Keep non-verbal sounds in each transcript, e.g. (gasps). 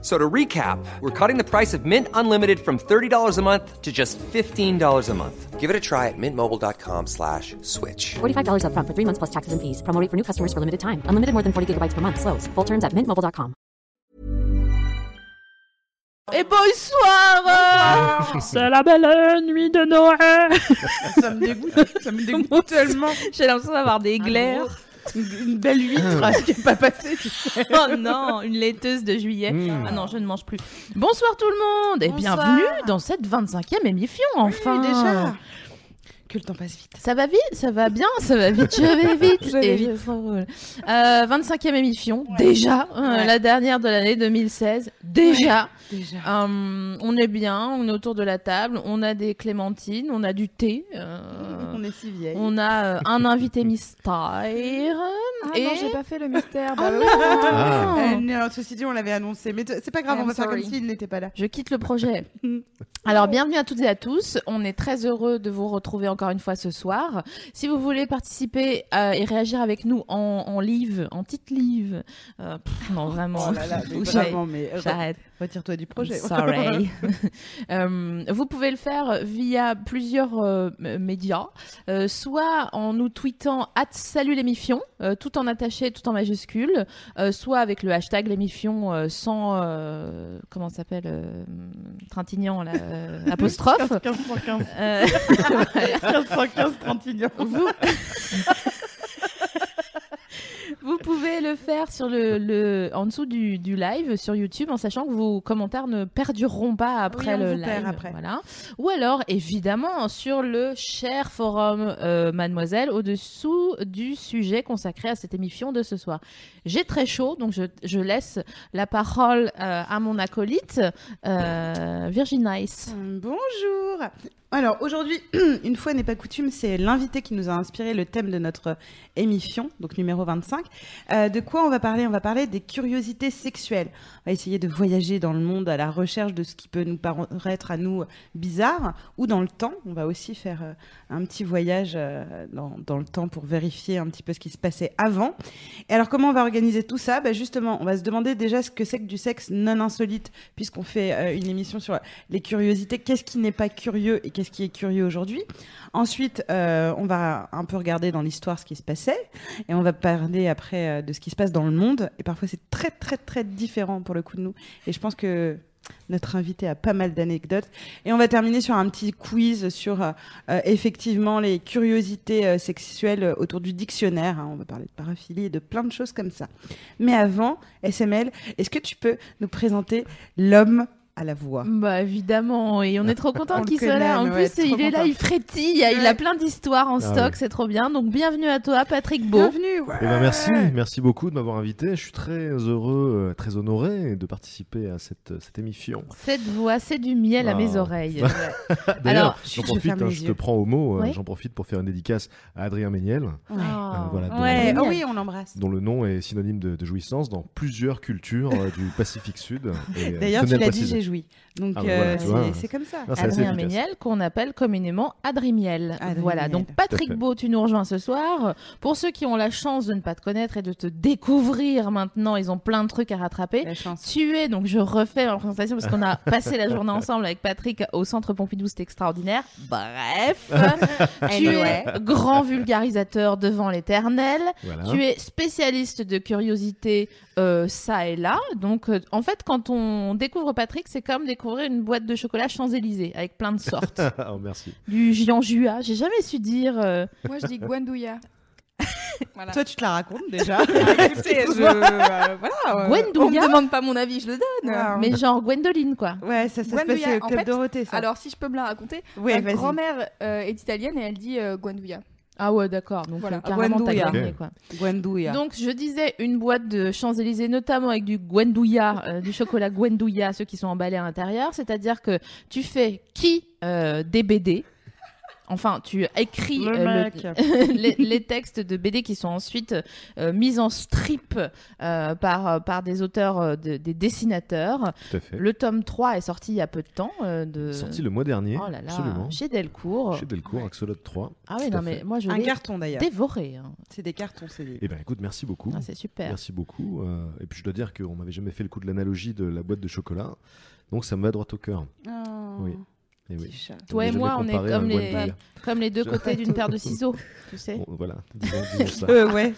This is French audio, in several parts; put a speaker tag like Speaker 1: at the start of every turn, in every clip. Speaker 1: So to recap, we're cutting the price of Mint Unlimited from $30 a month to just $15 a month. Give it a try at mintmobile.com slash switch.
Speaker 2: $45 upfront for three months plus taxes and fees. Promo rate for new customers for limited time. Unlimited more than 40 gigabytes per month. Slows. Full terms at mintmobile.com.
Speaker 3: Et bonsoir euh,
Speaker 4: Ah, C'est la belle nuit de Noël
Speaker 3: Ça me dégoûte, ça me dégoûte tellement
Speaker 5: J'ai l'impression d'avoir des glaires.
Speaker 3: glaire Une une belle
Speaker 4: Ah.
Speaker 3: huître qui n'est pas passée, tu sais.
Speaker 5: Oh non, une laiteuse de juillet.
Speaker 4: Hmm.
Speaker 5: Ah non, je ne mange plus. Bonsoir tout le monde et
Speaker 3: Bonsoir.
Speaker 5: bienvenue dans cette 25e émission enfin.
Speaker 3: déjà Que le temps passe vite.
Speaker 5: Ça va vite, ça va bien, ça va vite, je
Speaker 3: (laughs)
Speaker 5: vais vite.
Speaker 3: Je vais
Speaker 5: et
Speaker 3: vite.
Speaker 5: vite. Euh, 25e émission, déjà, euh,
Speaker 3: Ouais.
Speaker 5: la dernière de l'année 2016, déjà.
Speaker 3: Déjà.
Speaker 5: Euh, on est bien, on est autour de la table, on a des clémentines, on a du thé, euh,
Speaker 3: (laughs) On est si vieille.
Speaker 5: on a euh, un invité mystère.
Speaker 6: Ah
Speaker 5: Et-
Speaker 6: non, j'ai pas fait le mystère.
Speaker 5: Oh
Speaker 6: bah oui.
Speaker 5: non
Speaker 3: Euh, non, ceci dit, on l'avait annoncé, mais t- c'est pas grave,
Speaker 5: I'm
Speaker 3: on va faire
Speaker 5: sorry.
Speaker 3: comme s'il n'était pas là.
Speaker 5: Je quitte le
Speaker 6: (laughs)
Speaker 5: projet.
Speaker 6: Mm.
Speaker 5: Alors, bienvenue à toutes et à tous. On est très heureux de vous retrouver encore une fois ce soir. Si vous voulez participer euh, et réagir avec nous en, en live, en petite live, euh, pff, non, vraiment,
Speaker 3: Oh là (laughs) là, mais
Speaker 5: Faut que j'aille.
Speaker 3: vraiment, mais euh,
Speaker 5: j'arrête.
Speaker 3: retire-toi du projet. (laughs)
Speaker 5: Sorry. (laughs) Euh, vous pouvez le faire via plusieurs euh, m- médias, Euh, soit en nous tweetant at salut l'émission, tout en attaché, tout en majuscule, euh, soit avec le hashtag l'émission euh, sans, euh, comment ça s'appelle, euh, trintignant, là, euh, apostrophe.
Speaker 3: 15, 15, 15,
Speaker 5: Euh, (laughs)
Speaker 3: 15, 15, 15, 30 millions.
Speaker 5: vous... Vous pouvez le faire sur le, le- en dessous du, du live sur YouTube en sachant que vos commentaires ne perdureront pas après
Speaker 3: Oui, on
Speaker 5: le
Speaker 3: vous perd
Speaker 5: live.
Speaker 3: après.
Speaker 5: Voilà. Ou alors, évidemment, sur le cher forum euh, Mademoiselle au-dessous du sujet consacré à cette émission de ce soir. J'ai très chaud, donc je, je laisse la parole euh, à mon acolyte, euh, Virginie.
Speaker 3: Euh, Bonjour. Alors aujourd'hui, (clears throat) une fois n'est pas coutume, c'est l'invité qui nous a inspiré le thème de notre émission, donc numéro 25. Euh, de quoi on va parler On va parler des curiosités sexuelles. On va essayer de voyager dans le monde à la recherche de ce qui peut nous paraître à nous bizarre ou dans le temps. On va aussi faire euh, un petit voyage euh, dans, dans le temps pour vérifier un petit peu ce qui se passait avant. Et alors comment on va organiser tout ça Bah, Justement, on va se demander déjà ce que c'est que du sexe non insolite puisqu'on fait euh, une émission sur les curiosités, qu'est-ce qui n'est pas curieux et qu'est-ce qui est curieux aujourd'hui. Ensuite, euh, on va un peu regarder dans l'histoire ce qui se passait et on va parler après euh, de ce qui se passe dans le monde. Et parfois, c'est très, très, très différent pour le coup de nous. Et je pense que notre invité a pas mal d'anecdotes. Et on va terminer sur un petit quiz sur euh, euh, effectivement les curiosités euh, sexuelles euh, autour du dictionnaire. hein. On va parler de paraphilie et de plein de choses comme ça. Mais avant, SML, est-ce que tu peux nous présenter l'homme à la voix
Speaker 5: Bah évidemment, et on est trop
Speaker 3: (laughs) On
Speaker 5: content
Speaker 3: le
Speaker 5: qu'il soit
Speaker 3: connaît,
Speaker 5: là. En
Speaker 3: mais ouais,
Speaker 5: plus,
Speaker 3: trop
Speaker 5: il est là,
Speaker 3: content.
Speaker 5: il frétille, il a
Speaker 3: Ouais.
Speaker 5: plein d'histoires en
Speaker 7: Ah
Speaker 5: stock,
Speaker 7: oui.
Speaker 5: c'est trop bien. Donc bienvenue à toi, Patrick Beau.
Speaker 3: Bienvenue. ouais.
Speaker 7: Eh ben merci, merci beaucoup de m'avoir invité. Je suis très heureux, euh, très honoré de participer à cette, euh, cette émission.
Speaker 5: Cette voix, c'est du miel à
Speaker 7: Ah.
Speaker 5: mes
Speaker 7: (laughs)
Speaker 5: oreilles.
Speaker 7: D'ailleurs,
Speaker 5: Ah, Alors,
Speaker 3: je
Speaker 7: j'en profite,
Speaker 3: ferme
Speaker 7: hein,
Speaker 3: les
Speaker 7: je te
Speaker 3: yeux.
Speaker 7: prends au mot, euh,
Speaker 5: Ouais.
Speaker 7: j'en profite pour faire une dédicace à Adrien Méniel,
Speaker 3: Ouais.
Speaker 5: Ah.
Speaker 7: Euh, voilà, donc-
Speaker 3: Ouais,
Speaker 5: Génial.
Speaker 3: oh oui, on l'embrasse.
Speaker 7: dont le nom est synonyme de, de jouissance dans plusieurs cultures euh, du
Speaker 5: (laughs)
Speaker 7: Pacifique Sud. Et, euh,
Speaker 3: D'ailleurs,
Speaker 7: je
Speaker 3: tu
Speaker 7: tenais
Speaker 3: l'as dit,
Speaker 7: à le préciser.
Speaker 3: j'ai joui. Donc,
Speaker 7: Ah bah voilà,
Speaker 3: euh,
Speaker 7: tu
Speaker 3: c'est-
Speaker 7: vois.
Speaker 3: c'est comme ça.
Speaker 7: Non, c'est assez
Speaker 5: Adrien
Speaker 7: efficace.
Speaker 5: Méniel, qu'on appelle communément Adrimiel.
Speaker 3: Adrimiel.
Speaker 5: Voilà, donc
Speaker 3: Tout à
Speaker 5: Patrick
Speaker 7: fait.
Speaker 5: Beau, tu nous rejoins ce soir. Pour ceux qui ont la chance de ne pas te connaître et de te découvrir maintenant, ils ont plein de trucs à rattraper.
Speaker 3: La chance.
Speaker 5: Tu es, donc je refais ma présentation parce qu'on a passé la journée ensemble avec Patrick au centre Pompidou, c'était extraordinaire. Bref, tu es
Speaker 3: Anyway.
Speaker 5: grand vulgarisateur devant l'éternel.
Speaker 7: Voilà.
Speaker 5: Tu es spécialiste de curiosité euh, ça et là. Donc, euh, en fait, quand on découvre Patrick, c'est comme découvrir une boîte de chocolat Champs-Élysées avec plein de
Speaker 7: (laughs)
Speaker 5: sortes.
Speaker 7: (laughs) Oh, merci.
Speaker 5: du Gianjua, j'ai jamais su dire. euh,
Speaker 6: Moi, je dis Gwendouya. voilà.
Speaker 3: Toi, tu te la racontes (laughs) déjà.
Speaker 6: Écoutez, je- euh, voilà, euh, on
Speaker 5: Gwendouya
Speaker 6: me demande pas mon avis, je le donne.
Speaker 3: Ouais.
Speaker 5: Mais genre Gwendoline, quoi.
Speaker 3: Ouais, ça, ça se
Speaker 6: Gwendouya,
Speaker 3: passait au
Speaker 6: en
Speaker 3: Club
Speaker 6: fait,
Speaker 3: Dorothée, ça.
Speaker 6: Alors, si je peux me la raconter,
Speaker 3: ouais,
Speaker 6: ma
Speaker 3: vas-y.
Speaker 6: grand-mère euh, est italienne et elle dit euh, Gwendouya.
Speaker 5: Ah ouais, d'accord. Donc,
Speaker 6: Voilà.
Speaker 5: euh, carrément, t'as
Speaker 3: Gwendouya.
Speaker 5: gagné,
Speaker 7: Ok.
Speaker 5: quoi.
Speaker 3: Gwendouya.
Speaker 5: Donc, je disais une boîte de Champs-Élysées, notamment avec du Gwendouya, euh, du chocolat Gwendouya, ceux qui sont emballés à l'intérieur. C'est-à-dire que tu fais qui euh, des BD Enfin, tu écris
Speaker 3: Le
Speaker 5: euh, le-
Speaker 3: mec.
Speaker 5: (laughs) les, les textes de BD qui sont ensuite euh, mis en strip euh, par, par des auteurs, euh, de- des dessinateurs.
Speaker 7: Tout à fait.
Speaker 5: Le tome 3 est sorti il y a peu de temps. euh, de...
Speaker 7: Sorti le mois dernier.
Speaker 5: Oh là là,
Speaker 7: absolument.
Speaker 5: chez Delcourt.
Speaker 7: Chez Delcourt, Axolot 3.
Speaker 5: Ah oui,
Speaker 7: Tout à
Speaker 5: non, mais
Speaker 7: fait.
Speaker 5: moi je
Speaker 3: Un
Speaker 5: l'ai
Speaker 3: carton d'ailleurs.
Speaker 5: dévoré. hein.
Speaker 3: C'est des cartons, c'est des.
Speaker 7: Eh bien, écoute, merci beaucoup.
Speaker 5: Ah, c'est super.
Speaker 7: Merci beaucoup. euh, et puis je dois dire qu'on m'avait jamais fait le coup de l'analogie de la boîte de chocolat. Donc ça me va droit au cœur. Oui.
Speaker 3: Oh,
Speaker 7: Et
Speaker 3: Petit
Speaker 7: oui.
Speaker 3: chat.
Speaker 5: Oh, Toi et
Speaker 7: Jamais
Speaker 5: moi, on est
Speaker 7: comparé à un
Speaker 5: comme les-
Speaker 7: Guadeloupe.
Speaker 5: Comme les deux
Speaker 7: Je-
Speaker 5: côtés d'une
Speaker 7: (laughs)
Speaker 5: paire de ciseaux, tu sais.
Speaker 7: Bon,
Speaker 5: (laughs)
Speaker 7: voilà, disons, disons ça.
Speaker 3: Euh, ouais.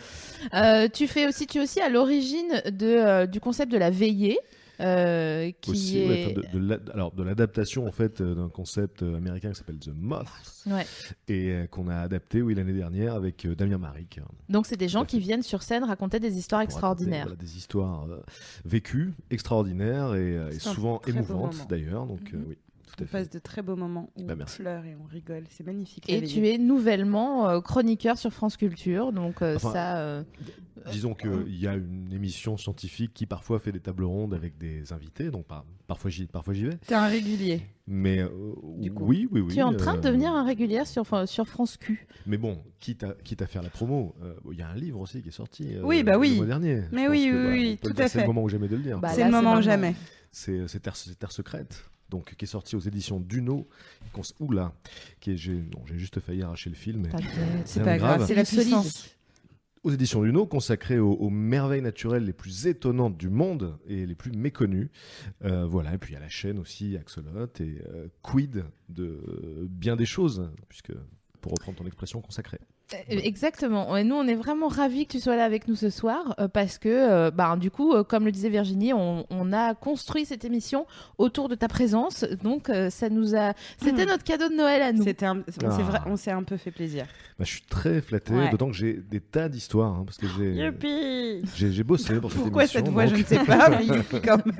Speaker 5: Euh, tu fais aussi, tu es aussi à l'origine de, euh, du concept de la veillée, euh, qui
Speaker 7: Aussi,
Speaker 5: est
Speaker 7: ouais, enfin, de, de la- alors de l'adaptation en fait euh, d'un concept euh, américain qui s'appelle The Moth
Speaker 5: Ouais.
Speaker 7: et euh, qu'on a adapté oui l'année dernière avec euh, Damien Maric hein,
Speaker 5: donc c'est des gens
Speaker 7: à
Speaker 5: qui viennent sur scène raconter des histoires
Speaker 7: pour raconter,
Speaker 5: extraordinaires.
Speaker 7: voilà, des histoires euh, vécues extraordinaires et, euh, et
Speaker 3: C'est un
Speaker 7: souvent
Speaker 3: très beau
Speaker 7: émouvantes
Speaker 3: moment.
Speaker 7: d'ailleurs donc euh,
Speaker 3: Mhm.
Speaker 7: oui tout
Speaker 3: On
Speaker 7: à fait
Speaker 3: passe de très beaux moments où
Speaker 7: Bah,
Speaker 3: on
Speaker 7: merci.
Speaker 3: pleure et on rigole. C'est magnifique.
Speaker 5: Et tu es nouvellement euh, chroniqueur sur France Culture, donc euh,
Speaker 7: Enfin,
Speaker 5: ça. euh,
Speaker 7: Disons qu'il y a une émission scientifique qui parfois fait des tables rondes avec des invités, donc par- parfois j'y parfois j'y vais.
Speaker 3: T'es un régulier.
Speaker 7: Mais euh,
Speaker 3: coup,
Speaker 7: oui, oui, oui.
Speaker 5: tu es en train de
Speaker 7: euh,
Speaker 5: devenir un régulier sur, enfin, sur France Q.
Speaker 7: Mais bon, quitte à, quitte à faire la promo, euh, bon, il y a un livre aussi qui est sorti euh,
Speaker 3: Oui, bah oui.
Speaker 7: le mois dernier.
Speaker 3: Mais
Speaker 7: Je
Speaker 3: oui,
Speaker 7: pense que,
Speaker 3: oui,
Speaker 7: voilà,
Speaker 3: oui,
Speaker 7: on peut le
Speaker 3: tout à
Speaker 7: dire, C'est
Speaker 3: fait.
Speaker 7: le moment où jamais de le dire.
Speaker 5: Bah,
Speaker 3: c'est
Speaker 5: là,
Speaker 3: le moment ou
Speaker 5: vraiment-
Speaker 3: jamais.
Speaker 7: C'est euh, c'est Terre, c'est Terre Secrète, donc qui est sorti aux éditions Duno. qu'on s- Oula, qui est- j'ai non, j'ai juste failli arracher le film. mais-
Speaker 5: T'inquiète.
Speaker 3: C'est
Speaker 7: Rien
Speaker 3: pas
Speaker 7: de
Speaker 3: grave.
Speaker 7: grave.
Speaker 3: C'est la
Speaker 5: Solide.
Speaker 3: puissance.
Speaker 7: aux éditions Luno, consacrées aux, aux merveilles naturelles les plus étonnantes du monde et les plus méconnues. Euh, voilà, et puis il y a la chaîne aussi, Axolot, et euh, quid de euh, bien des choses, puisque pour reprendre ton expression consacrée.
Speaker 5: Euh, Exactement. Et nous, on est vraiment ravis que tu sois là avec nous ce soir euh, parce que, euh, bah, du coup, euh, comme le disait Virginie, on, on a construit cette émission autour de ta présence. Donc, euh, ça nous a. C'était
Speaker 3: Mm.
Speaker 5: notre cadeau de Noël à nous.
Speaker 3: C'était un- on
Speaker 7: Ah.
Speaker 3: s'est vra- on s'est un peu fait plaisir.
Speaker 7: Bah, je suis très flatté,
Speaker 3: Ouais. Oh,
Speaker 7: d'autant que j'ai des tas d'histoires, hein, parce que j'ai
Speaker 3: Youpi
Speaker 7: j'ai- j'ai bossé pour cette
Speaker 3: Pourquoi
Speaker 7: émission,
Speaker 3: cette voix,
Speaker 7: donc-
Speaker 3: je ne
Speaker 7: (laughs)
Speaker 3: sais pas, mais youpi quand même.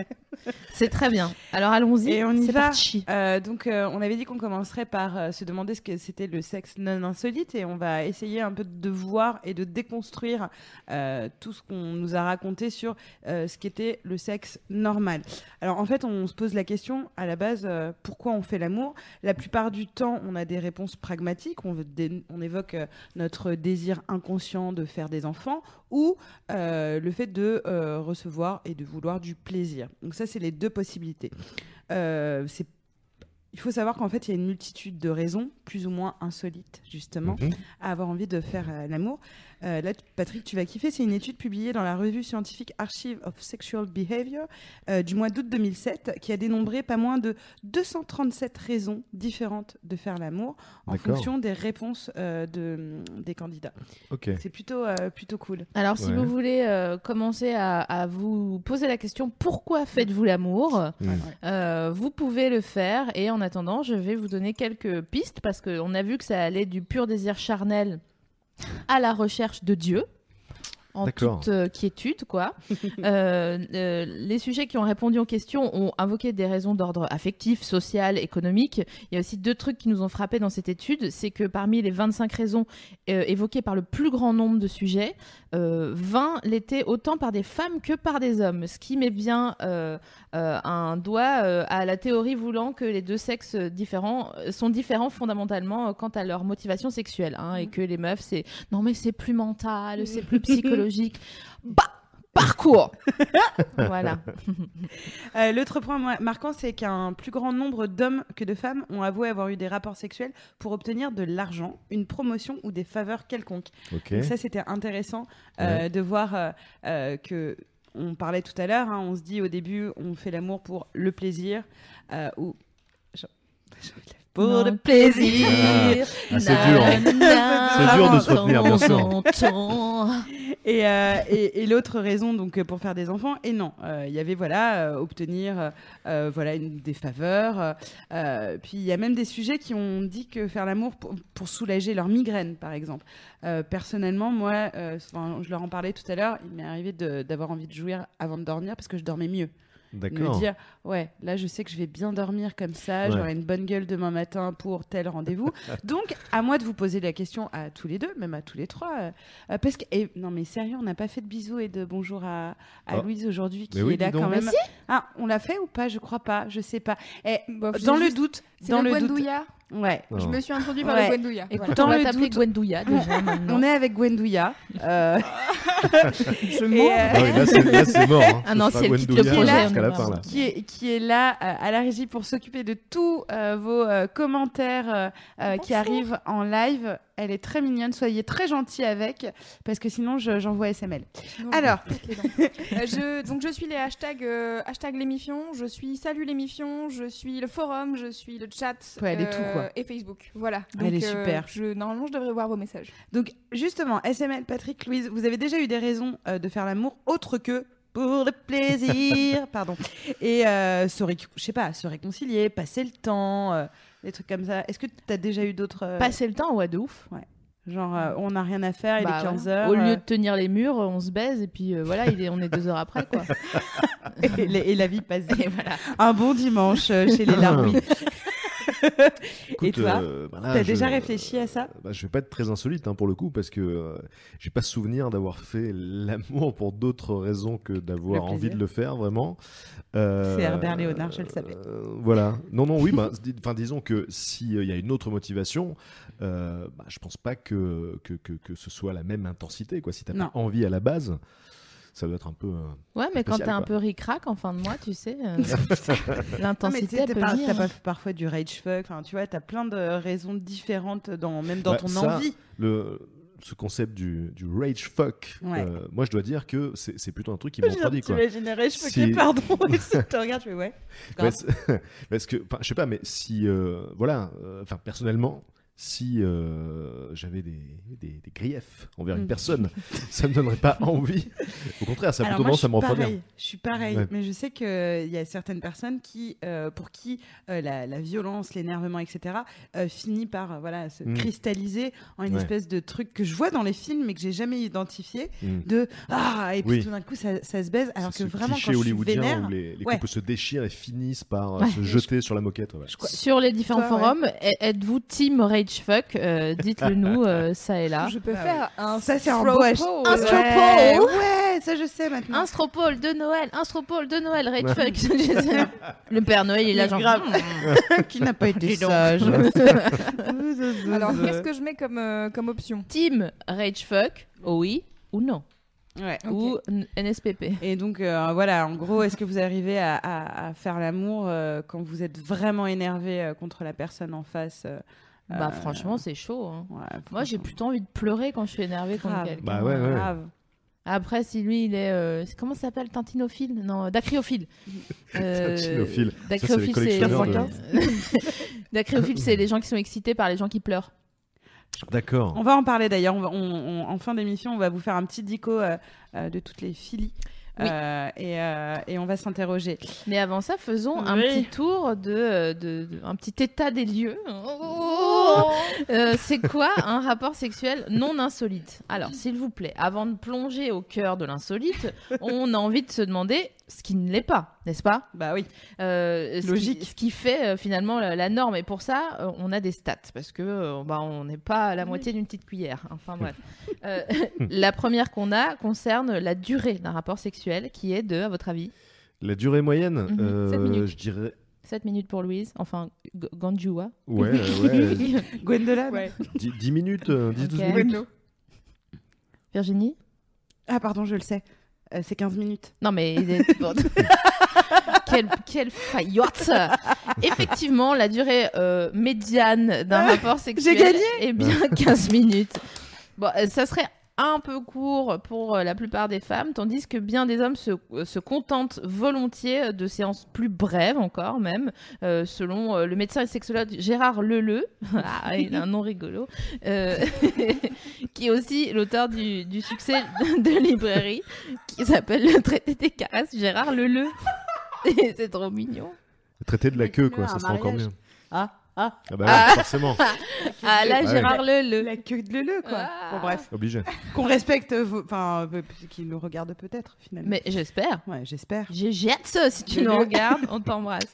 Speaker 5: C'est très bien. Alors, allons-y.
Speaker 3: Et on y
Speaker 5: C'est
Speaker 3: va.
Speaker 5: parti.
Speaker 3: Euh, donc, euh, on avait dit qu'on commencerait par euh, se demander ce que c'était le sexe non insolite et on va essayer un peu de voir et de déconstruire euh, tout ce qu'on nous a raconté sur euh, ce qu'était le sexe normal. Alors, en fait, on se pose la question à la base euh, pourquoi on fait l'amour La plupart du temps, on a des réponses pragmatiques. On, veut dé- on évoque euh, notre désir inconscient de faire des enfants ou euh, le fait de euh, recevoir et de vouloir du plaisir. Donc, ça, c'est les deux possibilités. Euh, c'est il faut savoir qu'en fait, il y a une multitude de raisons, plus ou moins insolites, justement,
Speaker 7: Mhm.
Speaker 3: à avoir envie de faire euh, l'amour. Euh, là, tu- Patrick, tu vas kiffer. C'est une étude publiée dans la revue scientifique Archive of Sexual Behavior euh, du mois d'août 2007 qui a dénombré pas moins de 237 raisons différentes de faire l'amour en
Speaker 7: D'accord.
Speaker 3: fonction des réponses euh, de, des candidats.
Speaker 7: Ok.
Speaker 3: C'est plutôt, euh, plutôt cool.
Speaker 5: Alors, si
Speaker 7: Ouais.
Speaker 5: vous voulez euh, commencer à, à vous poser la question pourquoi faites-vous l'amour
Speaker 7: Mm.
Speaker 5: Euh, vous pouvez le faire et en attendant, je vais vous donner quelques pistes parce qu'on a vu que ça allait du pur désir charnel à la recherche de Dieu. En
Speaker 7: D'accord.
Speaker 5: toute euh, quiétude, quoi. Euh, euh, les sujets qui ont répondu aux questions ont invoqué des raisons d'ordre affectif, social, économique. Il y a aussi deux trucs qui nous ont frappés dans cette étude. C'est que parmi les 25 raisons euh, évoquées par le plus grand nombre de sujets, euh, 20 l'étaient autant par des femmes que par des hommes. Ce qui met bien euh, euh, un doigt euh, à la théorie voulant que les deux sexes différents euh, sont différents fondamentalement euh, quant à leur motivation sexuelle hein, et que les meufs c'est non mais c'est plus mental, c'est
Speaker 3: (laughs)
Speaker 5: plus psychologique. Bah parcours. voilà.
Speaker 3: Euh, L'autre point mar- marquant, c'est qu'un plus grand nombre d'hommes que de femmes ont avoué avoir eu des rapports sexuels pour obtenir de l'argent, une promotion ou des faveurs quelconques.
Speaker 7: Ok.
Speaker 3: Donc ça, c'était intéressant euh,
Speaker 7: Ouais.
Speaker 3: de voir euh, euh, que on parlait tout à l'heure. hein, on se dit au début, on fait l'amour pour le plaisir euh, ou Je- je me lève. pour
Speaker 5: Non,
Speaker 3: le plaisir.
Speaker 7: Ah, ah, c'est
Speaker 5: Na-
Speaker 7: dur. hein.
Speaker 5: na-
Speaker 7: C'est dur de se retenir, bien sûr.
Speaker 5: on entend.
Speaker 3: Et, euh, et- et l'autre raison, donc, euh, pour faire des enfants. Et non, euh, il y avait voilà, euh, obtenir, euh, euh, voilà, une- des faveurs. euh, euh, puis il y a même des sujets qui ont dit que faire l'amour pour, pour soulager leur migraine, par exemple. Euh, personnellement, moi, euh, enfin, je leur en parlais tout à l'heure. Il m'est arrivé de- d'avoir envie de jouir avant de dormir parce que je dormais mieux. De me
Speaker 7: D'accord.
Speaker 3: dire, ouais, là, je sais que je vais bien dormir comme ça,
Speaker 7: Ouais.
Speaker 3: j'aurai une bonne gueule demain matin pour tel
Speaker 7: (laughs)
Speaker 3: rendez-vous. Donc, à moi de vous poser la question à tous les deux, même à tous les trois. euh, euh, parce que, et- non, mais sérieux, on n'a pas fait de bisous et de bonjour à, à
Speaker 7: Oh.
Speaker 3: Louise aujourd'hui, qui
Speaker 7: Mais oui,
Speaker 3: est là
Speaker 7: dis donc.
Speaker 3: quand
Speaker 7: Mais
Speaker 3: même. Ah, on l'a fait ou pas Je crois pas, je sais pas. Eh,
Speaker 6: Bof,
Speaker 3: dans
Speaker 6: j'ai
Speaker 3: le
Speaker 6: juste-
Speaker 3: doute,
Speaker 6: Euh, C'est
Speaker 3: dans
Speaker 6: la
Speaker 3: le doute.
Speaker 6: guandouilla
Speaker 3: Ouais.
Speaker 7: Ah.
Speaker 6: Je me suis introduit par
Speaker 3: Ouais.
Speaker 6: le Gwendouya.
Speaker 5: Écoute,
Speaker 3: Dans
Speaker 5: on va
Speaker 3: le
Speaker 5: t'appeler
Speaker 3: doute.
Speaker 5: Gwendouya déjà maintenant.
Speaker 3: On est avec Gwendouya.
Speaker 7: (laughs)
Speaker 3: euh,
Speaker 5: Je
Speaker 3: et,
Speaker 5: mens.
Speaker 3: euh,
Speaker 7: Ah oui, là, c'est- là, c'est mort.
Speaker 3: (laughs)
Speaker 7: Hein.
Speaker 5: Ah non,
Speaker 7: Ce sera
Speaker 5: si elle quitte le
Speaker 7: Gwendoulia
Speaker 3: projet,
Speaker 7: jusqu'à
Speaker 5: on
Speaker 7: la
Speaker 5: va
Speaker 7: fin,
Speaker 5: voir.
Speaker 7: là.
Speaker 3: qui est, qui est là euh, à la régie pour s'occuper de tous euh, vos euh, commentaires euh, euh, qui arrivent en live. Elle est très mignonne, soyez très gentils avec, parce que sinon je- j'envoie SML. (laughs)
Speaker 6: Non,
Speaker 3: Alors.
Speaker 6: je pète les dents. Euh, je, donc je suis les hashtags euh, hashtag les mifions, je suis salut les mifions, je suis le forum, je suis le chat euh,
Speaker 3: Ouais, elle est tout, quoi.
Speaker 6: et Facebook. Voilà. euh,
Speaker 3: Elle est super.
Speaker 6: Je, normalement, je devrais voir vos messages.
Speaker 3: Donc justement, SML, Patrick, Louise, vous avez déjà eu des raisons euh, de faire l'amour autre que pour le
Speaker 5: (laughs)
Speaker 3: plaisir, pardon, et euh, se, ré- je sais pas, se réconcilier, passer le temps, euh, des trucs comme ça. Est-ce que tu as déjà eu d'autres...
Speaker 5: (laughs)
Speaker 3: euh,
Speaker 5: Passer le temps, ouais, de ouf.
Speaker 3: Genre, euh, on n'a rien à faire, il
Speaker 5: Bah,
Speaker 3: est euh. 15h.
Speaker 5: voilà. Au lieu de tenir les murs, on se baise et puis euh, voilà, il est, on est deux heures après
Speaker 3: (laughs)
Speaker 5: quoi.
Speaker 3: et, la- et la
Speaker 5: (laughs)
Speaker 3: vie passe.
Speaker 5: Et voilà.
Speaker 3: Un bon dimanche euh, chez les (laughs) Larouilles.
Speaker 7: Ah. Écoute,
Speaker 3: Et toi,
Speaker 7: euh, bah là,
Speaker 3: t'as
Speaker 7: je-
Speaker 3: déjà réfléchi à ça
Speaker 7: bah, Je vais pas être très insolite hein, pour le coup, parce que euh, j'ai pas souvenir d'avoir fait (laughs) l'amour pour d'autres raisons que
Speaker 3: Le
Speaker 7: d'avoir envie
Speaker 3: plaisir.
Speaker 7: de le faire vraiment. Euh,
Speaker 3: C'est Herbert Léonard, je le savais.
Speaker 7: euh, voilà. Non, non, oui. bah, dis- Enfin, disons que s'il y a une autre motivation, euh, bah, je pense pas que, que, que, que ce soit la même intensité. Quoi. Si t'as
Speaker 3: Non.
Speaker 7: pas envie à la base, ça doit être un peu. euh,
Speaker 5: Ouais, mais quand
Speaker 7: spécial,
Speaker 5: t'es un
Speaker 7: quoi.
Speaker 5: peu ric-rac en fin de mois, tu sais,
Speaker 7: (laughs)
Speaker 5: euh,
Speaker 3: Non, mais tu
Speaker 5: l'intensité
Speaker 3: sais,
Speaker 5: elle
Speaker 3: t'as
Speaker 5: peut
Speaker 3: par-
Speaker 5: venir. hein.
Speaker 3: t'as pas- parfois du rage fuck, enfin, tu vois, t'as plein de raisons différentes, dans, même dans
Speaker 7: Bah,
Speaker 3: ton
Speaker 7: ça,
Speaker 3: envie.
Speaker 7: le, ce concept du, du rage fuck,
Speaker 3: Ouais.
Speaker 7: euh, moi je dois dire que c'est c'est plutôt un truc qui m'entraîne. quoi.
Speaker 3: T'imagines rage
Speaker 7: Si-
Speaker 3: fuck, pardon,
Speaker 7: (laughs)
Speaker 3: et si tu regardes, je fais ouais.
Speaker 7: Ouais, c'est- parce (laughs) que, enfin, je sais pas, mais si, euh, voilà, euh, enfin, personnellement, si euh, j'avais des, des, des griefs envers
Speaker 3: Mm.
Speaker 7: une personne, (laughs) ça me donnerait pas envie. Au contraire, ça a
Speaker 3: Alors
Speaker 7: plutôt
Speaker 3: moi, je
Speaker 7: tendance à
Speaker 3: suis
Speaker 7: me refroidir.
Speaker 3: pareil, Je suis pareil,
Speaker 7: Ouais.
Speaker 3: mais je sais qu'il y a certaines personnes qui, euh, pour qui euh, la, la violence, l'énervement, etc., euh, finit par euh, voilà, se
Speaker 7: Mm.
Speaker 3: cristalliser en une
Speaker 7: Ouais.
Speaker 3: espèce de truc que je vois dans les films, mais que j'ai jamais identifié,
Speaker 7: Mm.
Speaker 3: de ah, et puis
Speaker 7: Oui.
Speaker 3: tout d'un coup, ça, ça se baise, alors
Speaker 7: C'est
Speaker 3: que
Speaker 7: ce
Speaker 3: vraiment,
Speaker 7: cliché
Speaker 3: quand je suis
Speaker 7: hollywoodien
Speaker 3: vénère,
Speaker 7: où les, les
Speaker 3: ouais.
Speaker 7: couples se déchirent et finissent par euh,
Speaker 5: Ouais.
Speaker 7: se jeter sur la moquette. ouais.
Speaker 3: quoi.
Speaker 5: Sur les différents
Speaker 3: Toi, ouais.
Speaker 5: forums, e- êtes-vous team rage fuck Euh,
Speaker 7: (laughs)
Speaker 5: Dites-le nous, euh, ça et là.
Speaker 6: Je peux
Speaker 3: Ah
Speaker 6: faire un
Speaker 3: ça c'est un
Speaker 6: throw
Speaker 3: beau hashtag.
Speaker 6: pose.
Speaker 5: Un throw
Speaker 3: ouais,
Speaker 5: pole.
Speaker 3: ouais, ça je sais maintenant.
Speaker 5: Instropole de Noël, Instropole de Noël,
Speaker 7: Ouais.
Speaker 5: rage fuck. (laughs) Je sais. (laughs) le Père Noël, il a genre.
Speaker 3: grave.
Speaker 5: Mmh.
Speaker 3: (laughs) qui n'a pas été
Speaker 5: Dis donc.
Speaker 3: sage. (laughs)
Speaker 6: Alors, qu'est-ce que je mets comme, euh, comme option
Speaker 5: (laughs) team rage fuck, oh oui ou non
Speaker 3: Ouais.
Speaker 5: Ou n- NSPP
Speaker 3: Et donc euh, voilà, en gros, est-ce que vous arrivez à, à- à faire l'amour euh, quand vous êtes vraiment énervé euh, contre la personne en face euh,
Speaker 5: Bah
Speaker 3: euh,
Speaker 5: franchement, c'est chaud. hein.
Speaker 3: ouais,
Speaker 5: Moi, j'ai
Speaker 3: franchement.
Speaker 5: plutôt envie de pleurer quand je suis énervée contre
Speaker 3: Grave.
Speaker 5: quelqu'un.
Speaker 7: Bah ouais, ouais.
Speaker 3: Grave.
Speaker 5: Après, si lui, il est. euh, c'est- comment ça s'appelle Tintinophile Non, euh,
Speaker 7: (laughs)
Speaker 5: dacryophile. Euh,
Speaker 7: Dacryophile. Ça, c'est les
Speaker 5: Dacryophile, c'est.
Speaker 7: collectionneurs
Speaker 5: (laughs)
Speaker 7: de-
Speaker 5: Dacryophile, c'est les gens qui sont excités par les gens qui pleurent.
Speaker 7: D'accord.
Speaker 3: On va en parler d'ailleurs. On va- on- on- en fin d'émission, on va vous faire un petit dico euh, euh, de toutes les filies.
Speaker 5: Oui.
Speaker 3: Euh, et, euh, et on va s'interroger.
Speaker 5: Mais avant ça, faisons un
Speaker 3: Oui.
Speaker 5: petit tour de, euh, de- de- un petit état des lieux. (laughs) Euh, c'est quoi un rapport sexuel non insolite Alors, s'il vous plaît, avant de plonger au cœur de l'insolite, on a envie de se demander ce qui ne l'est pas, n'est-ce pas
Speaker 3: Bah oui.
Speaker 5: Euh, ce qui-
Speaker 3: Logique.
Speaker 5: Ce qui, fait euh, finalement la, la norme. Et pour ça, euh, on a des stats. Parce que euh, bah, on n'est pas à la moitié d'une petite cuillère. hein. Enfin bref. Euh, (laughs) la première qu'on a concerne la durée d'un rapport sexuel qui est de, à votre avis,
Speaker 7: La durée moyenne,
Speaker 5: Mhm.
Speaker 7: euh,
Speaker 5: Sept minutes.
Speaker 7: je dirais.
Speaker 5: 7 minutes pour Louise. Enfin, G- Ganjua. (laughs)
Speaker 7: Ouais,
Speaker 3: (laughs)
Speaker 7: euh, ouais,
Speaker 3: Gwendola.
Speaker 6: Ouais.
Speaker 7: 10, minutes, 10-12
Speaker 5: Ok.
Speaker 7: minutes.
Speaker 5: Virginie
Speaker 3: Ah pardon, je le sais. Euh, c'est 15 minutes.
Speaker 5: Non mais... Quelle, quelle faillotte Effectivement, la durée euh, médiane d'un rapport sexuel
Speaker 3: gagné
Speaker 5: est bien 15 minutes. Bon, euh, ça serait un peu court pour euh, la plupart des femmes, tandis que bien des hommes se, euh, se contentent volontiers de séances plus brèves encore même, euh, selon euh, le médecin et sexologue Gérard Leleu, (laughs) ah, il a un nom rigolo, euh, (laughs) qui est aussi l'auteur du, du succès de librairie, qui s'appelle Le traité des caresses Gérard Leleu. (laughs) Et C'est trop mignon.
Speaker 7: Traiter de la queue, quoi,
Speaker 3: Un
Speaker 7: ça sera encore
Speaker 3: mariage.
Speaker 7: mieux.
Speaker 3: Ah, ah.
Speaker 7: Ah bah
Speaker 3: (laughs)
Speaker 5: Ah.
Speaker 7: ouais, forcément,
Speaker 5: Ah là,
Speaker 7: Ouais.
Speaker 5: Gérard Leleu.
Speaker 3: La queue de Leleu, quoi.
Speaker 5: Ah.
Speaker 3: Bon, bref.
Speaker 7: obligé.
Speaker 3: Qu'on respecte, vous- enfin, euh, qu'il nous regarde peut-être, finalement.
Speaker 5: Mais j'espère.
Speaker 3: Ouais, j'espère.
Speaker 5: Je jette ça si tu nous
Speaker 3: Leleu.
Speaker 5: regardes. On t'embrasse.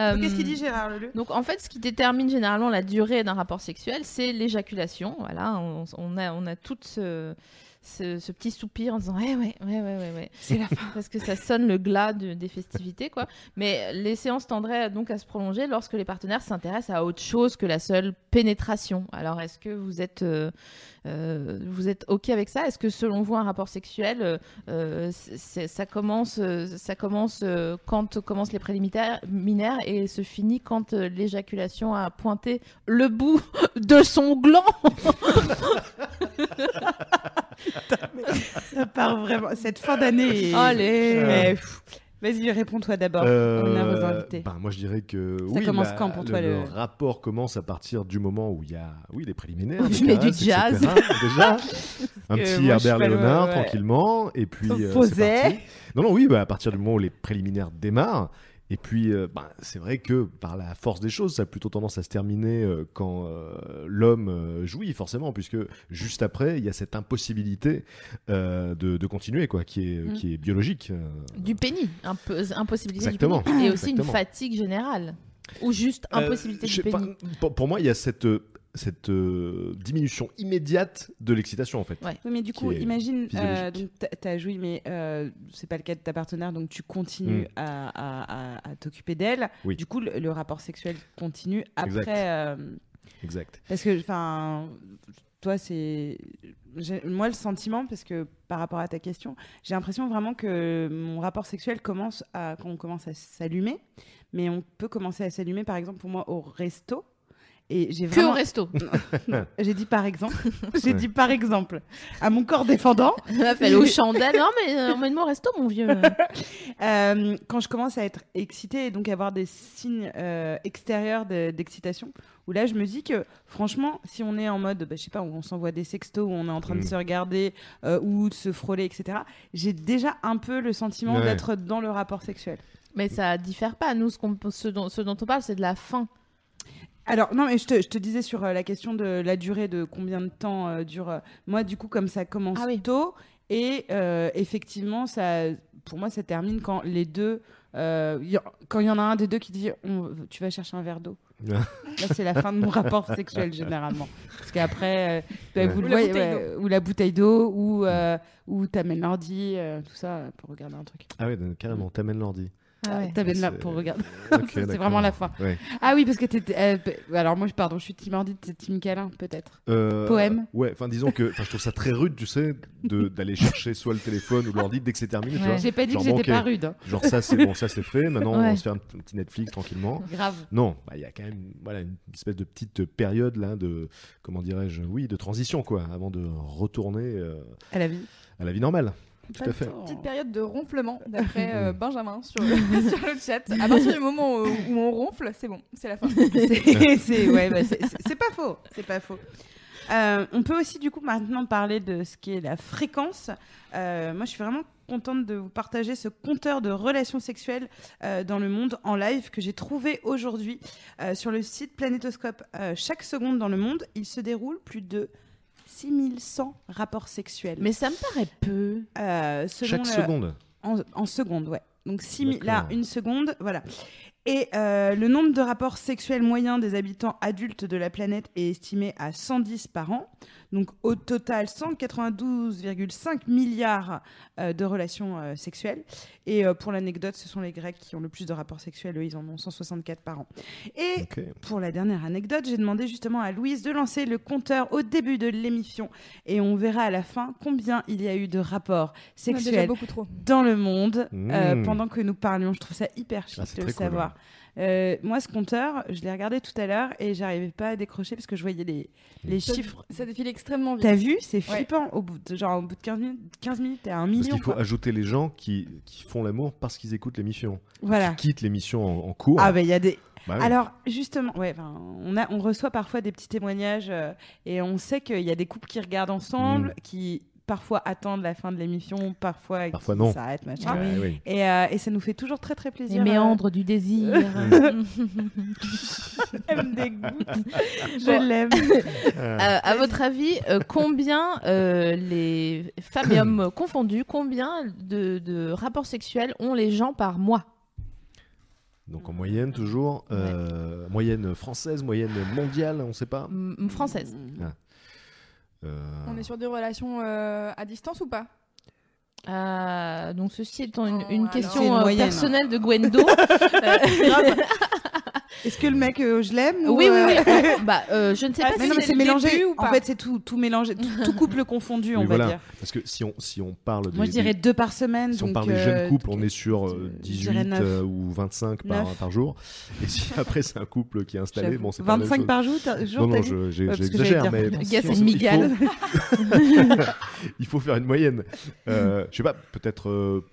Speaker 5: Euh,
Speaker 3: Donc, Qu'est-ce qu'il dit Gérard Leleu
Speaker 5: Donc en fait, ce qui détermine généralement la durée d'un rapport sexuel, c'est l'éjaculation. Voilà, on, on a, on a toute ce- ce, ce petit soupir en disant eh ouais ouais ouais ouais ouais
Speaker 3: C'est la fin.
Speaker 5: parce que ça sonne le glas de- des festivités quoi. Mais les séances tendraient donc à se prolonger lorsque les partenaires s'intéressent à autre chose que la seule pénétration. Alors est-ce que vous êtes euh, euh, vous êtes ok avec ça Est-ce que selon vous un rapport sexuel euh, euh, c'est- c'est- ça commence euh, ça commence euh, quand commencent les préliminaires minaires et se finit quand euh, l'éjaculation a pointé le bout de son gland
Speaker 3: Ça part vraiment. Cette fin d'année. est-
Speaker 5: Allez.
Speaker 3: Mais, pff, Vas-y, réponds-toi d'abord. On a vos
Speaker 7: Euh,
Speaker 3: invités.
Speaker 7: ben, moi, je dirais que oui,
Speaker 3: commence
Speaker 7: la-
Speaker 3: quand pour
Speaker 7: le-
Speaker 3: toi,
Speaker 7: le,
Speaker 3: le-
Speaker 7: rapport commence à partir du moment où il y a oui les préliminaires,
Speaker 5: Oui, (laughs)
Speaker 7: les
Speaker 5: je mets du
Speaker 7: caresses,
Speaker 5: jazz.
Speaker 7: etc.,
Speaker 5: (laughs)
Speaker 7: déjà, un
Speaker 5: que moi, je
Speaker 7: petit
Speaker 5: suis
Speaker 7: Herbert
Speaker 5: pas le-
Speaker 7: Léonard
Speaker 5: ouais.
Speaker 7: tranquillement, et puis euh, c'est
Speaker 3: Posé.
Speaker 7: parti. Non non oui, bah, à partir du moment où les préliminaires démarrent. Et puis, euh, ben, c'est vrai que par la force des choses, ça a plutôt tendance à se terminer euh, quand euh, l'homme euh, jouit, forcément, puisque juste après, il y a cette impossibilité euh, de, de continuer, quoi, qui est,
Speaker 5: Mm.
Speaker 7: qui est biologique. euh,
Speaker 5: du pénis, un peu, impossibilité
Speaker 7: Exactement.
Speaker 5: du pénis, et aussi
Speaker 7: Exactement.
Speaker 5: une fatigue générale ou juste
Speaker 7: Euh,
Speaker 5: impossibilité
Speaker 7: je
Speaker 5: du
Speaker 7: sais
Speaker 5: pénis.
Speaker 7: pas, pour, pour moi, il y a cette, euh, cette euh, diminution immédiate de l'excitation, en fait.
Speaker 5: Ouais.
Speaker 3: Oui, mais du
Speaker 7: qui
Speaker 3: coup,
Speaker 7: est
Speaker 3: imagine, euh,
Speaker 7: physiologique.
Speaker 3: donc t'as- t'as joui, mais euh, c'est pas le cas de ta partenaire, donc tu continues
Speaker 7: Mm.
Speaker 3: à, à- à- à t'occuper d'elle.
Speaker 7: Oui.
Speaker 3: Du coup, le, le rapport sexuel continue
Speaker 7: Exact.
Speaker 3: après. euh,
Speaker 7: Exact.
Speaker 3: parce que, enfin, toi, c'est. j'ai- Moi, le sentiment, parce que par rapport à ta question, j'ai l'impression vraiment que mon rapport sexuel commence à, quand on commence à s'allumer, mais on peut commencer à s'allumer, par exemple, pour moi, au resto. Et j'ai
Speaker 5: Que au
Speaker 3: vraiment...
Speaker 5: resto.
Speaker 3: J'ai dit par exemple. J'ai
Speaker 7: Ouais.
Speaker 3: dit par exemple. À mon corps défendant.
Speaker 5: (laughs) La meuf, elle est aux chandelles. Non, mais euh, emmène-moi au resto, mon vieux.
Speaker 3: Euh, quand je commence à être excitée et donc avoir des signes euh, extérieurs de- d'excitation, où là je me dis que franchement, si on est en mode, bah, je sais pas, où on s'envoie des sextos, où on est en train
Speaker 7: Mm.
Speaker 3: de se regarder euh, ou de se frôler, etc., j'ai déjà un peu le sentiment
Speaker 7: Ouais.
Speaker 3: d'être dans le rapport sexuel.
Speaker 5: Mais ça diffère pas. Nous, ce, qu'on- ce dont, ce dont on parle, c'est de la faim.
Speaker 3: Alors non mais je te, je te disais sur euh, la question de la durée de combien de temps euh, dure. euh, moi du coup comme ça commence
Speaker 5: Ah oui.
Speaker 3: tôt et euh, effectivement ça pour moi ça termine quand les deux euh, y a- quand il y en a un des deux qui dit On- tu vas chercher un verre d'eau.
Speaker 7: Ouais.
Speaker 3: (laughs) Là c'est la fin de mon rapport (laughs) sexuel généralement parce qu'après euh, bah,
Speaker 7: Ouais.
Speaker 3: vous le
Speaker 6: Ou la
Speaker 3: voyez
Speaker 6: bouteille
Speaker 3: ouais, ou la bouteille d'eau ou euh, ou t'amènes l'ordi euh, tout ça euh, pour regarder un truc.
Speaker 7: Ah ouais, donc, carrément, t'amènes l'ordi.
Speaker 5: Ah
Speaker 3: T'amènes là
Speaker 7: C'est-
Speaker 3: pour regarder. (laughs)
Speaker 7: Ok,
Speaker 3: c'est
Speaker 7: d'accord.
Speaker 3: vraiment la fin.
Speaker 7: Ouais.
Speaker 3: Ah oui, parce que t'étais. euh, p- alors moi, je pardon, je suis team ordi, t'es team câlin, peut-être.
Speaker 7: Euh,
Speaker 3: Poème.
Speaker 7: Ouais, enfin disons que enfin, je trouve ça très rude, tu sais, de- d'aller chercher soit le téléphone ou l'ordi dès que c'est terminé. Tu
Speaker 5: Ouais.
Speaker 7: vois
Speaker 3: J'ai pas dit
Speaker 7: Ah, Genre,
Speaker 3: que j'étais
Speaker 7: bon, ok.
Speaker 3: pas rude. hein.
Speaker 7: Genre ça c'est bon, ça c'est fait, maintenant on
Speaker 5: Ouais.
Speaker 7: se fait un p- un petit Netflix tranquillement.
Speaker 3: Grave.
Speaker 7: Non, bah, il y a quand même voilà, une espèce de petite période là de, comment dirais-je, oui, de transition quoi, avant de retourner euh,
Speaker 3: À la vie.
Speaker 7: à la vie normale. Tout
Speaker 6: Pas
Speaker 7: à fait.
Speaker 6: de
Speaker 3: Oh.
Speaker 6: Petite période de ronflement, d'après euh, Benjamin sur le, (laughs) sur le chat. À partir du moment où, où on ronfle, c'est bon, c'est la fin.
Speaker 3: (laughs) C'est c'est- ouais, bah, c'est- c'est- c'est pas faux. C'est pas faux. Euh, on peut aussi du coup maintenant parler de ce qui est la fréquence. Euh, moi, je suis vraiment contente de vous partager ce compteur de relations sexuelles euh, dans le monde en live que j'ai trouvé aujourd'hui euh, sur le site Planétoscope. Euh, chaque seconde dans le monde, il se déroule plus de 6100 rapports sexuels.
Speaker 5: (laughs) Mais ça me paraît peu.
Speaker 3: Euh, selon
Speaker 7: Chaque
Speaker 3: le-
Speaker 7: seconde.
Speaker 3: En, en seconde, ouais. Donc six mi- là,
Speaker 7: D'accord.
Speaker 3: une seconde, voilà. Et euh, le nombre de rapports sexuels moyens des habitants adultes de la planète est estimé à 110 par an. Donc au total, 192,5 milliards euh, de relations euh, sexuelles. Et euh, pour l'anecdote, ce sont les Grecs qui ont le plus de rapports sexuels. Eux, ils en ont 164 par an. Et
Speaker 7: Ok.
Speaker 3: pour la dernière anecdote, j'ai demandé justement à Louise de lancer le compteur au début de l'émission. Et on verra à la fin combien il y a eu de rapports
Speaker 6: On a déjà
Speaker 3: sexuels
Speaker 6: beaucoup trop.
Speaker 3: dans le monde euh,
Speaker 7: Mmh.
Speaker 3: pendant que nous parlions. Je trouve ça hyper chic
Speaker 7: Ah, c'est
Speaker 3: de le
Speaker 7: très cool,
Speaker 3: savoir. Euh, moi, ce compteur, je l'ai regardé tout à l'heure et j'arrivais pas à décrocher parce que je voyais les, les
Speaker 6: Ça-
Speaker 3: chiffres.
Speaker 6: Ça défile extrêmement vite.
Speaker 3: T'as vu C'est flippant. Au, bout de, genre, au bout de 15 minutes, 15 minutes t'es à un
Speaker 7: Parce
Speaker 3: million.
Speaker 7: qu'il faut
Speaker 3: quoi.
Speaker 7: ajouter les gens qui, qui font l'amour parce qu'ils écoutent l'émission,
Speaker 3: Voilà.
Speaker 7: qui quittent l'émission en, en cours.
Speaker 3: Ah, ben il y a des.
Speaker 7: Bah oui.
Speaker 3: Alors, justement, ouais, ben, on, a, on reçoit parfois des petits témoignages euh, et on sait qu'il y a des couples qui regardent ensemble,
Speaker 7: Mm.
Speaker 3: qui parfois attendent la fin de l'émission, parfois,
Speaker 7: Parfois
Speaker 3: qui
Speaker 7: non.
Speaker 3: s'arrêtent,
Speaker 7: Ouais,
Speaker 3: machin.
Speaker 7: Ah oui.
Speaker 3: Et, euh, et ça nous fait toujours très très
Speaker 5: Les
Speaker 3: plaisir. euh,
Speaker 5: méandres du désir.
Speaker 3: (laughs) me dégoûte.
Speaker 5: Bon.
Speaker 3: Je l'aime.
Speaker 7: Euh,
Speaker 3: Ah.
Speaker 5: Euh, à votre avis, euh, combien euh, les femmes et hommes confondus, combien de, de rapports sexuels ont les gens par mois
Speaker 7: donc en moyenne toujours, euh, moyenne française, moyenne mondiale, on ne sait pas.
Speaker 5: M- Française.
Speaker 7: Euh,
Speaker 6: On est sur des relations euh, à distance ou pas
Speaker 5: Ah, donc ceci étant une,
Speaker 6: Oh,
Speaker 5: une
Speaker 6: alors.
Speaker 5: question
Speaker 3: C'est une
Speaker 5: euh,
Speaker 3: moyenne.
Speaker 5: personnelle de Gwendo. Euh, (laughs)
Speaker 3: Grave. Est-ce que le mec, euh, je l'aime ou,
Speaker 5: oui, oui,
Speaker 3: euh,
Speaker 5: oui. (laughs) bah, euh, je ne sais
Speaker 6: Ah,
Speaker 5: pas
Speaker 3: Mais
Speaker 5: si
Speaker 3: non, mais
Speaker 6: c'est
Speaker 3: c'est
Speaker 6: le
Speaker 3: mélangé.
Speaker 6: début ou
Speaker 3: En
Speaker 6: pas
Speaker 3: fait, c'est tout, tout mélangé, tout, tout couple confondu, on
Speaker 7: Oui,
Speaker 3: va
Speaker 7: voilà.
Speaker 3: dire.
Speaker 7: Parce que si on, si on parle des,
Speaker 3: Moi, je
Speaker 7: des-
Speaker 3: dirais deux par semaine.
Speaker 7: si on
Speaker 3: donc,
Speaker 7: parle des
Speaker 3: euh,
Speaker 7: jeunes couples,
Speaker 3: donc,
Speaker 7: on est sur euh,
Speaker 3: je dirais
Speaker 7: 18
Speaker 3: neuf.
Speaker 7: euh, ou 25 par,
Speaker 3: Neuf.
Speaker 7: par jour. Et si (laughs) après c'est un couple qui est installé,
Speaker 3: j'avoue.
Speaker 7: bon, c'est pas la même
Speaker 3: 25
Speaker 7: chose.
Speaker 3: par jour, t'as- jour,
Speaker 7: Non,
Speaker 3: t'as
Speaker 7: non,
Speaker 3: dit
Speaker 7: je- j'ai-
Speaker 3: Ouais, parce que
Speaker 7: j'exagère,
Speaker 3: j'allais dire,
Speaker 7: mais
Speaker 5: Le
Speaker 3: attention.
Speaker 5: gars, c'est une
Speaker 7: il faut-
Speaker 5: migale.
Speaker 7: (laughs) il faut faire une moyenne. Euh, je sais pas, peut-être euh,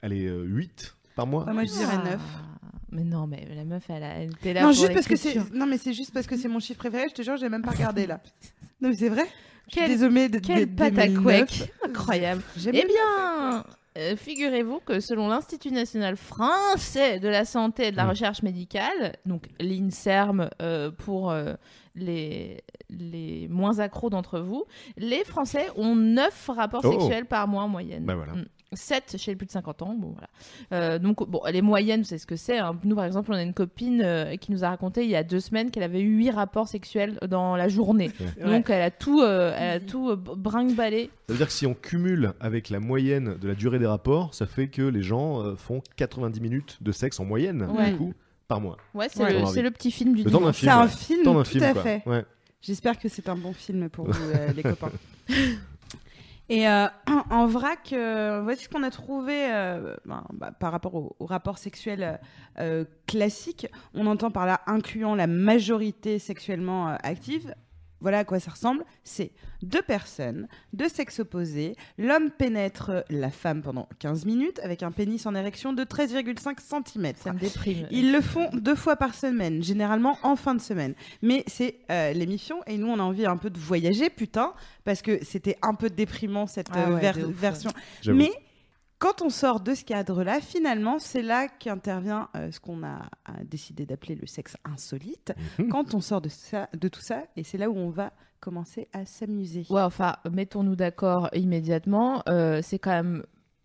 Speaker 7: allez, 8 par mois.
Speaker 3: Ouais, moi, je dirais
Speaker 5: Ah.
Speaker 3: 9.
Speaker 5: Mais non, mais la meuf, elle, a- elle était là.
Speaker 3: Non,
Speaker 5: pour
Speaker 3: juste parce que c'est
Speaker 5: l'écriture.
Speaker 3: non mais c'est juste parce que c'est mon chiffre préféré, je te jure, j'ai
Speaker 5: (laughs)
Speaker 3: même pas regardé là. Non, mais c'est vrai. Je suis
Speaker 5: Quelle-
Speaker 3: désolée de
Speaker 5: Quelle
Speaker 3: de-
Speaker 5: pâte à
Speaker 3: 2009.
Speaker 5: couec Incroyable.
Speaker 3: J'aime
Speaker 5: Eh bien, euh, figurez-vous que selon l'Institut national français de la santé et de la
Speaker 7: Mm.
Speaker 5: recherche médicale, donc l'INSERM euh, pour euh, les, les moins accros d'entre vous, les Français ont 9 rapports
Speaker 7: Oh.
Speaker 5: sexuels par mois en moyenne.
Speaker 7: Bah voilà.
Speaker 5: 7 chez les plus de 50 ans. Bon, voilà. Euh, donc, bon, les moyennes, c'est ce que c'est. hein. Nous, par exemple, on a une copine euh, qui nous a raconté il y a deux semaines qu'elle avait eu 8 rapports sexuels euh, dans la journée. Donc, elle a tout, euh, elle a tout euh, brinque-ballé.
Speaker 7: Ça veut dire que si on cumule avec la moyenne de la durée des rapports, ça fait que les gens euh, font 90 minutes de sexe en moyenne,
Speaker 5: Ouais.
Speaker 7: du coup, par mois.
Speaker 5: Ouais, c'est
Speaker 7: Ouais.
Speaker 5: le, c'est le petit film du
Speaker 7: Le temps d'un
Speaker 5: dimanche.
Speaker 3: C'est
Speaker 7: film.
Speaker 3: un
Speaker 7: ouais.
Speaker 3: film,
Speaker 7: Le temps d'un
Speaker 3: tout
Speaker 7: film,
Speaker 3: à
Speaker 7: quoi.
Speaker 3: fait.
Speaker 7: Ouais.
Speaker 3: J'espère que c'est un bon film pour vous, euh, les copains. Et euh, en vrac, euh, voici ce qu'on a trouvé euh, ben, bah, par rapport au, au rapport sexuel euh, euh, classique. On entend par là incluant la majorité sexuellement euh, active. Voilà à quoi ça ressemble. C'est deux personnes, de sexe opposé. L'homme pénètre la femme pendant 15 minutes avec un pénis en érection de 13,5 cm.
Speaker 5: Ça me déprime.
Speaker 3: Ils le font deux fois par semaine, généralement en fin de semaine. Mais c'est euh, l'émission et nous on a envie un peu de voyager, putain, parce que c'était un peu déprimant cette
Speaker 5: Ah
Speaker 3: euh,
Speaker 5: ouais,
Speaker 3: ver-
Speaker 5: de ouf.
Speaker 3: version.
Speaker 7: J'avoue.
Speaker 3: Mais quand on sort de ce cadre-là, finalement, c'est là qu'intervient euh, ce qu'on a, a décidé d'appeler le sexe insolite.
Speaker 7: Mhm.
Speaker 3: Quand on sort de, ça, de tout ça, et c'est là où on va commencer à s'amuser.
Speaker 5: Ouais, enfin, mettons-nous d'accord immédiatement. euh, c'est quand même.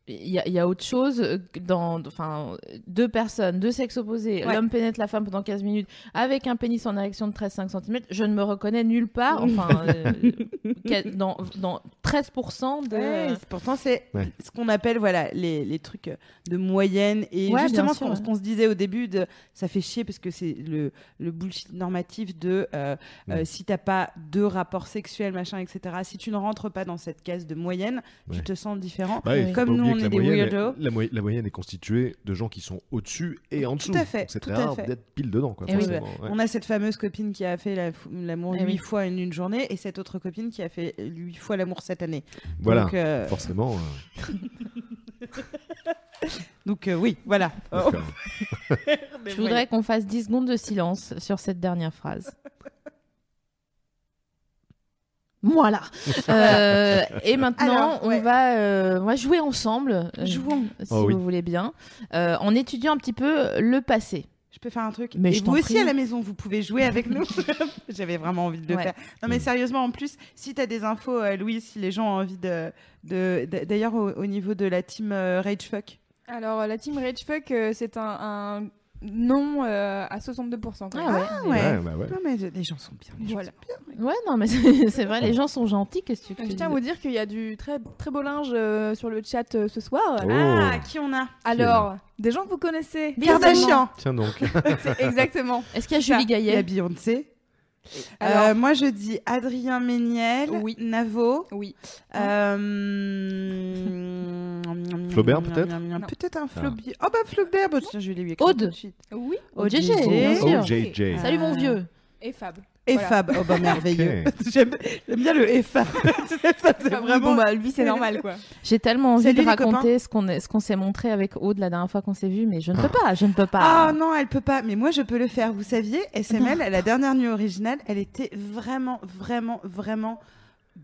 Speaker 5: Il y, a- il y a autre chose que dans enfin deux personnes deux sexes opposés
Speaker 3: Ouais.
Speaker 5: l'homme pénètre la femme pendant 15 minutes avec un pénis en érection de 13,5 cm je ne me reconnais nulle part enfin euh, qu'a- dans, dans 13% de
Speaker 3: Ouais, c'est- pourtant, c'est
Speaker 7: Ouais.
Speaker 3: ce qu'on appelle voilà les, les trucs de moyenne et
Speaker 5: Ouais,
Speaker 3: justement
Speaker 5: bien
Speaker 3: ce qu'on
Speaker 5: sûr,
Speaker 3: ce qu'on se disait au début de ça fait chier parce que c'est le, le bullshit normatif de euh, euh, si t'as pas deux rapports sexuels machin etc si tu ne rentres pas dans cette case de moyenne
Speaker 7: Ouais.
Speaker 3: tu te sens différent
Speaker 7: Ouais, il Bah faut
Speaker 3: comme
Speaker 7: pas
Speaker 3: nous on est
Speaker 7: oublier que la
Speaker 3: des
Speaker 7: moyenne est-
Speaker 3: weirdos
Speaker 7: La, moy- la moyenne est constituée de gens qui sont au-dessus et en dessous.
Speaker 3: à fait,
Speaker 7: Donc C'est
Speaker 3: tout
Speaker 7: très
Speaker 3: à
Speaker 7: rare
Speaker 3: fait.
Speaker 7: d'être pile dedans. Quoi,
Speaker 5: Eh oui,
Speaker 7: forcément, ouais.
Speaker 3: On a cette fameuse copine qui a fait la fou- l'amour
Speaker 5: Eh
Speaker 3: huit
Speaker 5: oui.
Speaker 3: fois en une journée et cette autre copine qui a fait huit fois l'amour cette année.
Speaker 7: Voilà.
Speaker 3: Donc, euh,
Speaker 7: Forcément. euh,
Speaker 3: donc, euh, oui, voilà. Oh.
Speaker 7: faut faire-
Speaker 5: je voudrais qu'on fasse 10 secondes de silence sur cette dernière phrase voilà Euh, et maintenant
Speaker 3: Alors, ouais.
Speaker 5: on va euh, on va jouer ensemble Euh,
Speaker 3: Jouons.
Speaker 5: si
Speaker 7: Oh oui.
Speaker 5: vous voulez bien, euh, en étudiant un petit peu le passé.
Speaker 3: Je peux faire un truc.
Speaker 5: Mais
Speaker 3: et
Speaker 5: je
Speaker 3: vous
Speaker 5: t'en
Speaker 3: aussi
Speaker 5: prie.
Speaker 3: à la maison, vous pouvez jouer avec nous. (laughs) J'avais vraiment envie de le
Speaker 5: Ouais.
Speaker 3: faire. Non mais sérieusement, en plus, si tu as des infos, euh, Louise, si les gens ont envie de... de d- D'ailleurs, au, au niveau de la team euh, Ragefuck,
Speaker 6: Alors, euh, la team Ragefuck, euh, c'est un, un non euh, à 62%.
Speaker 5: Ah
Speaker 6: Quand même.
Speaker 3: Ah ouais.
Speaker 7: Ouais, bah ouais.
Speaker 3: Non mais les gens sont bien. les gens
Speaker 6: Voilà.
Speaker 5: Ouais, non, mais (laughs) c'est c'est vrai, les gens sont gentils, qu'est-ce que tu
Speaker 6: Donc,
Speaker 5: que
Speaker 6: je
Speaker 5: tu
Speaker 6: tiens à
Speaker 5: dis
Speaker 6: vous dire qu'il y a du très, très beau linge euh, sur le chat euh, ce soir.
Speaker 7: Oh.
Speaker 3: Ah, qui on a
Speaker 6: Alors, des gens que vous connaissez.
Speaker 5: Bien
Speaker 3: Kardashian,
Speaker 7: Tiens
Speaker 3: (laughs)
Speaker 7: donc.
Speaker 6: (laughs) C'est Exactement.
Speaker 5: Est-ce qu'il y a Julie
Speaker 3: il y a
Speaker 5: Gaillet
Speaker 3: Beyoncé.
Speaker 6: Alors,
Speaker 3: Euh, moi, je dis Adrien Méniel,
Speaker 6: Oui.
Speaker 3: Navo.
Speaker 6: oui.
Speaker 5: Ah.
Speaker 3: euh, (laughs)
Speaker 7: Flaubert, peut-être Ah.
Speaker 3: Peut-être un Flaubert. Oh bah Flaubert, bah, tiens, je l'ai lu.
Speaker 5: Aude.
Speaker 6: Oui.
Speaker 5: Au GG, bien
Speaker 3: Bien
Speaker 5: sûr.
Speaker 7: Oh, JJ.
Speaker 5: Ah. Salut mon vieux.
Speaker 6: Et Fab.
Speaker 3: Et
Speaker 6: Voilà.
Speaker 3: Fab, oh bah merveilleux.
Speaker 7: Ok.
Speaker 3: (laughs) J'aime j'aime bien le et Fab. (laughs) Ça, c'est
Speaker 6: Enfin, oui,
Speaker 3: vraiment.
Speaker 6: bon, bah, lui, c'est (laughs) normal, quoi.
Speaker 5: J'ai tellement envie
Speaker 3: Salut,
Speaker 5: de
Speaker 3: les
Speaker 5: raconter ce qu'on est- ce qu'on s'est montré avec Aude la dernière fois qu'on s'est vu, mais je ne peux pas, je ne peux
Speaker 3: Ah
Speaker 5: pas.
Speaker 3: non, elle peut pas, mais moi je peux le faire. Vous saviez, SML, à la dernière nuit originale, elle était vraiment, vraiment, vraiment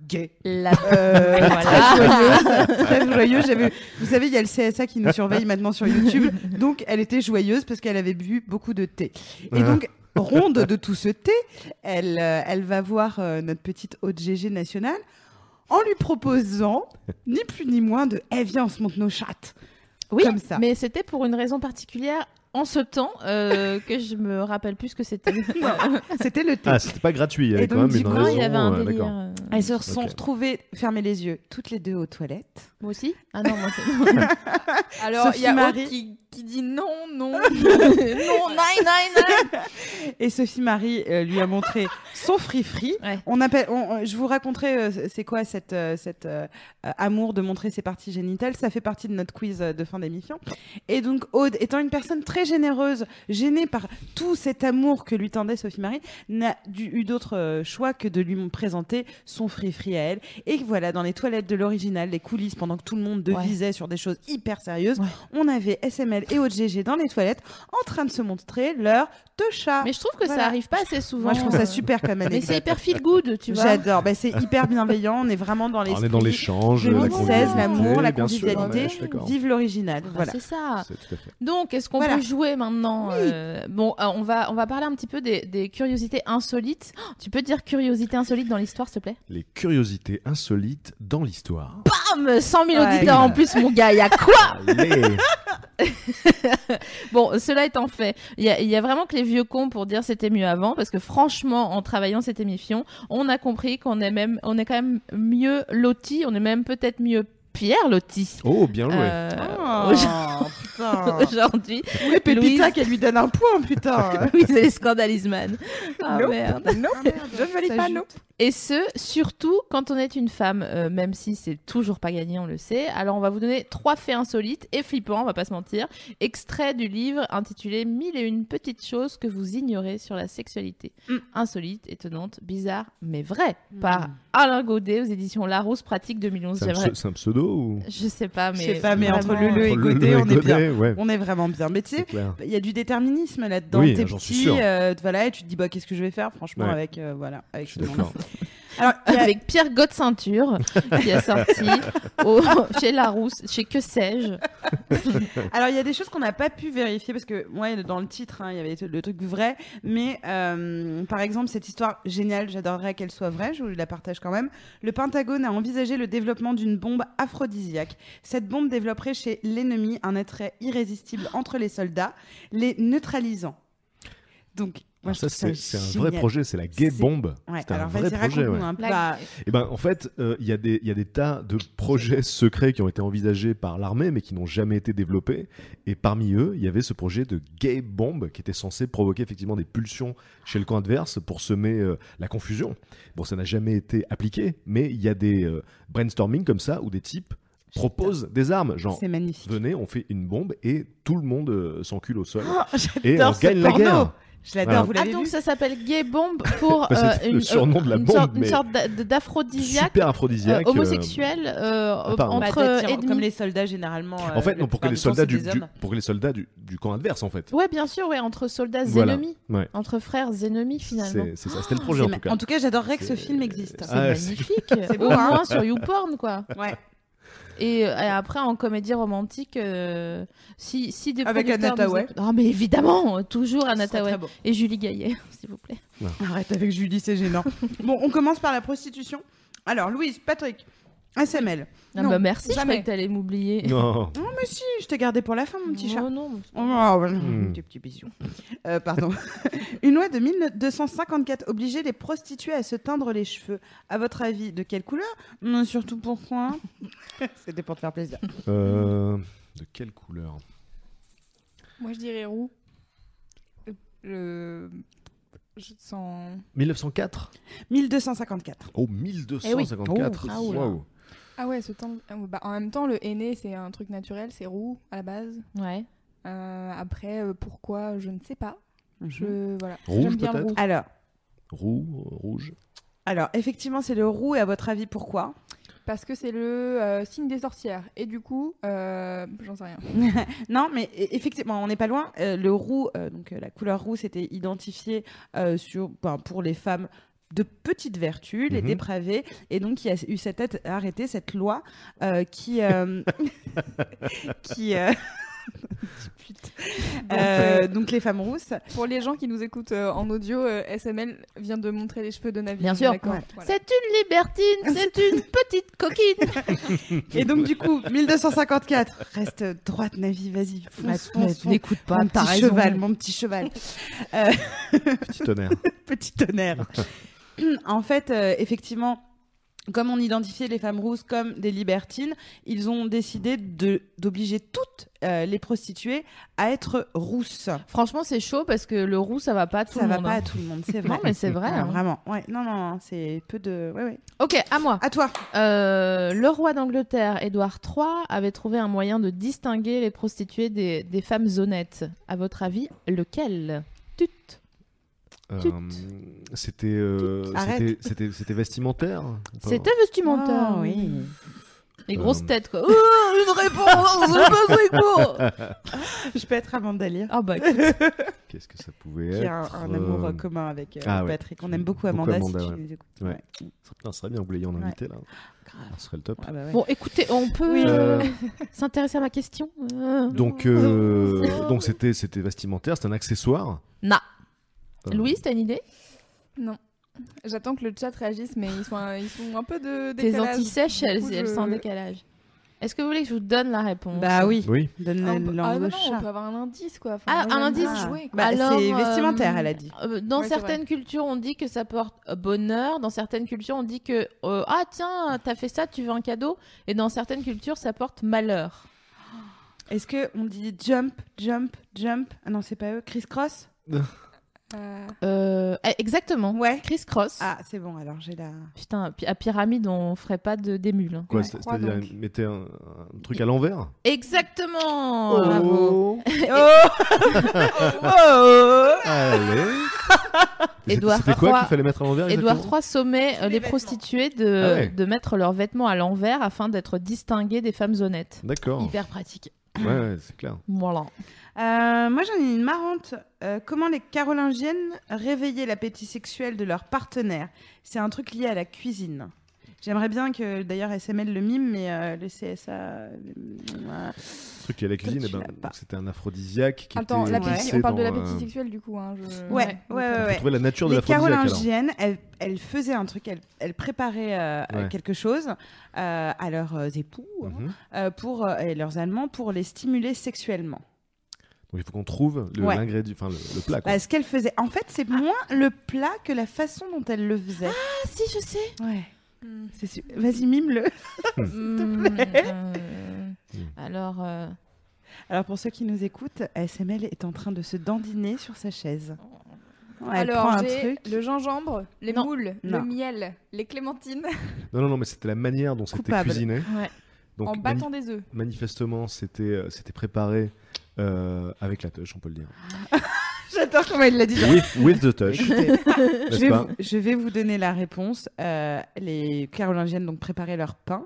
Speaker 3: gay.
Speaker 5: La...
Speaker 3: Euh,
Speaker 5: Et voilà.
Speaker 3: Très joyeuse, (laughs) très joyeuse. J'avais- Vous savez, il y a le CSA qui nous surveille maintenant sur YouTube, donc elle était joyeuse parce qu'elle avait bu beaucoup de thé. Et donc ronde de tout ce thé, elle, euh, elle va voir euh, notre petite OGG nationale en lui proposant ni plus ni moins de Eh viens, on se monte nos chattes.
Speaker 5: Oui,
Speaker 3: comme ça.
Speaker 5: mais c'était pour une raison particulière en ce temps euh, que je me rappelle plus ce que c'était.
Speaker 3: C'était le thé.
Speaker 7: Ah, c'était pas gratuit. Il y
Speaker 3: Et
Speaker 7: avait
Speaker 3: donc,
Speaker 7: quand même
Speaker 3: du
Speaker 7: une
Speaker 3: coup,
Speaker 5: Non,
Speaker 7: raison.
Speaker 5: il y avait un
Speaker 7: euh,
Speaker 5: délire.
Speaker 7: d'accord.
Speaker 5: euh,
Speaker 3: Elles se sont
Speaker 7: Ok.
Speaker 3: retrouvées, fermées les yeux, toutes les deux aux toilettes.
Speaker 5: Moi aussi Ah non, moi (laughs) c'est-
Speaker 6: Alors, il y
Speaker 3: Sophie
Speaker 6: a Aude
Speaker 3: Marie.
Speaker 6: qui, qui dit non, non, non, non, nine, nine, nine.
Speaker 3: Et Sophie-Marie euh, lui
Speaker 5: (laughs)
Speaker 3: a montré son free-free.
Speaker 5: Ouais.
Speaker 3: On appelle, on- euh, je vous raconterai euh, c'est quoi cette, euh, cette euh, euh, amour de montrer ses parties génitales. Ça fait partie de notre quiz euh, de fin d'émission. Et donc Aude, étant une personne très généreuse, gênée par tout cet amour que lui tendait Sophie-Marie, n'a dû- eu d'autre euh, choix que de lui présenter son free-free à elle. Et voilà, dans les toilettes de l'original, les coulisses, pendant que tout le monde devisait sur des choses hyper sérieuses,
Speaker 5: Ouais.
Speaker 3: on avait SML et Aude GG dans les toilettes en train de se montrer leur techa.
Speaker 5: Mais je trouve que
Speaker 3: Voilà.
Speaker 5: ça arrive pas assez souvent.
Speaker 3: Moi, je trouve
Speaker 5: euh,
Speaker 3: ça super comme
Speaker 5: Mais c'est
Speaker 3: anecdote.
Speaker 5: hyper feel good, tu vois.
Speaker 3: J'adore. Ben, c'est hyper bienveillant. On est vraiment dans les.
Speaker 7: Ah, On est dans l'échange, la
Speaker 3: 2016, l'amour, la
Speaker 7: bien sûr, ouais,
Speaker 3: convivialité.
Speaker 7: je suis d'accord.
Speaker 3: Vive l'original.
Speaker 5: Bah,
Speaker 3: Voilà.
Speaker 5: C'est ça.
Speaker 7: C'est tout à fait.
Speaker 5: Donc, est-ce qu'on
Speaker 3: Voilà.
Speaker 5: peut jouer maintenant
Speaker 3: Oui.
Speaker 5: euh, Bon, euh, on va on va parler un petit peu des, des curiosités insolites. (gasps) Oh, tu peux dire curiosité insolite dans l'histoire, s'il te plaît
Speaker 7: Les curiosités insolites dans l'histoire.
Speaker 5: Bam 100 000
Speaker 3: Ouais.
Speaker 5: auditeurs en plus, mon gars, il y a quoi
Speaker 7: Allez.
Speaker 5: (laughs) Bon, cela étant fait, il y a, il y a vraiment que les vieux cons pour dire c'était mieux avant, parce que franchement, en travaillant cette émission, on a compris qu'on est même, on est quand même mieux loti, on est même peut-être mieux Pierre loti.
Speaker 7: Oh, bien joué.
Speaker 5: Euh,
Speaker 3: Oh,
Speaker 5: aujourd'hui-
Speaker 3: (laughs) putain.
Speaker 5: (laughs) Aujourd'hui,
Speaker 3: Oui, Pépita
Speaker 5: Louise.
Speaker 3: qu'elle lui donne un point, putain.
Speaker 5: (laughs) oui, c'est les scandalisman. Ah
Speaker 6: Nope.
Speaker 5: merde.
Speaker 3: (laughs)
Speaker 6: Non, je ne valide
Speaker 3: Ça
Speaker 6: pas,
Speaker 3: joue.
Speaker 6: non.
Speaker 5: Et ce, surtout quand on est une femme, euh, même si c'est toujours pas gagné, on le sait. Alors, on va vous donner trois faits insolites et flippants, on va pas se mentir. Extrait du livre intitulé Mille et une petites choses que vous ignorez sur la sexualité.
Speaker 3: Mm.
Speaker 5: Insolite, étonnante, bizarre, mais vraie.
Speaker 3: Mm.
Speaker 5: Par Alain Godet aux éditions Larousse Pratique 2011.
Speaker 7: C'est un
Speaker 5: J'aimerais-
Speaker 7: pse- c'est un, pseudo ou
Speaker 5: Je sais pas,
Speaker 3: Je
Speaker 5: mais.
Speaker 3: sais pas, Ah, mais entre
Speaker 5: vraiment,
Speaker 3: Lulu et
Speaker 7: Entre
Speaker 3: Godet, on est bien.
Speaker 7: ouais,
Speaker 3: On est vraiment bien. Mais tu
Speaker 7: c'est
Speaker 3: sais,
Speaker 7: clair.
Speaker 3: il y a du déterminisme là-dedans.
Speaker 7: Oui,
Speaker 3: T'es
Speaker 7: j'en suis
Speaker 3: petit,
Speaker 7: sûr.
Speaker 3: euh, voilà, et tu te dis, bah, qu'est-ce que je vais faire, franchement,
Speaker 7: Ouais.
Speaker 3: avec, euh, voilà, avec
Speaker 7: Je suis
Speaker 3: ce monde-là.
Speaker 7: d'accord.
Speaker 3: Alors, il y
Speaker 5: (laughs)
Speaker 3: a-
Speaker 5: Avec Pierre Gotte Ceinture, qui a
Speaker 3: (laughs)
Speaker 5: sorti au- chez Larousse, chez Que sais-je.
Speaker 3: Alors, il y a des choses qu'on n'a pas pu vérifier parce que, ouais, dans le titre, hein, il y avait le truc vrai. Mais, euh, par exemple, cette histoire géniale, j'adorerais qu'elle soit vraie, je vous la partage quand même. Le Pentagone a envisagé le développement d'une bombe aphrodisiaque. Cette bombe développerait chez l'ennemi un attrait irrésistible entre les soldats, les neutralisant. Donc, moi,
Speaker 7: Alors
Speaker 3: je
Speaker 7: ça,
Speaker 3: trouve ça,
Speaker 7: c'est c'est un vrai
Speaker 3: génial.
Speaker 7: projet, c'est la gay
Speaker 3: C'est-
Speaker 7: bombe.
Speaker 3: Ouais,
Speaker 7: C'est un
Speaker 3: alors,
Speaker 7: vrai
Speaker 3: vas-y,
Speaker 7: projet.
Speaker 3: raconte-nous
Speaker 7: ouais.
Speaker 3: un peu.
Speaker 5: La-
Speaker 3: Bah,
Speaker 7: Et ben, en fait, euh, il y, a des- il y a des tas de projets secrets qui ont été envisagés par l'armée, mais qui n'ont jamais été développés. Et parmi eux, il y avait ce projet de gay bomb qui était censé provoquer effectivement des pulsions chez le camp adverse pour semer euh, la confusion. Bon, ça n'a jamais été appliqué, mais il y a des euh, brainstorming comme ça où des types proposent des armes, genre
Speaker 3: c'est magnifique.
Speaker 7: venez, on fait une bombe et tout le monde euh, s'encule au sol.
Speaker 3: Oh,
Speaker 7: Et
Speaker 3: (laughs) j'adore
Speaker 7: on
Speaker 3: ce
Speaker 7: gagne la
Speaker 3: porno.
Speaker 7: guerre.
Speaker 3: Je l'adore,
Speaker 7: Voilà.
Speaker 3: vous
Speaker 5: Ah
Speaker 3: l'avez
Speaker 5: donc
Speaker 3: vu
Speaker 5: ça s'appelle gay bomb pour
Speaker 7: (laughs) Bah,
Speaker 5: euh,
Speaker 7: c'est
Speaker 5: une,
Speaker 7: le surnom de la
Speaker 5: une
Speaker 7: bombe,
Speaker 5: sorte, une
Speaker 7: mais-
Speaker 5: sorte d'a- de- d'aphrodisiaque
Speaker 7: Super
Speaker 5: euh,
Speaker 7: aphrodisiaque. euh,
Speaker 5: homosexuel euh,
Speaker 7: apparemment.
Speaker 5: entre
Speaker 3: Bah, t'attires-
Speaker 5: ennemis.
Speaker 3: comme les soldats généralement. euh,
Speaker 7: En fait,
Speaker 3: la
Speaker 7: non, pour que
Speaker 3: plupart du
Speaker 7: les
Speaker 3: temps,
Speaker 7: soldats
Speaker 3: c'est
Speaker 7: du,
Speaker 3: des
Speaker 7: du-
Speaker 3: hommes.
Speaker 7: pour que les soldats du, du camp adverse en fait.
Speaker 5: Ouais bien sûr ouais entre soldats
Speaker 7: Voilà.
Speaker 5: ennemis
Speaker 7: Ouais.
Speaker 5: entre frères ennemis finalement.
Speaker 7: (laughs) C'est c'est ça, c'était le projet
Speaker 3: C'est
Speaker 7: en
Speaker 3: ma-
Speaker 7: tout cas.
Speaker 3: En tout cas, j'adorerais que ce
Speaker 7: C'est-
Speaker 3: film existe.
Speaker 5: C'est
Speaker 7: Ah, ouais, c'est-
Speaker 5: magnifique.
Speaker 3: beau,
Speaker 5: Au
Speaker 3: hein.
Speaker 5: moins (laughs) sur YouPorn quoi.
Speaker 3: Ouais.
Speaker 5: Et, euh, et après en comédie romantique euh, si si des
Speaker 3: Avec
Speaker 5: producteurs
Speaker 3: Anna
Speaker 5: nous
Speaker 3: Thaouet.
Speaker 5: écoutent- Ah mais évidemment euh, toujours
Speaker 3: Ce
Speaker 5: Anna
Speaker 3: serait
Speaker 5: Thaouet
Speaker 3: très beau.
Speaker 5: et Julie Gaillet (laughs) s'il vous plaît.
Speaker 3: Ah, Arrête avec Julie, c'est (laughs) gênant. bon, on commence par la prostitution. Alors, Louise, Patrick, SML.
Speaker 5: Ah,
Speaker 6: Non,
Speaker 5: bah, merci je
Speaker 6: jamais.
Speaker 5: croyais que t'allais m'oublier.
Speaker 7: Non.
Speaker 3: Non, Ah, mais si, je t'ai gardé pour la fin, mon petit chat.
Speaker 5: Oh, non.
Speaker 3: Oh, voilà,
Speaker 7: Hmm.
Speaker 3: tes petits bisous. Euh, pardon. (laughs) Une loi de 1254 obligeait les prostituées à se teindre les cheveux. À votre avis, de quelle couleur Non, Surtout pourquoi (laughs) C'était pour te faire plaisir.
Speaker 7: Euh, de quelle couleur
Speaker 6: Moi, je dirais roux. Euh, Je te sens.
Speaker 7: 1904
Speaker 3: 1254.
Speaker 7: Oh, 1254
Speaker 5: Eh oui. Oh, ah, oula.
Speaker 7: Waouh.
Speaker 6: Ah ouais, ce temps. ah ouais, bah, en même temps, le aîné, c'est un truc naturel, c'est roux à la base.
Speaker 5: Ouais.
Speaker 6: Euh, après, euh, pourquoi, je ne sais pas. Je voilà.
Speaker 7: Rouge,
Speaker 6: J'aime bien le
Speaker 7: peut-être
Speaker 6: roux.
Speaker 3: Alors,
Speaker 7: Roux, euh, rouge.
Speaker 3: alors, effectivement, c'est le roux. Et à votre avis, pourquoi
Speaker 6: Parce que c'est le euh, signe des sorcières. Et du coup, euh, j'en sais rien.
Speaker 3: Non, mais e- effectivement, on n'est pas loin. Euh, le roux, euh, donc euh, la couleur roux, c'était identifié euh, sur, ben, pour les femmes de petites vertus, les
Speaker 7: Mhm.
Speaker 3: dépravées, et donc il y a eu cette tête arrêtée, cette (laughs) loi euh, qui euh, qui euh, Putain. Euh, donc les femmes rousses.
Speaker 6: Pour les gens qui nous écoutent euh, en audio, euh, SML vient de montrer les cheveux de Navi.
Speaker 5: Bien sûr.
Speaker 6: D'accord,
Speaker 3: Ouais.
Speaker 6: voilà.
Speaker 5: C'est une
Speaker 3: (laughs)
Speaker 5: libertine, c'est une petite coquine.
Speaker 3: Et donc du coup, 1254, reste droite, Navi, vas-y, fonce, fonce, fonce.
Speaker 5: N'écoute
Speaker 3: mon petit cheval, mon petit cheval. Euh,
Speaker 7: Petit tonnerre.
Speaker 3: petit tonnerre. (laughs) en fait, euh, effectivement, comme on identifiait les femmes rousses comme des libertines, ils ont décidé de- d'obliger toutes euh, les prostituées à être rousses.
Speaker 5: Franchement, c'est chaud parce que le roux, ça va pas à tout
Speaker 3: Ça
Speaker 5: le
Speaker 3: va
Speaker 5: monde.
Speaker 3: pas
Speaker 5: hein.
Speaker 3: à tout le monde,
Speaker 5: (laughs)
Speaker 3: c'est vrai.
Speaker 5: Non, mais c'est vrai.
Speaker 3: Ah,
Speaker 5: hein.
Speaker 3: Vraiment, ouais. Non, non, non, c'est peu de. Ouais, ouais.
Speaker 5: Ok, à moi.
Speaker 3: À toi.
Speaker 5: Euh, le roi d'Angleterre, Édouard III, avait trouvé un moyen de distinguer les prostituées des, des femmes honnêtes. À votre avis, lequel Tut.
Speaker 7: Euh, C'était euh,
Speaker 3: Tut. Arrête.
Speaker 7: c'était- c'était- c'était vestimentaire ou pas
Speaker 5: C'était vestimentaire.
Speaker 3: Ah, oui.
Speaker 5: Les grosses
Speaker 7: Euh.
Speaker 5: têtes, quoi. Oh, hein. une réponse le pas secours
Speaker 3: (laughs) Je peux être Amanda Lear,
Speaker 5: Ah bah, écoute,
Speaker 7: Qu'est-ce que ça
Speaker 3: (laughs)
Speaker 7: pouvait
Speaker 3: qui a un,
Speaker 7: être
Speaker 3: un amour
Speaker 7: euh,
Speaker 3: euh, commun avec euh,
Speaker 7: ah ouais.
Speaker 3: Patrick. On aime beaucoup Amanda,
Speaker 7: Beaucoup
Speaker 3: si
Speaker 7: Amanda,
Speaker 3: tu
Speaker 7: ouais.
Speaker 3: nous écoutes.
Speaker 7: Ouais. ça- putain, ça serait bien, vous l'ayez en
Speaker 3: Ouais.
Speaker 7: invité là. Ça serait le top.
Speaker 3: Ah bah ouais.
Speaker 5: bon, écoutez, on peut
Speaker 3: Oui.
Speaker 5: euh, s'intéresser à ma question Euh,
Speaker 7: Donc, euh, donc c'était c'était vestimentaire, c'est un accessoire.
Speaker 5: Non.
Speaker 7: Euh,
Speaker 5: Louise, t'as une idée
Speaker 6: Non. J'attends que le chat réagisse, mais ils sont un, ils sont un peu de
Speaker 5: Tes
Speaker 6: décalage.
Speaker 5: antisèches,
Speaker 6: Du
Speaker 5: elles,
Speaker 6: coup,
Speaker 5: elles
Speaker 6: je-
Speaker 5: sont en décalage. Est-ce que vous voulez que je vous donne la réponse
Speaker 3: Bah oui,
Speaker 7: Oui.
Speaker 3: donne
Speaker 6: Ah, on
Speaker 3: le
Speaker 6: peut- ah, bah
Speaker 3: langue au
Speaker 6: non, on
Speaker 3: chat.
Speaker 6: peut avoir un indice quoi. Enfin,
Speaker 5: Ah,
Speaker 6: moi,
Speaker 5: un
Speaker 6: j'aime
Speaker 5: indice.
Speaker 6: bien
Speaker 3: Ah.
Speaker 6: jouer, quoi.
Speaker 3: Bah,
Speaker 5: Alors,
Speaker 3: c'est
Speaker 5: euh,
Speaker 3: vestimentaire, elle a dit.
Speaker 5: Euh, Dans
Speaker 6: Ouais, c'est
Speaker 5: certaines cultures, on dit que ça porte euh, bonheur. Dans certaines cultures, on dit que euh, ah tiens, t'as fait ça, tu veux un cadeau. Et dans certaines cultures, ça porte malheur.
Speaker 3: Est-ce que on dit jump, jump, jump Ah non, c'est pas eux. Criss Cross
Speaker 6: Euh,
Speaker 5: Euh, eh, exactement.
Speaker 3: Ouais.
Speaker 5: Chris Cross.
Speaker 3: Ah, c'est bon, alors j'ai la.
Speaker 5: Putain, pi- à pyramide, on ferait pas de d'émule. hein.
Speaker 7: Quoi,
Speaker 6: Ouais.
Speaker 7: c'est-
Speaker 6: Croix,
Speaker 7: c'est-à-dire
Speaker 6: donc.
Speaker 7: ils mettaient un, un truc à l'envers
Speaker 6: Oh.
Speaker 5: Exactement.
Speaker 3: Oh,
Speaker 5: Oh.
Speaker 3: Bravo.
Speaker 7: Oh.
Speaker 6: Ah,
Speaker 3: (laughs)
Speaker 7: Allez. Et
Speaker 5: Édouard
Speaker 7: C'était quoi
Speaker 5: III.
Speaker 7: qu'il fallait mettre à l'envers
Speaker 5: Édouard
Speaker 7: exactement
Speaker 5: III sommet euh, les
Speaker 3: les vêtements.
Speaker 5: prostituées de,
Speaker 7: Ah ouais.
Speaker 5: de mettre leurs vêtements à l'envers afin d'être distinguées des femmes honnêtes.
Speaker 7: D'accord.
Speaker 5: Hyper pratique.
Speaker 7: Ouais, ouais, c'est clair.
Speaker 5: Voilà.
Speaker 3: Euh, moi, j'en ai une marrante. Euh, comment les Carolingiennes réveillaient l'appétit sexuel de leur partenaire C'est un truc lié à la cuisine. J'aimerais bien que d'ailleurs SML le mime, mais euh, le CSA. euh, euh,
Speaker 7: Le truc qui est à la cuisine,
Speaker 3: tu
Speaker 7: eh ben,
Speaker 3: l'as pas.
Speaker 7: donc c'était un aphrodisiaque qui
Speaker 6: Attends,
Speaker 7: était
Speaker 6: l'appétit-
Speaker 7: glissé
Speaker 6: on parle de
Speaker 7: dans,
Speaker 6: l'appétit
Speaker 7: euh,
Speaker 6: sexuel du coup. Hein, je-
Speaker 3: Ouais, ouais, ouais.
Speaker 7: Faut trouver la nature de
Speaker 3: les
Speaker 7: l'aphrodisiaque. alors.
Speaker 3: Carolingiennes, elles, elles faisaient un truc, elles, elles préparaient euh, euh,
Speaker 7: Ouais.
Speaker 3: quelque chose euh, à leurs euh, époux hein,
Speaker 7: Mhm. Donc
Speaker 3: euh, pour, euh, et leurs Allemands pour les stimuler sexuellement.
Speaker 7: il faut qu'on trouve le-
Speaker 3: Ouais.
Speaker 7: l'ingrédient, enfin le, le plat. quoi.
Speaker 3: Bah, ce qu'elle faisait. En fait, c'est moins le plat que la façon dont elle le faisait.
Speaker 5: Ah si, je sais.
Speaker 3: ouais.
Speaker 6: Hmm.
Speaker 3: C'est su- Vas-y, mime-le.
Speaker 5: Mm, euh, alors, euh,
Speaker 3: Alors, pour ceux qui nous écoutent, ASML est en train de se dandiner sur sa chaise. Ouais, elle prend
Speaker 6: Alors,
Speaker 3: un
Speaker 6: j'ai
Speaker 3: truc.
Speaker 6: le gingembre, les
Speaker 5: Non.
Speaker 6: moules,
Speaker 3: Non.
Speaker 6: le miel, les clémentines,
Speaker 7: Non, non, non, mais c'était la manière dont c'était
Speaker 3: Coupable.
Speaker 7: cuisiné.
Speaker 5: ouais.
Speaker 7: Donc
Speaker 6: en
Speaker 7: mani-
Speaker 6: battant des œufs.
Speaker 7: manifestement, c'était euh, c'était préparé euh, avec la touche, on peut le dire.
Speaker 3: J'adore comment il l'a dit.
Speaker 7: with, with
Speaker 3: (laughs)
Speaker 7: the touch,
Speaker 3: Écoutez, je,
Speaker 7: bah, (laughs) n'est-ce
Speaker 3: vais
Speaker 7: pas
Speaker 3: vous, je vais vous donner la réponse. Euh, les Carolingiennes donc préparaient leur pain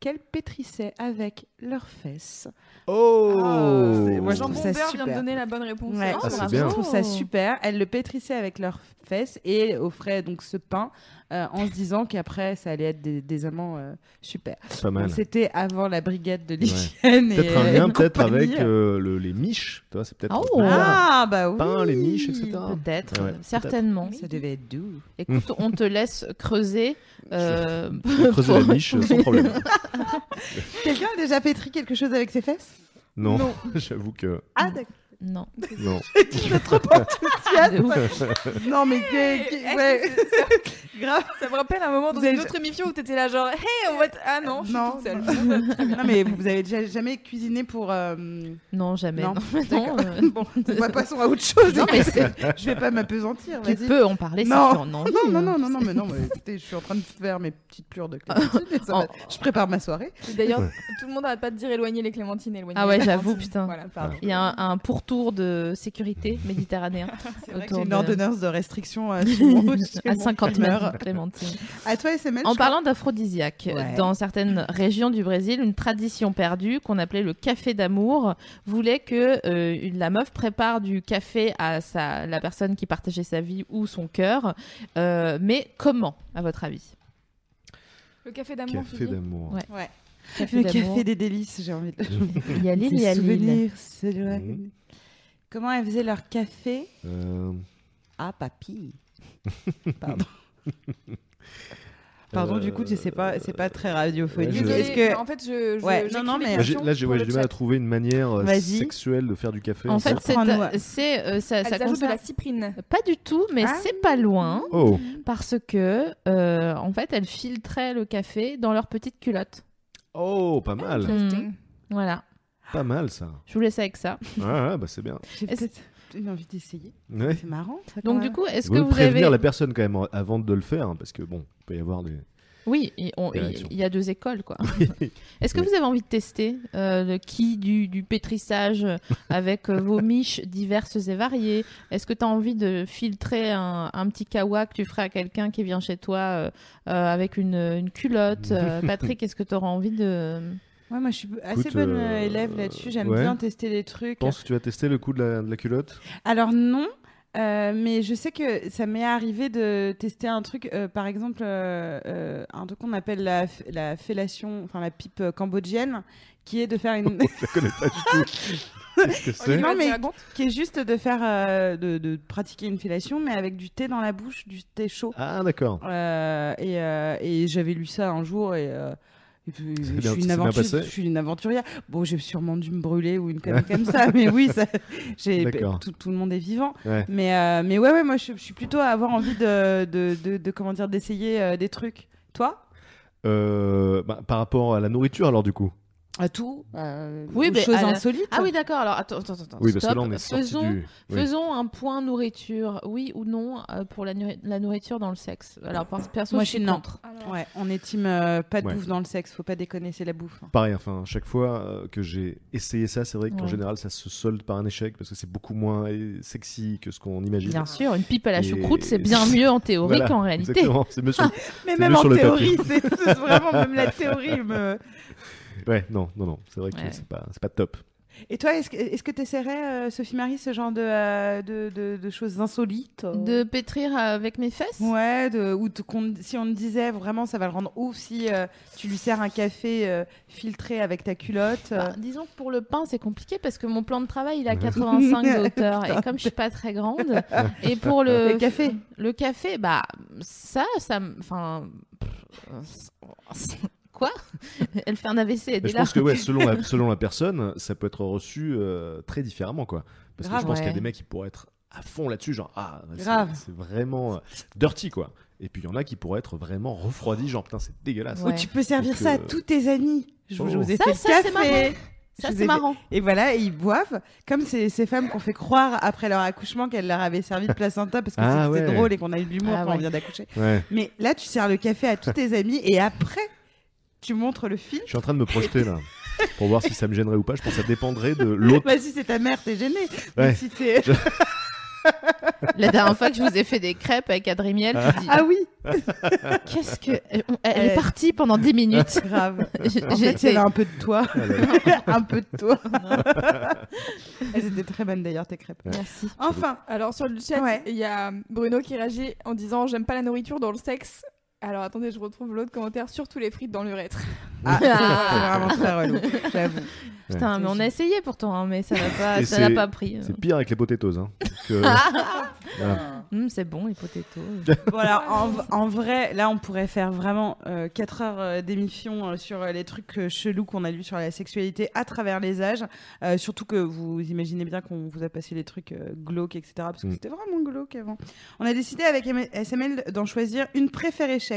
Speaker 3: qu'elles pétrissaient avec leurs fesses.
Speaker 7: Oh
Speaker 3: c'est- moi, je
Speaker 6: Jean
Speaker 3: trouve ça
Speaker 6: Bombert vient de
Speaker 3: super.
Speaker 6: donner la bonne réponse.
Speaker 3: Ouais.
Speaker 6: Oh,
Speaker 7: Ah, c'est
Speaker 6: bravo.
Speaker 7: bien.
Speaker 3: Je trouve ça super. Elles le pétrissaient avec leurs fesses et offraient donc ce pain euh, en se disant qu'après ça allait être des, des amants euh, super.
Speaker 7: Pas mal.
Speaker 3: Donc, C'était avant la brigade de l'hygiène. et,
Speaker 7: Peut-être un
Speaker 3: euh,
Speaker 7: lien
Speaker 3: et
Speaker 7: peut-être
Speaker 3: compagnie.
Speaker 7: avec euh, le- les miches, tu vois, c'est peut-être
Speaker 5: Oh.
Speaker 7: Ah,
Speaker 3: Ah, bah oui.
Speaker 7: pain, les miches, etc.
Speaker 3: Hein.
Speaker 5: Peut-être,
Speaker 7: Ouais,
Speaker 5: certainement.
Speaker 3: Ça devait être doux.
Speaker 5: Écoute, on te laisse creuser. euh,
Speaker 7: peut-être. Creuser la
Speaker 5: pour-
Speaker 7: miche euh, sans problème.
Speaker 3: Quelqu'un a déjà pétri quelque chose avec ses fesses
Speaker 7: Non, (laughs) j'avoue que
Speaker 3: Ah, d'accord. (laughs)
Speaker 5: Non.
Speaker 7: non.
Speaker 5: De ouf.
Speaker 3: Non, mais. que-
Speaker 6: Eh,
Speaker 3: que-
Speaker 6: eh,
Speaker 3: ouais.
Speaker 6: c'est-
Speaker 3: (laughs)
Speaker 6: c'est-
Speaker 3: Grave.
Speaker 6: Ça me rappelle un moment dans
Speaker 3: Vous avez-
Speaker 6: une autre émission où t'étais là genre Hey on va être- Ah non, je suis
Speaker 3: Non.
Speaker 6: toute seule.
Speaker 3: Non, mais vous avez déjà jamais cuisiné pour. (laughs) euh,
Speaker 5: Non, jamais.
Speaker 3: Non.
Speaker 5: Non,
Speaker 3: (laughs)
Speaker 5: mais non, euh,
Speaker 3: Bon, (laughs) bah, passons à autre chose.
Speaker 5: Non, mais c'est-
Speaker 3: Je vais pas m'apesantir.
Speaker 5: tu
Speaker 3: vas-y.
Speaker 5: peux en parler
Speaker 3: Non.
Speaker 5: si tu en as envie,
Speaker 3: Non, non,
Speaker 5: hein.
Speaker 3: non, non, non, mais non, mais écoutez, je suis en train de faire mes petites plures de (laughs) clémentine et ça
Speaker 5: Oh.
Speaker 3: va- Je prépare ma soirée.
Speaker 6: Et D'ailleurs, tout le monde n'arrête pas de dire éloigner les clémentines, éloigner
Speaker 5: Ah
Speaker 6: les
Speaker 5: ouais, j'avoue,
Speaker 6: clémentines.
Speaker 5: putain.
Speaker 6: Voilà, pardon.
Speaker 7: Ah.
Speaker 5: Il y a un, un pourtour de sécurité méditerranéen
Speaker 3: C'est vrai que
Speaker 5: autour
Speaker 3: j'ai une
Speaker 5: de-
Speaker 3: ordonnance de restriction (laughs) euh, sur mon- sur
Speaker 5: à
Speaker 3: mon
Speaker 5: 50
Speaker 3: primeur.
Speaker 5: mètres, Clémentine.
Speaker 3: À toi, (laughs)
Speaker 5: En
Speaker 3: SML. je crois.
Speaker 5: parlant d'aphrodisiaque,
Speaker 3: Ouais.
Speaker 5: dans certaines régions du Brésil, une tradition perdue qu'on appelait le café d'amour voulait que euh, une- la meuf prépare du café à sa, la personne qui partageait sa vie ou son cœur. Euh, mais comment, à votre avis
Speaker 6: Le café d'amour. tu
Speaker 7: Café
Speaker 6: dis
Speaker 7: d'amour.
Speaker 5: Ouais.
Speaker 3: Le
Speaker 5: d'amour. (laughs)
Speaker 3: café des délices, j'ai envie de
Speaker 5: Il y a l'île, il y a l'île.
Speaker 3: Mmh. souvenirs s'éloignent. Comment elles faisaient leur café
Speaker 7: Euh,
Speaker 3: Ah, papy. (laughs) Pardon. (laughs) Pardon, du coup, tu sais pas, c'est pas très radiophonique.
Speaker 7: ouais, je-
Speaker 3: Est-ce que
Speaker 6: En fait, je. je-
Speaker 3: Ouais,
Speaker 6: j'écris
Speaker 3: non, non,
Speaker 6: les
Speaker 3: mais-
Speaker 7: Moi, bah, j'ai-
Speaker 6: versions
Speaker 7: là, j'ai
Speaker 6: pour
Speaker 7: ouais,
Speaker 6: le
Speaker 7: j'ai du mal
Speaker 6: chat.
Speaker 7: à trouver une manière euh,
Speaker 3: Vas-y.
Speaker 7: sexuelle de faire du café.
Speaker 5: En fait, c'est,
Speaker 3: Reprends-nous.
Speaker 5: euh, c'est, euh, ça,
Speaker 6: Elles
Speaker 5: ça
Speaker 6: ajoutent de
Speaker 5: concerne-
Speaker 6: la cyprine.
Speaker 5: Pas du tout, mais
Speaker 3: Ah.
Speaker 5: c'est pas loin
Speaker 7: Oh,
Speaker 5: parce que euh, en fait, elles filtraient le café dans leur petite culotte.
Speaker 7: oh, pas mal,
Speaker 6: Interesting.
Speaker 5: Voilà.
Speaker 7: pas mal ça.
Speaker 5: Je vous laisse avec ça.
Speaker 7: Ah, ouais, bah c'est bien.
Speaker 3: j'ai
Speaker 5: Est-ce-
Speaker 3: peut-être une envie d'essayer
Speaker 7: Ouais.
Speaker 3: C'est marrant. ça, quand
Speaker 5: Donc du
Speaker 3: même.
Speaker 5: coup, est-ce
Speaker 7: Vous
Speaker 5: que
Speaker 7: pouvez
Speaker 5: vous
Speaker 7: prévenir
Speaker 5: avez
Speaker 7: la personne quand même avant de le faire, hein, parce que bon, il peut y avoir des.
Speaker 5: Oui, et on-
Speaker 7: Des
Speaker 5: il
Speaker 7: réactions.
Speaker 5: il y a deux écoles, quoi.
Speaker 7: (laughs) Oui.
Speaker 5: Est-ce que
Speaker 7: Oui.
Speaker 5: vous avez envie de tester euh, le qui du, du pétrissage euh, avec euh, vos miches diverses et variées Est-ce que tu as envie de filtrer un, un petit kawa que tu ferais à quelqu'un qui vient chez toi euh, euh, avec une, une culotte
Speaker 7: (laughs)
Speaker 5: Euh, Patrick, est-ce que tu auras envie de...
Speaker 3: Ouais, moi, je suis assez
Speaker 7: Écoute,
Speaker 3: bonne
Speaker 7: euh,
Speaker 3: élève là-dessus. J'aime
Speaker 7: ouais.
Speaker 3: bien tester les trucs.
Speaker 7: Pense que tu vas tester le coup de la, de la culotte
Speaker 3: Alors non, euh, mais je sais que ça m'est arrivé de tester un truc, euh, par exemple, euh, euh, un truc qu'on appelle la, f- la fellation, enfin la pipe euh, cambodgienne, qui est de faire
Speaker 7: (laughs)
Speaker 3: une,
Speaker 7: Je la connais pas du tout. Qu'est-ce que c'est
Speaker 3: Non,
Speaker 6: Vas-y,
Speaker 3: mais-
Speaker 6: raconte.
Speaker 3: qui est juste de faire, euh, de, de pratiquer une fellation, mais avec du thé dans la bouche, du thé chaud.
Speaker 7: Ah, d'accord.
Speaker 3: Euh, et euh, et j'avais lu ça un jour et. euh, et puis,
Speaker 7: C'est
Speaker 3: je, suis
Speaker 7: bien- c'est
Speaker 3: une
Speaker 7: bien
Speaker 3: aventure-
Speaker 7: passé.
Speaker 3: je suis une aventurière. Bon, j'ai sûrement dû me brûler ou une connerie comme ça, mais oui, ça, j'ai, ben,
Speaker 7: D'accord.
Speaker 3: tout, tout le monde est vivant.
Speaker 7: Ouais.
Speaker 3: Mais, euh, mais ouais, ouais, moi je, je suis plutôt à avoir envie de, de, de, de- comment dire, d'essayer euh, des trucs. Toi
Speaker 7: Euh, bah, par rapport à la nourriture, alors du coup.
Speaker 3: À tout euh,
Speaker 5: Oui,
Speaker 3: Aux
Speaker 5: mais
Speaker 3: choses
Speaker 5: à la-
Speaker 3: insolites
Speaker 5: Ah oui, d'accord. Alors, attends, attends, attends.
Speaker 7: Oui, parce
Speaker 5: stop.
Speaker 7: que là, on est sorti
Speaker 5: Faisons,
Speaker 7: du. oui.
Speaker 5: faisons un point nourriture, oui ou non, euh, pour la, nu- la nourriture dans le sexe. Alors, par- perso,
Speaker 3: Moi,
Speaker 5: je
Speaker 3: je
Speaker 5: suis
Speaker 3: suis non.
Speaker 5: contre.
Speaker 6: Alors,
Speaker 3: Ouais, on est team euh, pas de
Speaker 7: Ouais.
Speaker 3: bouffe dans le sexe, faut pas déconner, c'est la bouffe. hein.
Speaker 7: Pareil, enfin, à chaque fois euh, que j'ai essayé ça, c'est vrai qu'en
Speaker 5: Ouais.
Speaker 7: général, ça se solde par un échec parce que c'est beaucoup moins euh, sexy que ce qu'on imagine.
Speaker 5: Bien sûr, une pipe à la
Speaker 7: Et-
Speaker 5: choucroute, c'est bien mieux (laughs) en théorie
Speaker 7: Voilà,
Speaker 5: qu'en réalité. Ah.
Speaker 7: Exactement, c'est monsieur.
Speaker 3: Mais
Speaker 7: C'est
Speaker 3: même
Speaker 7: mieux
Speaker 3: en
Speaker 7: sur le
Speaker 3: théorie, c'est c'est vraiment même la théorie. me-
Speaker 7: ouais, non, non, non, c'est vrai que
Speaker 5: Ouais.
Speaker 7: c'est pas, c'est pas top.
Speaker 3: Et toi, est-ce que est-ce que t'essaierais, euh, Sophie Marie, ce genre de, euh, de, de, de choses insolites euh
Speaker 5: De pétrir avec mes fesses
Speaker 3: Ouais, de, ou te- qu'on- si on te disait vraiment ça va le rendre ouf si euh, tu lui sers un café euh, filtré avec ta culotte. euh.
Speaker 5: Bah, disons que pour le pain, c'est compliqué parce que mon plan de travail, il a 85 de hauteur. et comme je suis pas très grande, et pour le,
Speaker 3: Le café.
Speaker 5: le café, bah, ça, ça me. Enfin. pff, (laughs) Quoi Elle fait un AVC.
Speaker 7: Mais
Speaker 5: Dès
Speaker 7: je
Speaker 5: là.
Speaker 7: pense
Speaker 5: (laughs)
Speaker 7: que ouais, selon, la, selon la personne, ça peut être reçu euh, très différemment, quoi. Parce que
Speaker 3: Grave,
Speaker 7: je pense qu'il y a
Speaker 5: ouais.
Speaker 7: des mecs qui pourraient être à fond là-dessus, genre ah, c'est-
Speaker 3: Grave.
Speaker 7: c'est vraiment euh, dirty, quoi. Et puis il y en a qui pourraient être vraiment refroidis, genre putain, c'est dégueulasse.
Speaker 5: Ouais.
Speaker 3: Ou tu peux servir
Speaker 7: Donc,
Speaker 3: ça à
Speaker 7: euh,
Speaker 3: tous tes amis. Je, vous- je
Speaker 7: oh.
Speaker 3: vous ai
Speaker 5: Ça,
Speaker 3: fait
Speaker 5: ça,
Speaker 3: le
Speaker 5: c'est
Speaker 3: café.
Speaker 5: Ça,
Speaker 3: Je vous
Speaker 5: c'est
Speaker 3: ai-
Speaker 5: marrant.
Speaker 3: Et voilà, et ils boivent, comme ces, ces femmes qu'on fait croire après leur accouchement qu'elles leur avaient servi de placenta parce que
Speaker 7: Ah
Speaker 3: c'était
Speaker 7: ouais.
Speaker 3: drôle et qu'on a eu de l'humour
Speaker 5: Ah
Speaker 3: quand on
Speaker 5: ouais.
Speaker 3: vient d'accoucher.
Speaker 7: Ouais.
Speaker 3: Mais là, tu sers le café à tous tes amis et après, tu montres le film.
Speaker 7: Je suis en train de me projeter là, pour voir si ça me gênerait ou pas. Je pense que ça dépendrait de l'autre.
Speaker 3: Bah, si c'est ta mère, t'es gêné.
Speaker 7: Ouais.
Speaker 3: Mais si t'es-
Speaker 5: La dernière fois que je vous ai fait des crêpes avec Adrimiel, je dis
Speaker 3: Ah oui,
Speaker 5: Ah, Qu'est-ce que. Elle, elle
Speaker 3: Eh.
Speaker 5: est partie pendant 10 minutes.
Speaker 3: grave. En
Speaker 5: (laughs)
Speaker 3: fait,
Speaker 5: J'étais
Speaker 3: elle a un peu de toi.
Speaker 7: Ah là là.
Speaker 3: (laughs) un peu de
Speaker 7: (laughs)
Speaker 3: toi. Elles étaient très bonnes d'ailleurs, tes crêpes.
Speaker 5: Merci.
Speaker 3: Enfin,
Speaker 6: Alors sur le chat, il
Speaker 3: Ouais.
Speaker 6: y a Bruno qui réagit en disant j'aime pas la nourriture dans le sexe. Alors attendez, je retrouve l'autre commentaire surtout les frites dans l'urètre.
Speaker 3: ah, c'est vraiment très relou, j'avoue.
Speaker 5: Putain, mais on a essayé pourtant, hein, mais ça n'a pas,
Speaker 7: Et
Speaker 5: ça n'a
Speaker 7: c'est-
Speaker 5: pas pris. Euh,
Speaker 7: C'est pire avec les potatoes. Hein. Donc, euh,
Speaker 3: Ah.
Speaker 7: voilà.
Speaker 5: Hum, c'est bon, les potatoes.
Speaker 7: (laughs)
Speaker 3: Bon, alors, en, v- en vrai, là, on pourrait faire vraiment 4 heures euh, d'émission euh, sur euh, les trucs euh, chelous qu'on a lus sur la sexualité à travers les âges. Euh, surtout que vous imaginez bien qu'on vous a passé les trucs euh, glauques, etc. Parce que
Speaker 7: Mm.
Speaker 3: c'était vraiment glauque avant. On a décidé avec M- SML d'en choisir une préférée chacune.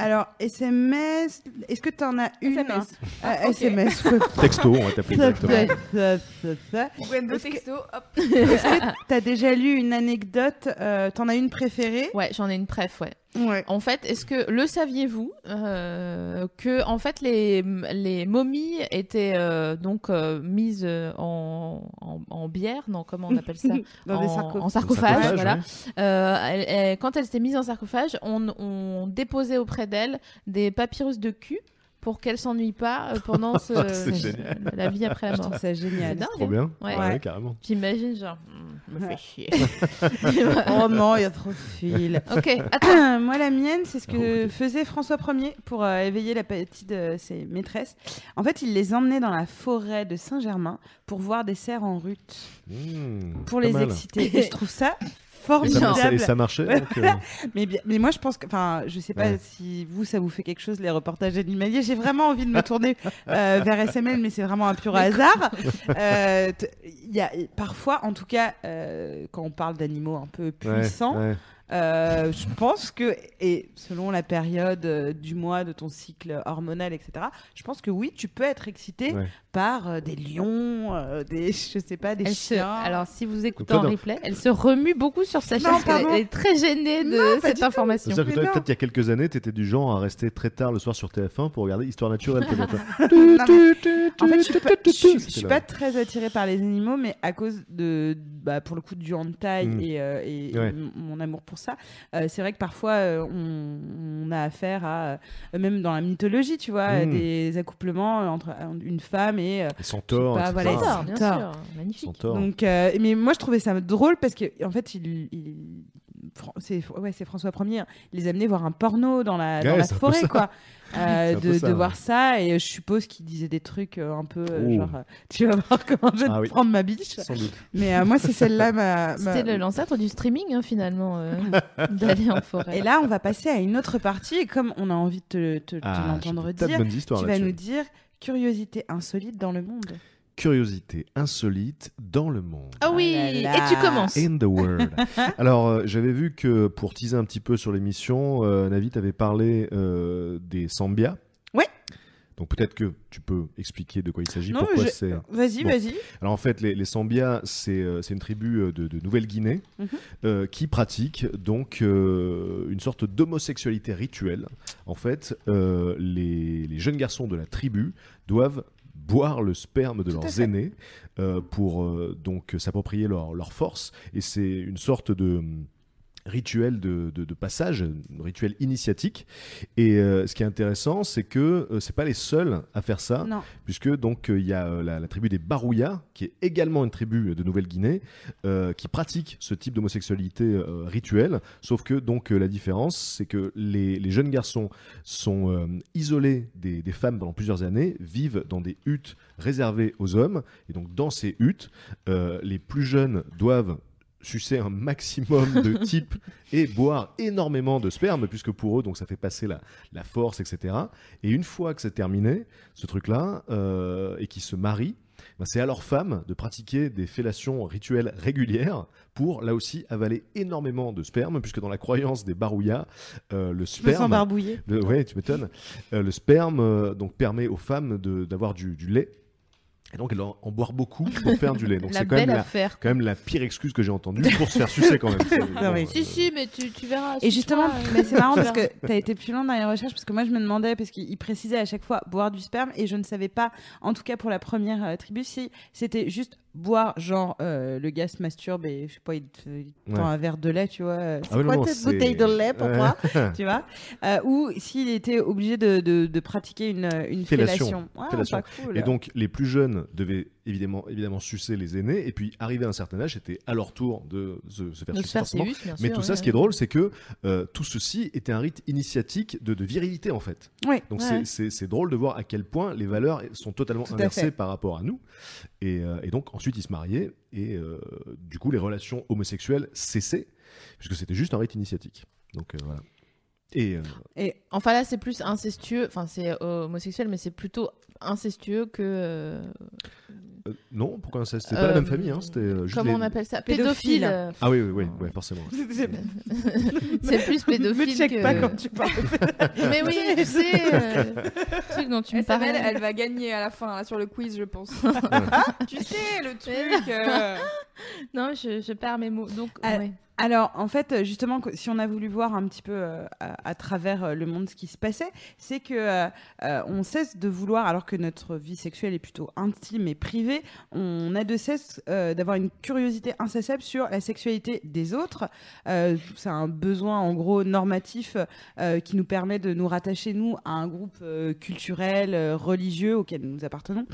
Speaker 3: Alors, SMS, est-ce que tu en as une
Speaker 6: SMS.
Speaker 3: Euh,
Speaker 5: Ah,
Speaker 6: ok.
Speaker 3: SMS, ouais.
Speaker 7: Texto, on va t'appeler directement.
Speaker 3: Est-ce
Speaker 6: Brendo
Speaker 3: Est-ce que-
Speaker 6: texto, hop.
Speaker 3: que t'as déjà lu une anecdote euh, T'en as une préférée
Speaker 5: Ouais, j'en ai une préf, ouais.
Speaker 3: Ouais.
Speaker 5: En fait, est-ce que le saviez-vous euh, que en fait les les momies étaient euh, donc euh, mises euh, en, en, en bière, non comment on appelle ça
Speaker 3: (laughs) Dans
Speaker 5: en,
Speaker 3: des sarcophages.
Speaker 5: en sarcophage,
Speaker 7: Sarcophage,
Speaker 5: voilà.
Speaker 7: ouais.
Speaker 5: Euh, elle- elle- quand elles étaient mises en sarcophage, on, on déposait auprès d'elles des papyrus de cul pour qu'elles s'ennuient pas euh, pendant
Speaker 7: (laughs)
Speaker 5: ce-
Speaker 7: C'est génial.
Speaker 5: la vie après la
Speaker 3: Je
Speaker 5: mort.
Speaker 3: trouve
Speaker 5: C'est
Speaker 3: ça génial.
Speaker 5: dingue.
Speaker 7: Trop bien.
Speaker 5: Ouais.
Speaker 7: carrément.
Speaker 5: J'imagine genre. hmm. me
Speaker 3: Ouais.
Speaker 5: fait chier.
Speaker 3: Oh non, il y a trop de
Speaker 7: (coughs)
Speaker 3: fils.
Speaker 5: (laughs) ok, attends.
Speaker 3: Moi, la mienne, c'est ce
Speaker 7: Ah, bon,
Speaker 3: que faisait François Ier pour euh, éveiller l'appétit de ses maîtresses. En fait, il les emmenait dans la forêt de Saint-Germain pour voir des cerfs en rut,
Speaker 7: Mmh,
Speaker 3: pour
Speaker 7: pas
Speaker 3: les
Speaker 7: mal. (laughs)
Speaker 3: exciter. Et je trouve ça
Speaker 7: Et ça,
Speaker 3: formidable.
Speaker 7: et ça marchait.
Speaker 3: Ouais. (laughs)
Speaker 7: donc, euh,
Speaker 3: Mais, bien- mais moi, je pense que. Enfin, je sais pas
Speaker 7: Ouais.
Speaker 3: si vous, ça vous fait quelque chose, les reportages animaliers. J'ai vraiment envie de me tourner euh, vers SML, mais c'est vraiment un pur hasard. Euh, t- Il y a, parfois, en tout cas, euh, quand on parle d'animaux un peu
Speaker 7: ouais,
Speaker 3: puissants,
Speaker 7: ouais.
Speaker 3: euh, je pense que. Et selon la période euh, du mois, de ton cycle hormonal, etc., je pense que oui, tu peux être excité
Speaker 7: Ouais.
Speaker 3: par euh, des lions, euh, des. (laughs) Je sais pas, des
Speaker 5: Elle se-
Speaker 3: chiens.
Speaker 5: Alors, si vous écoutez
Speaker 7: toi,
Speaker 5: en
Speaker 7: non.
Speaker 5: replay, elle se remue beaucoup sur sa
Speaker 3: Non,
Speaker 5: chaise. Elle,
Speaker 3: pardon.
Speaker 5: elle est très gênée de
Speaker 3: Non, pas du
Speaker 5: cette
Speaker 3: tout.
Speaker 5: information.
Speaker 7: C'est-à-dire que toi,
Speaker 3: Mais non.
Speaker 7: peut-être il y a quelques années, t'étais du genre à rester très tard le soir sur TF1 pour regarder
Speaker 3: (laughs)
Speaker 7: Histoire naturelle. peut-être.
Speaker 3: Non, mais- En fait, je suis pas, je suis- je
Speaker 7: C'était
Speaker 3: suis
Speaker 7: là.
Speaker 3: pas très attirée par les animaux, mais à cause de, bah, pour le coup, du hentai
Speaker 7: Mm.
Speaker 3: et, euh, et
Speaker 7: Ouais.
Speaker 3: mon- mon amour pour ça, euh, c'est vrai que parfois euh, on, on a affaire à, euh, même dans la mythologie, tu vois, euh,
Speaker 7: Mm.
Speaker 3: des accouplements entre euh, une femme et. euh,
Speaker 7: Les centaures,
Speaker 3: Bah,
Speaker 7: etc.
Speaker 3: voilà,
Speaker 5: J'adore,
Speaker 3: Ah.
Speaker 5: bien
Speaker 3: Tard.
Speaker 5: sûr. Magnifique.
Speaker 7: Centaures.
Speaker 3: donc, euh, mais moi, je trouvais ça drôle parce que, en fait, il. il- Fran- c'est ouais, c'est François Ier, il les amenait voir un porno dans la, dans
Speaker 7: Ouais,
Speaker 3: la
Speaker 7: c'est un peu
Speaker 3: forêt,
Speaker 7: ça. (laughs)
Speaker 3: quoi. Euh,
Speaker 7: C'est un peu
Speaker 3: de,
Speaker 7: ça,
Speaker 3: de
Speaker 7: ouais.
Speaker 3: voir ça, et je suppose qu'il disait des trucs euh, un peu euh,
Speaker 7: Oh.
Speaker 3: genre, euh, tu vas voir comment je vais
Speaker 7: Ah
Speaker 3: te
Speaker 7: oui.
Speaker 3: prendre ma biche.
Speaker 7: Sans doute.
Speaker 3: Mais euh, moi, c'est celle-là ma. ma-
Speaker 5: C'était le- l'ancêtre du streaming, hein, finalement, (laughs) euh, d'aller en forêt.
Speaker 3: Et là, on va passer à une autre partie. Et comme on a envie de te, te- te
Speaker 7: Ah,
Speaker 3: l'entendre dire, tu vas nous dire curiosité insolite dans le monde.
Speaker 7: Curiosité insolite dans le monde.
Speaker 5: Ah oui,
Speaker 3: Ah là là.
Speaker 5: et tu commences.
Speaker 7: In
Speaker 3: (laughs)
Speaker 7: the world. Alors, euh, j'avais vu que pour teaser un petit peu sur l'émission, euh, Navi t'avait parlé euh, des Sambia.
Speaker 3: Ouais.
Speaker 7: Donc peut-être que tu peux expliquer de quoi il s'agit,
Speaker 3: Non,
Speaker 7: pourquoi
Speaker 3: mais je-
Speaker 7: c'est...
Speaker 3: Vas-y,
Speaker 7: Bon.
Speaker 3: vas-y.
Speaker 7: Alors en fait, les, les Sambia, c'est euh, c'est une tribu euh, de, de Nouvelle-Guinée
Speaker 3: Mhm.
Speaker 7: euh, qui pratique donc euh, une sorte d'homosexualité rituelle. En fait, euh, les, les jeunes garçons de la tribu doivent boire le sperme de
Speaker 3: Tout à
Speaker 7: leurs
Speaker 3: fait.
Speaker 7: aînés euh, pour euh, donc s'approprier leur, leur force. Et c'est une sorte de hum, rituel de, de- de passage, un rituel initiatique. Et euh, ce qui est intéressant, c'est que euh, c'est pas les seuls à faire ça
Speaker 3: Non.
Speaker 7: puisque donc euh, il y a euh, la, la tribu des Barouya, qui est également une tribu euh, de Nouvelle-Guinée, euh, qui pratique ce type d'homosexualité euh, rituelle. Sauf que donc euh, la différence, c'est que les, les jeunes garçons sont euh, isolés des, des femmes pendant plusieurs années, vivent dans des huttes réservées aux hommes, et donc dans ces huttes, euh, les plus jeunes doivent sucer un
Speaker 3: (laughs)
Speaker 7: maximum de types et boire énormément de sperme puisque pour eux donc ça fait passer la, la force etc et une fois que c'est terminé ce truc-là euh, et qui se marient, ben, c'est à leur femme de pratiquer des fellations rituelles régulières pour là aussi avaler énormément de sperme, puisque dans la croyance des barouillas, euh, le
Speaker 3: Je me sens
Speaker 7: sperme,
Speaker 3: barbouillée.
Speaker 7: le- ouais, tu m'étonnes, Euh, le sperme euh, donc permet aux femmes de- d'avoir du, du lait. Et donc, elles en, en boire beaucoup pour faire du lait.
Speaker 5: (laughs)
Speaker 7: Donc,
Speaker 5: la
Speaker 7: c'est quand, même
Speaker 5: belle
Speaker 7: la-
Speaker 5: affaire.
Speaker 7: quand même la pire excuse que j'ai entendue pour se faire sucer quand même. C'est-
Speaker 5: (laughs)
Speaker 3: Non, mais-
Speaker 7: bon,
Speaker 5: Si,
Speaker 7: euh,
Speaker 5: si, mais tu, tu verras.
Speaker 3: Et
Speaker 5: suis-toi,
Speaker 3: justement,
Speaker 5: euh,
Speaker 3: mais c'est marrant
Speaker 5: tu
Speaker 3: parce que
Speaker 5: verras.
Speaker 3: tu as été plus loin dans les recherches parce que moi je me demandais parce qu'il il précisait à chaque fois boire du sperme et je ne savais pas en tout cas pour la première euh, tribu si c'était juste boire genre euh, le gars se masturbe et je sais pas il te il te tend
Speaker 7: Ouais. Ah
Speaker 3: un verre de lait tu vois euh, c'est
Speaker 7: oui,
Speaker 3: quoi
Speaker 7: non, non,
Speaker 3: cette
Speaker 7: c'est-
Speaker 3: bouteille de lait pour
Speaker 7: Ouais. (laughs)
Speaker 3: moi tu vois Euh, ou s'il était obligé de, de- de pratiquer une, une
Speaker 7: Fellation.
Speaker 3: fellation, Ah,
Speaker 7: Fellation.
Speaker 3: pas cool.
Speaker 7: Et donc, les plus jeunes devaient évidemment, évidemment sucer les aînés, et puis, arrivé à un certain âge, c'était à leur tour de se, se faire
Speaker 5: De se
Speaker 7: sucer.
Speaker 5: faire
Speaker 7: forcément.
Speaker 5: séduire, bien
Speaker 7: Mais
Speaker 5: sûr,
Speaker 7: tout ça,
Speaker 5: ouais.
Speaker 7: ce qui est drôle, c'est que euh, tout ceci était un rite initiatique de, de virilité, en fait.
Speaker 3: Ouais.
Speaker 7: Donc,
Speaker 5: Ouais.
Speaker 7: c'est- c'est c'est drôle de voir à quel point les valeurs sont totalement
Speaker 3: Tout à fait.
Speaker 7: inversées par rapport à nous. Et, euh, et donc, ensuite, ils se mariaient, et euh, du coup, les relations homosexuelles cessaient, puisque c'était juste un rite initiatique. Donc, euh, voilà. Et euh,
Speaker 3: Et (laughs)
Speaker 5: Enfin, là, c'est plus incestueux. Enfin, c'est euh, homosexuel, mais c'est plutôt incestueux que. euh,
Speaker 7: euh, non, pourquoi ça C'était pas la
Speaker 5: euh,
Speaker 7: même famille, hein, c'était euh, juste
Speaker 5: Comment
Speaker 7: les-
Speaker 5: on appelle ça
Speaker 3: Pédophile.
Speaker 5: Pédophile. euh,
Speaker 7: Ah oui, oui, oui, ouais, forcément.
Speaker 5: C'est plus pédophile
Speaker 3: (laughs) me check
Speaker 5: que-
Speaker 3: pas quand tu (laughs) parles.
Speaker 5: Mais oui, tu sais, euh, le truc dont tu me
Speaker 6: SML,
Speaker 5: parlais.
Speaker 6: elle va gagner à la fin là, sur le quiz,
Speaker 7: (laughs)
Speaker 6: je pense.
Speaker 3: (laughs)
Speaker 6: tu sais, le truc. euh,
Speaker 5: Non, je, je perds mes mots. Donc,
Speaker 3: Ah,
Speaker 5: ouais.
Speaker 3: Alors, en fait, justement, que- si on a voulu voir un petit peu euh, à, à travers euh, le monde ce qui se passait, c'est que euh, euh, on cesse de vouloir, alors que notre vie sexuelle est plutôt intime et privée, on a de cesse euh, d'avoir une curiosité insatiable sur la sexualité des autres. Euh, c'est un besoin, en gros, normatif euh, qui nous permet de nous rattacher, nous, à un groupe euh, culturel, euh, religieux auquel nous appartenons.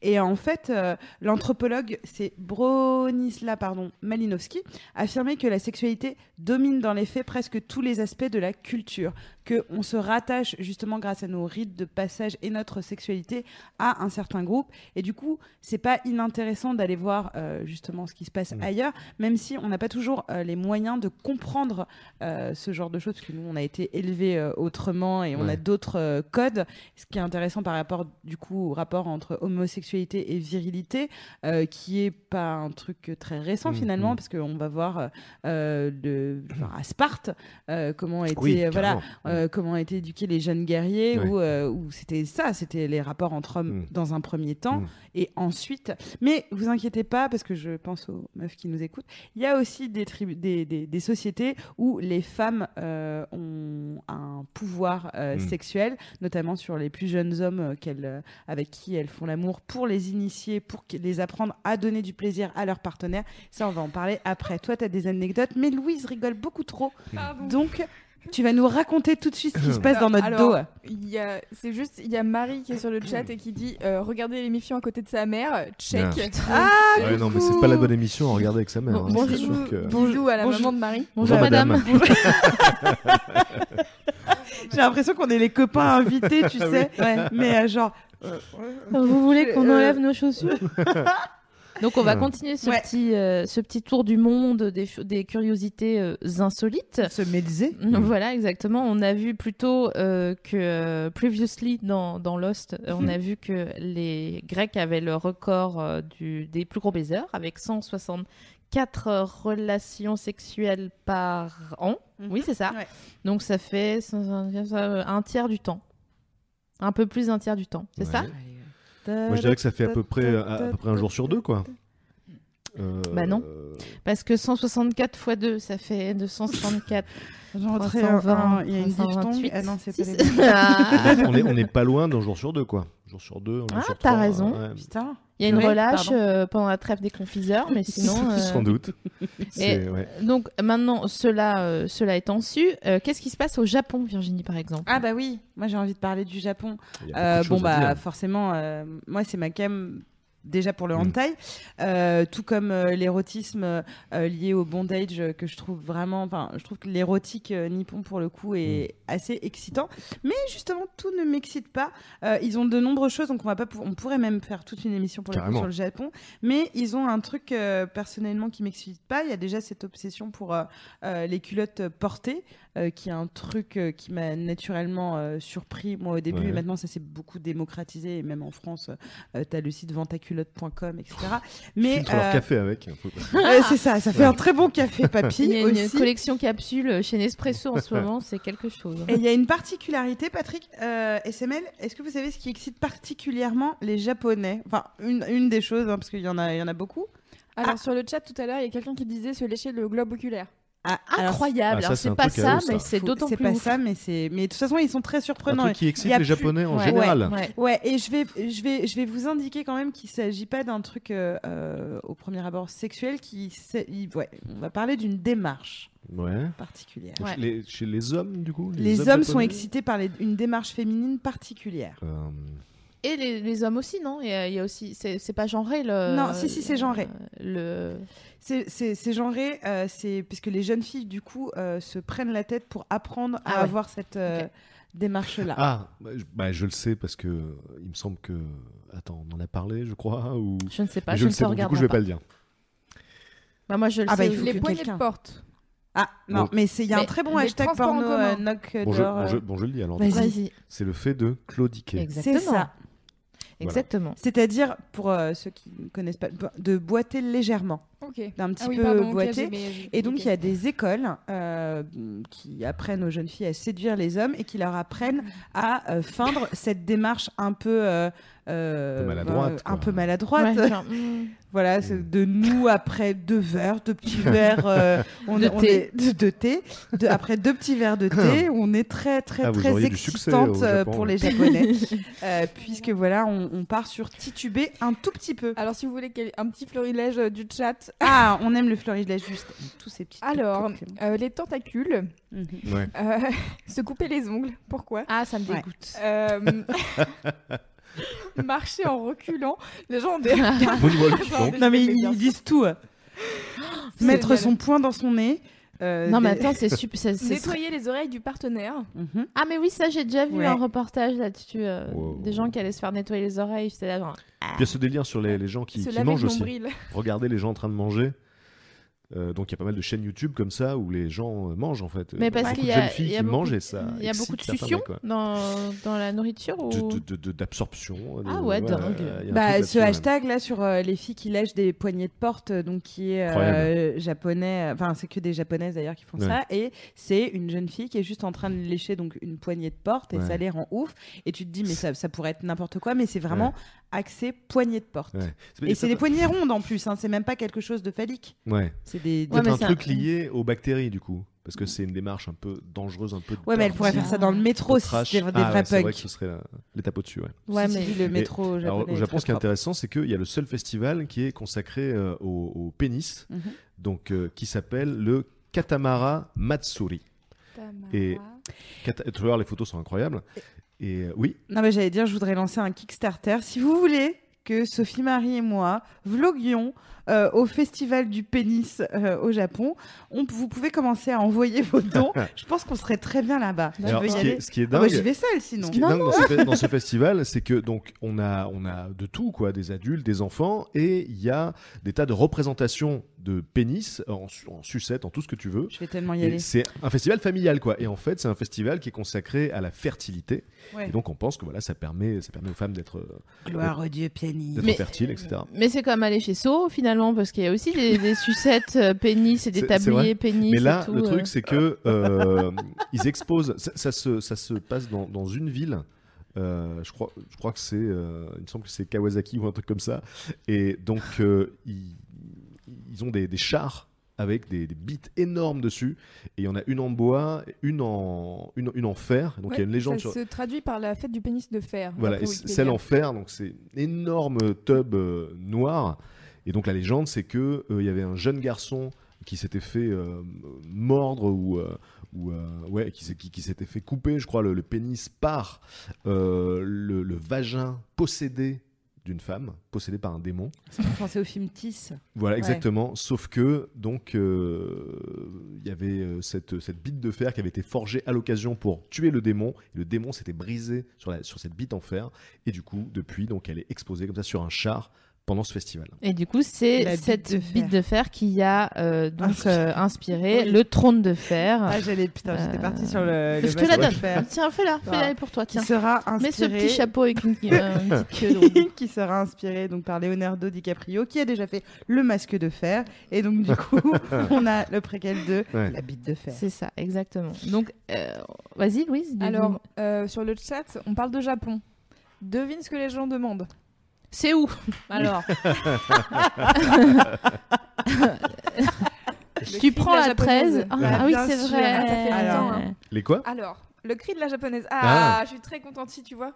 Speaker 3: Et en fait, euh, l'anthropologue, c'est Bronisla pardon, Malinowski, affirmait que la sexualité domine dans les faits presque tous les aspects de la culture, que on se rattache justement grâce à nos rites de passage et notre sexualité à un certain groupe. Et du coup, c'est pas inintéressant d'aller voir euh, justement ce qui se passe
Speaker 7: Mm.
Speaker 3: ailleurs, même si on n'a pas toujours euh, les moyens de comprendre euh, ce genre de choses, parce que nous, on a été élevés euh, autrement et on
Speaker 7: Ouais.
Speaker 3: a d'autres euh, codes. Ce qui est intéressant par rapport du coup au rapport entre homosexualité et virilité, euh, qui est pas un truc très récent
Speaker 7: Mm,
Speaker 3: finalement,
Speaker 7: mm.
Speaker 3: parce qu'on va voir euh, euh, le, enfin, à Sparte euh, comment étaient euh, voilà
Speaker 7: carrément.
Speaker 3: euh, comment étaient éduqués les jeunes guerriers
Speaker 7: Ouais.
Speaker 3: où, euh, où c'était ça, c'était les rapports entre hommes
Speaker 7: Mm.
Speaker 3: dans un premier temps
Speaker 7: Mm.
Speaker 3: et ensuite. Mais vous inquiétez pas parce que je pense aux meufs qui nous écoutent. Il y a aussi des tribus, des, des- des sociétés où les femmes euh, ont un pouvoir euh,
Speaker 7: Mm.
Speaker 3: sexuel, notamment sur les plus jeunes hommes euh, qu'elles, euh, avec qui elles font l'amour pour les initier, pour qu- les apprendre à donner du plaisir à leur partenaire. Ça, on va en parler après. Toi, tu as des anecdotes, mais Louise rigole beaucoup trop.
Speaker 6: Pardon.
Speaker 3: Donc, tu vas nous raconter tout de suite ce qui se passe dans notre
Speaker 6: Alors,
Speaker 3: dos.
Speaker 6: Il y a- c'est juste, il y a Marie qui est sur le
Speaker 7: Hmm.
Speaker 6: chat et qui dit euh, Regardez l'émission à côté de sa mère, check.
Speaker 7: Ah.
Speaker 6: Ah,
Speaker 7: Ouais, non, mais c'est pas la bonne émission à regarder avec sa mère. hein, c'est
Speaker 6: bonjour,
Speaker 7: sûr que...
Speaker 6: bisous à la
Speaker 3: Bonjour.
Speaker 6: maman de Marie.
Speaker 5: Bonjour madame.
Speaker 3: J'ai l'impression qu'on est les copains invités, (laughs) tu
Speaker 7: Ah oui.
Speaker 3: sais. Ouais, mais euh, genre,
Speaker 5: Vous voulez qu'on
Speaker 3: Euh,
Speaker 5: enlève nos (laughs) chaussures Donc on va continuer ce,
Speaker 3: Ouais.
Speaker 5: petit, euh, ce petit tour du monde des, cho- des curiosités euh, insolites.
Speaker 3: se méliser.
Speaker 5: (laughs) Voilà, exactement. On a vu plutôt euh, que euh, previously dans, dans Lost, euh, on
Speaker 3: Mm.
Speaker 5: a vu que les Grecs avaient le record euh, du, des plus gros baisers avec 164 euh, relations sexuelles par an.
Speaker 3: Mhm.
Speaker 5: Oui, c'est ça.
Speaker 3: Ouais.
Speaker 5: Donc ça fait 175, euh, un tiers du temps. Un peu plus d'un tiers du temps, c'est
Speaker 7: Ouais.
Speaker 5: ça
Speaker 7: Moi, je dirais que ça fait à peu près, à, à peu près un jour sur deux, quoi. Euh,
Speaker 5: Bah non.
Speaker 7: euh,
Speaker 5: Parce que 164 fois 2, ça fait 264.
Speaker 3: J'entrais
Speaker 5: 320,
Speaker 3: il y a une diphtongue.
Speaker 5: 328.
Speaker 3: Ah non, c'est pas
Speaker 5: Si,
Speaker 3: les
Speaker 5: si.
Speaker 3: (laughs) mêmes.
Speaker 5: (laughs) Ah,
Speaker 7: on, est, on est pas loin d'un jour sur deux, quoi. Un jour sur deux, un jour
Speaker 5: Ah,
Speaker 7: sur
Speaker 5: t'as
Speaker 7: trois.
Speaker 5: raison.
Speaker 7: euh, ouais.
Speaker 3: Putain.
Speaker 5: Il y a une
Speaker 3: Oui,
Speaker 5: relâche
Speaker 3: pardon.
Speaker 5: euh, pendant la trêve des confiseurs,
Speaker 7: (laughs)
Speaker 5: mais sinon. euh,
Speaker 7: Sans doute. C'est- ouais.
Speaker 5: Donc maintenant, cela, euh, cela étant su, euh, qu'est-ce qui se passe au Japon, Virginie, par exemple
Speaker 3: Ah bah oui, moi j'ai envie de parler du Japon.
Speaker 7: Il y a
Speaker 3: Euh,
Speaker 7: beaucoup de
Speaker 3: bon
Speaker 7: choses à
Speaker 3: bah
Speaker 7: dire.
Speaker 3: forcément, euh, moi c'est ma cam déjà pour le
Speaker 7: Mm.
Speaker 3: hentai, euh, tout comme euh, l'érotisme euh, euh, lié au bondage euh, que je trouve vraiment, enfin je trouve que l'érotique euh, nippon pour le coup est
Speaker 7: Mm.
Speaker 3: assez excitant, mais justement tout ne m'excite pas. Euh, ils ont de nombreuses choses, donc on va pas, pou- on pourrait même faire toute une émission pour le coup
Speaker 7: Carrément.
Speaker 3: sur le Japon, mais ils ont un truc euh, personnellement qui m'excite pas. Il y a déjà cette obsession pour euh, euh, les culottes portées, euh, qui est un truc euh, qui m'a naturellement euh, surpris moi au début,
Speaker 7: Ouais.
Speaker 3: et maintenant ça s'est beaucoup démocratisé, et même en France, euh, t'as le site ventaculotte.com, etc. Mais
Speaker 7: Filtre leur
Speaker 3: euh, (laughs)
Speaker 7: café avec.
Speaker 3: euh, c'est ça, ça fait un très bon café
Speaker 5: (laughs) Il y
Speaker 3: papy
Speaker 5: a une
Speaker 3: aussi.
Speaker 5: collection capsule chez Nespresso
Speaker 7: (laughs)
Speaker 5: en ce moment, c'est quelque chose.
Speaker 3: Et il y a une particularité, Patrick, euh, SML, est-ce que vous savez ce qui excite particulièrement les Japonais Enfin, une, une des choses, hein, parce qu'il y, en a- il y en a beaucoup.
Speaker 6: Alors sur le chat tout à l'heure, il y a quelqu'un qui disait se lécher le globe oculaire.
Speaker 3: Ah, alors,
Speaker 5: Incroyable.
Speaker 7: Ah, ça,
Speaker 5: Alors
Speaker 7: c'est un
Speaker 5: c'est pas
Speaker 7: truc à
Speaker 5: ça,
Speaker 7: eux, ça.
Speaker 5: mais c'est
Speaker 3: faut-
Speaker 5: d'autant
Speaker 3: C'est
Speaker 5: plus.
Speaker 3: pas
Speaker 5: ouf.
Speaker 3: euh, ça, mais c'est. Mais de toute façon, ils sont très
Speaker 7: Un
Speaker 3: surprenants.
Speaker 7: truc qui
Speaker 3: y
Speaker 7: excite
Speaker 3: a
Speaker 7: les
Speaker 3: plus-
Speaker 7: Japonais en
Speaker 3: Ouais.
Speaker 7: général.
Speaker 5: Ouais.
Speaker 3: Ouais, et je vais, je vais, je vais vous indiquer quand même qu'il s'agit pas d'un truc euh, euh, au premier abord sexuel. Qui, s'est- il- ouais, on va parler d'une démarche
Speaker 7: Ouais.
Speaker 3: particulière.
Speaker 7: Donc,
Speaker 5: Ouais.
Speaker 7: chez les- Chez les hommes, du coup
Speaker 3: Les, hommes sont
Speaker 7: japonais
Speaker 3: excités par les- une démarche féminine particulière.
Speaker 7: Euh,
Speaker 5: Et les, les hommes aussi, non Et, euh, Il y a aussi, c'est c'est pas genré le.
Speaker 3: Non, si, si, c'est genré.
Speaker 5: Le.
Speaker 3: C'est- C'est c'est genré, euh, c'est puisque les jeunes filles du coup euh, se prennent la tête pour apprendre à
Speaker 5: Ah ouais.
Speaker 3: avoir cette euh,
Speaker 5: Ok.
Speaker 3: démarche-là.
Speaker 7: Ah, bah, je- bah, je le sais parce que euh, il me semble que. Attends, on en a parlé, je crois ou...
Speaker 5: Je ne sais pas.
Speaker 7: Mais
Speaker 5: Je,
Speaker 7: je le
Speaker 5: ne
Speaker 7: sais,
Speaker 5: te
Speaker 7: donc du
Speaker 5: regarde
Speaker 7: coup, je vais pas le dire.
Speaker 5: Bah, moi, je le
Speaker 3: Ah bah,
Speaker 5: sais.
Speaker 3: il faut
Speaker 6: les
Speaker 3: que
Speaker 6: poignées
Speaker 3: quelqu'un-
Speaker 6: de porte.
Speaker 3: Ah, non,
Speaker 7: Bon.
Speaker 3: mais c'est- il y a un
Speaker 5: Mais
Speaker 3: très bon
Speaker 6: les
Speaker 3: hashtag
Speaker 6: transports en
Speaker 3: porno
Speaker 6: commun.
Speaker 3: euh, knock
Speaker 7: Bon, je,
Speaker 3: door,
Speaker 7: bon,
Speaker 3: euh,
Speaker 7: je- bon, je le dis alors.
Speaker 3: vas-y.
Speaker 5: Vas-y.
Speaker 7: C'est le fait de claudiquer.
Speaker 5: Exactement.
Speaker 3: C'est ça.
Speaker 5: Exactement.
Speaker 3: C'est-à-dire, pour euh, ceux qui ne connaissent pas, de boiter légèrement.
Speaker 6: Ok.
Speaker 3: d'un petit
Speaker 6: Ah oui,
Speaker 3: peu
Speaker 6: pardon, ok,
Speaker 3: boité.
Speaker 6: j'ai- mais j'ai-
Speaker 3: Et donc,
Speaker 6: ok.
Speaker 3: il y a des écoles euh, qui apprennent aux jeunes filles à séduire les hommes et qui leur apprennent à euh,
Speaker 6: (laughs)
Speaker 3: feindre cette démarche un peu, euh, euh,
Speaker 7: Un peu maladroite,
Speaker 3: un
Speaker 7: quoi.
Speaker 3: peu maladroite.
Speaker 5: Ouais, genre, mm.
Speaker 3: (laughs) Voilà, c'est de nous après deux verres, deux
Speaker 7: (laughs)
Speaker 3: petits verres euh, on,
Speaker 5: De
Speaker 3: on
Speaker 5: thé.
Speaker 3: est- de, (laughs) de thé. De- après deux petits verres de
Speaker 7: (laughs)
Speaker 3: thé, on est très très
Speaker 7: Ah, vous
Speaker 3: très
Speaker 7: auriez du succès au
Speaker 3: excitante euh,
Speaker 7: Japon,
Speaker 3: pour
Speaker 7: oui. (laughs)
Speaker 3: les Japonais,
Speaker 5: (laughs)
Speaker 3: Euh, puisque voilà, on, on part sur tituber un tout petit peu.
Speaker 6: Alors, si vous voulez quel- un petit fleurilège euh, du chat,
Speaker 3: Ah, on aime le florilège juste tous ces petits.
Speaker 6: alors, euh, les tentacules,
Speaker 3: Mhm.
Speaker 7: Ouais.
Speaker 6: euh, (laughs) se couper les ongles, pourquoi
Speaker 5: Ah, ça me
Speaker 3: Ouais.
Speaker 5: dégoûte.
Speaker 6: Euh, (laughs) Marcher en reculant,
Speaker 3: (laughs)
Speaker 6: les gens ont des.
Speaker 3: Ah,
Speaker 7: Moonwalk,
Speaker 6: Genre
Speaker 7: donc.
Speaker 6: des-
Speaker 3: Non mais ils,
Speaker 6: bien
Speaker 3: ils disent tout. hein. Mettre
Speaker 6: génial.
Speaker 3: son poing dans son nez. euh,
Speaker 5: Non, mais
Speaker 3: des-
Speaker 5: attends, c'est super. c'est- c'est-
Speaker 6: Nettoyer les oreilles du partenaire.
Speaker 3: Mhm.
Speaker 5: Ah, mais oui, ça, j'ai déjà vu
Speaker 3: Ouais.
Speaker 5: un reportage là-dessus. euh,
Speaker 7: Wow.
Speaker 5: Des gens qui allaient se faire nettoyer les oreilles. C'était là, genre.
Speaker 7: Il y a ce délire sur les, les gens qui,
Speaker 6: se
Speaker 7: qui
Speaker 6: laver
Speaker 7: mangent
Speaker 6: le
Speaker 7: aussi.
Speaker 6: nombril.
Speaker 7: Regardez les gens en train de manger. Euh, donc il y a pas mal de chaînes YouTube comme ça où les gens euh, mangent en fait.
Speaker 5: Mais
Speaker 7: Euh,
Speaker 5: parce
Speaker 7: beaucoup
Speaker 5: qu'il
Speaker 7: de
Speaker 5: y a-
Speaker 7: jeunes filles
Speaker 5: il y a
Speaker 7: qui
Speaker 5: beaucoup-
Speaker 7: mangent et ça.
Speaker 5: Il y a
Speaker 7: excite
Speaker 5: beaucoup de
Speaker 7: certains
Speaker 5: succion
Speaker 7: mecs, ouais.
Speaker 5: dans, dans la nourriture ou...
Speaker 7: De- de- de- D'absorption. de-
Speaker 5: Ah ouais,
Speaker 7: voilà,
Speaker 5: dingue.
Speaker 7: euh, il y a
Speaker 3: Bah,
Speaker 7: un truc
Speaker 3: ce
Speaker 7: là-dessus, ouais.
Speaker 3: hashtag là sur euh, les filles qui lèchent des poignées de porte, euh, donc qui est euh,
Speaker 7: Incroyable.
Speaker 3: japonais, euh, enfin c'est que des japonaises d'ailleurs qui font
Speaker 7: Ouais.
Speaker 3: ça, et c'est une jeune fille qui est juste en train de lécher donc une poignée de porte et
Speaker 7: Ouais.
Speaker 3: ça les rend ouf. Et tu te dis mais ça, ça pourrait être n'importe quoi, mais c'est vraiment axé poignée de porte.
Speaker 7: Ouais.
Speaker 3: Et c'est des poignées rondes en plus, hein, c'est même pas quelque chose de phallique.
Speaker 7: Ouais.
Speaker 3: C'est des. des-
Speaker 5: Ouais,
Speaker 7: Peut-être
Speaker 5: mais
Speaker 7: un
Speaker 5: c'est un-
Speaker 7: truc lié aux bactéries du coup, parce que c'est une démarche un peu dangereuse, un peu.
Speaker 3: Ouais, mais elle pourrait
Speaker 7: dirty,
Speaker 3: faire ça dans le métro
Speaker 7: un peu
Speaker 3: si
Speaker 7: trash.
Speaker 3: c'était des
Speaker 7: Ah
Speaker 3: vrais
Speaker 7: ouais, C'est vrai
Speaker 3: punks.
Speaker 7: que ce serait la- l'étape au-dessus. ouais.
Speaker 5: Ouais,
Speaker 3: Ceci
Speaker 5: mais.
Speaker 3: dit, le métro japonais.
Speaker 7: Alors, au
Speaker 3: est
Speaker 7: Japon,
Speaker 3: très
Speaker 7: ce qui est
Speaker 3: propre.
Speaker 7: intéressant, c'est qu'il y a le seul festival qui est consacré euh, au, au pénis,
Speaker 3: Mhm.
Speaker 7: donc euh, qui s'appelle le Katamara Matsuri. Et-
Speaker 3: Ah.
Speaker 7: Kata- Tu vas voir, les photos sont incroyables. Et euh, oui,
Speaker 3: Non, mais j'allais dire, je voudrais lancer un Kickstarter. Si vous voulez que Sophie Marie et moi vloguions euh, au festival du pénis euh, au Japon, on, vous pouvez commencer à envoyer
Speaker 7: (laughs)
Speaker 3: vos dons. je pense qu'on serait très bien là-bas. Bah, Je
Speaker 7: Alors,
Speaker 3: veux y
Speaker 7: ce, qui
Speaker 3: aller.
Speaker 7: est, ce qui est
Speaker 3: Ah
Speaker 7: dingue,
Speaker 3: bah, j'y vais seule sinon.
Speaker 7: ce qui est dingue dans, ce, fe- dans ce festival, c'est que donc on a on a de tout quoi, des adultes, des enfants, et il y a des tas de représentations de pénis en, su- en sucette, en tout ce que tu veux.
Speaker 3: Je vais tellement y
Speaker 7: Et
Speaker 3: aller.
Speaker 7: C'est un festival familial quoi. Et en fait, c'est un festival qui est consacré à la fertilité.
Speaker 3: Ouais.
Speaker 7: Et donc on pense que voilà, ça permet ça permet aux femmes d'être euh,
Speaker 3: Gloire au Dieu pénis.
Speaker 7: d'être
Speaker 5: Mais-
Speaker 7: fertiles, etc.
Speaker 5: Mais c'est comme aller chez So finalement parce qu'il y a aussi des,
Speaker 7: (laughs)
Speaker 5: des sucettes euh, pénis et des
Speaker 7: C'est- c'est vrai.
Speaker 5: tabliers pénis.
Speaker 7: Mais là,
Speaker 5: et tout,
Speaker 7: le
Speaker 5: euh.
Speaker 7: truc, c'est que euh, (laughs) ils exposent. Ça, ça se, ça se passe dans, dans une ville. Euh, je crois, je crois que c'est. euh, il me semble que c'est Kawasaki ou un truc comme ça. Et donc, euh, ils, ils ont des, des chars avec des, des bites énormes dessus. Et il y en a une en bois, une en, une, une en fer. Donc il y a une légende sur.
Speaker 6: ça se traduit par la fête du pénis de fer.
Speaker 7: Voilà, et
Speaker 6: d'après
Speaker 7: c- celle en
Speaker 6: Wikipédia.
Speaker 7: fer, donc c'est une énorme tub euh, noir. Et donc la légende, c'est que euh, il y avait un jeune garçon qui s'était fait euh, mordre ou, euh, ou euh, ouais, qui, s'est- qui, qui s'était fait couper, je crois, le, le pénis par euh, le, le vagin possédé d'une femme, possédé par un démon.
Speaker 3: Ça me fait penser au film Tiss.
Speaker 7: Voilà, exactement. Sauf que, donc, euh, il y avait euh, cette, cette bite de fer qui avait été forgée à l'occasion pour tuer le démon. Et le démon s'était brisé sur, la, sur cette bite en fer. Et du coup, depuis, donc, elle est exposée comme ça sur un char pendant ce festival.
Speaker 5: Et du coup, c'est
Speaker 3: La bite
Speaker 5: cette
Speaker 3: de fer.
Speaker 5: bite de fer qui a euh, donc
Speaker 3: Inspiré.
Speaker 5: euh, inspiré
Speaker 3: Oui.
Speaker 5: le trône de fer.
Speaker 3: Ah, j'allais, putain, j'étais
Speaker 5: Euh,
Speaker 3: partie sur le. le
Speaker 5: je te la
Speaker 3: basket
Speaker 5: donne.
Speaker 3: fer
Speaker 5: Tiens, fais-la,
Speaker 3: Voilà.
Speaker 5: fais-la pour toi.
Speaker 3: Qui
Speaker 5: Tiens,
Speaker 3: sera
Speaker 5: mets ce
Speaker 3: inspiré.
Speaker 5: petit chapeau avec une, euh,
Speaker 7: (laughs)
Speaker 5: une petite queue. donc.
Speaker 3: qui sera inspiré donc par Leonardo DiCaprio qui a déjà fait le masque de fer et donc du coup on a le préquel de
Speaker 7: Ouais.
Speaker 3: la bite de fer.
Speaker 5: C'est ça, exactement. Donc, euh, vas-y, Louise. dis-nous.
Speaker 6: Alors, euh, sur le chat, on parle de Japon. Devine ce que les gens demandent.
Speaker 5: c'est où Alors,
Speaker 6: Le
Speaker 5: tu
Speaker 6: cri
Speaker 5: prends
Speaker 6: de
Speaker 5: la,
Speaker 6: japonaise.
Speaker 5: 13. Ah,
Speaker 7: Ouais.
Speaker 5: ah oui,
Speaker 3: Bien
Speaker 5: c'est
Speaker 3: sûr,
Speaker 5: vrai.
Speaker 3: ça
Speaker 6: fait longtemps, hein.
Speaker 7: Les quoi
Speaker 6: Alors, le cri de la japonaise. Ah, je suis très contente si tu vois.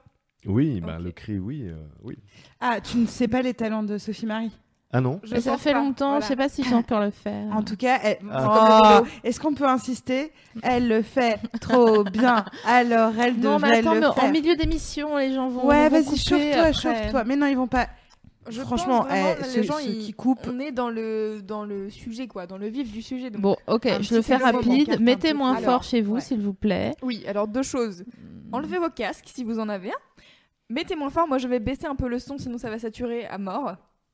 Speaker 7: Oui, bah,
Speaker 6: Ok.
Speaker 7: le cri, oui. euh, oui.
Speaker 3: Ah, tu ne sais pas les talents de Sophie Marie.
Speaker 7: Ah non
Speaker 6: Je
Speaker 5: Mais ça
Speaker 6: pense
Speaker 5: fait
Speaker 6: pas.
Speaker 5: longtemps,
Speaker 6: Voilà.
Speaker 5: je sais pas si je vais encore le faire.
Speaker 3: En tout cas, elle-
Speaker 6: Ah.
Speaker 3: Oh, est-ce qu'on peut insister Elle le fait trop bien. Alors elle
Speaker 5: non, mais
Speaker 3: devrait
Speaker 5: attends,
Speaker 3: le
Speaker 5: mais
Speaker 3: faire.
Speaker 5: en milieu d'émission, les gens vont.
Speaker 3: ouais,
Speaker 5: vont
Speaker 3: vas-y,
Speaker 5: couper
Speaker 3: chauffe-toi,
Speaker 5: après.
Speaker 3: chauffe-toi. Mais non, ils vont pas.
Speaker 6: Je
Speaker 3: Franchement,
Speaker 6: pense vraiment,
Speaker 3: eh,
Speaker 6: les
Speaker 3: ceux,
Speaker 6: gens
Speaker 3: ceux
Speaker 6: ils-
Speaker 3: qui coupent.
Speaker 6: On est dans le dans le sujet quoi, dans le vif du sujet. Donc.
Speaker 5: Bon, ok,
Speaker 6: Un
Speaker 5: je le
Speaker 6: petit
Speaker 5: fais
Speaker 6: peu de pancarte, un
Speaker 5: rapide.
Speaker 6: peu.
Speaker 5: Mettez moins
Speaker 6: Alors,
Speaker 5: fort chez vous,
Speaker 6: ouais.
Speaker 5: s'il vous plaît.
Speaker 6: Oui, alors deux choses.
Speaker 3: Hmm.
Speaker 6: Enlevez vos casques si vous en avez un. Mettez moins fort, moi je vais baisser un peu le son, sinon ça va saturer à mort.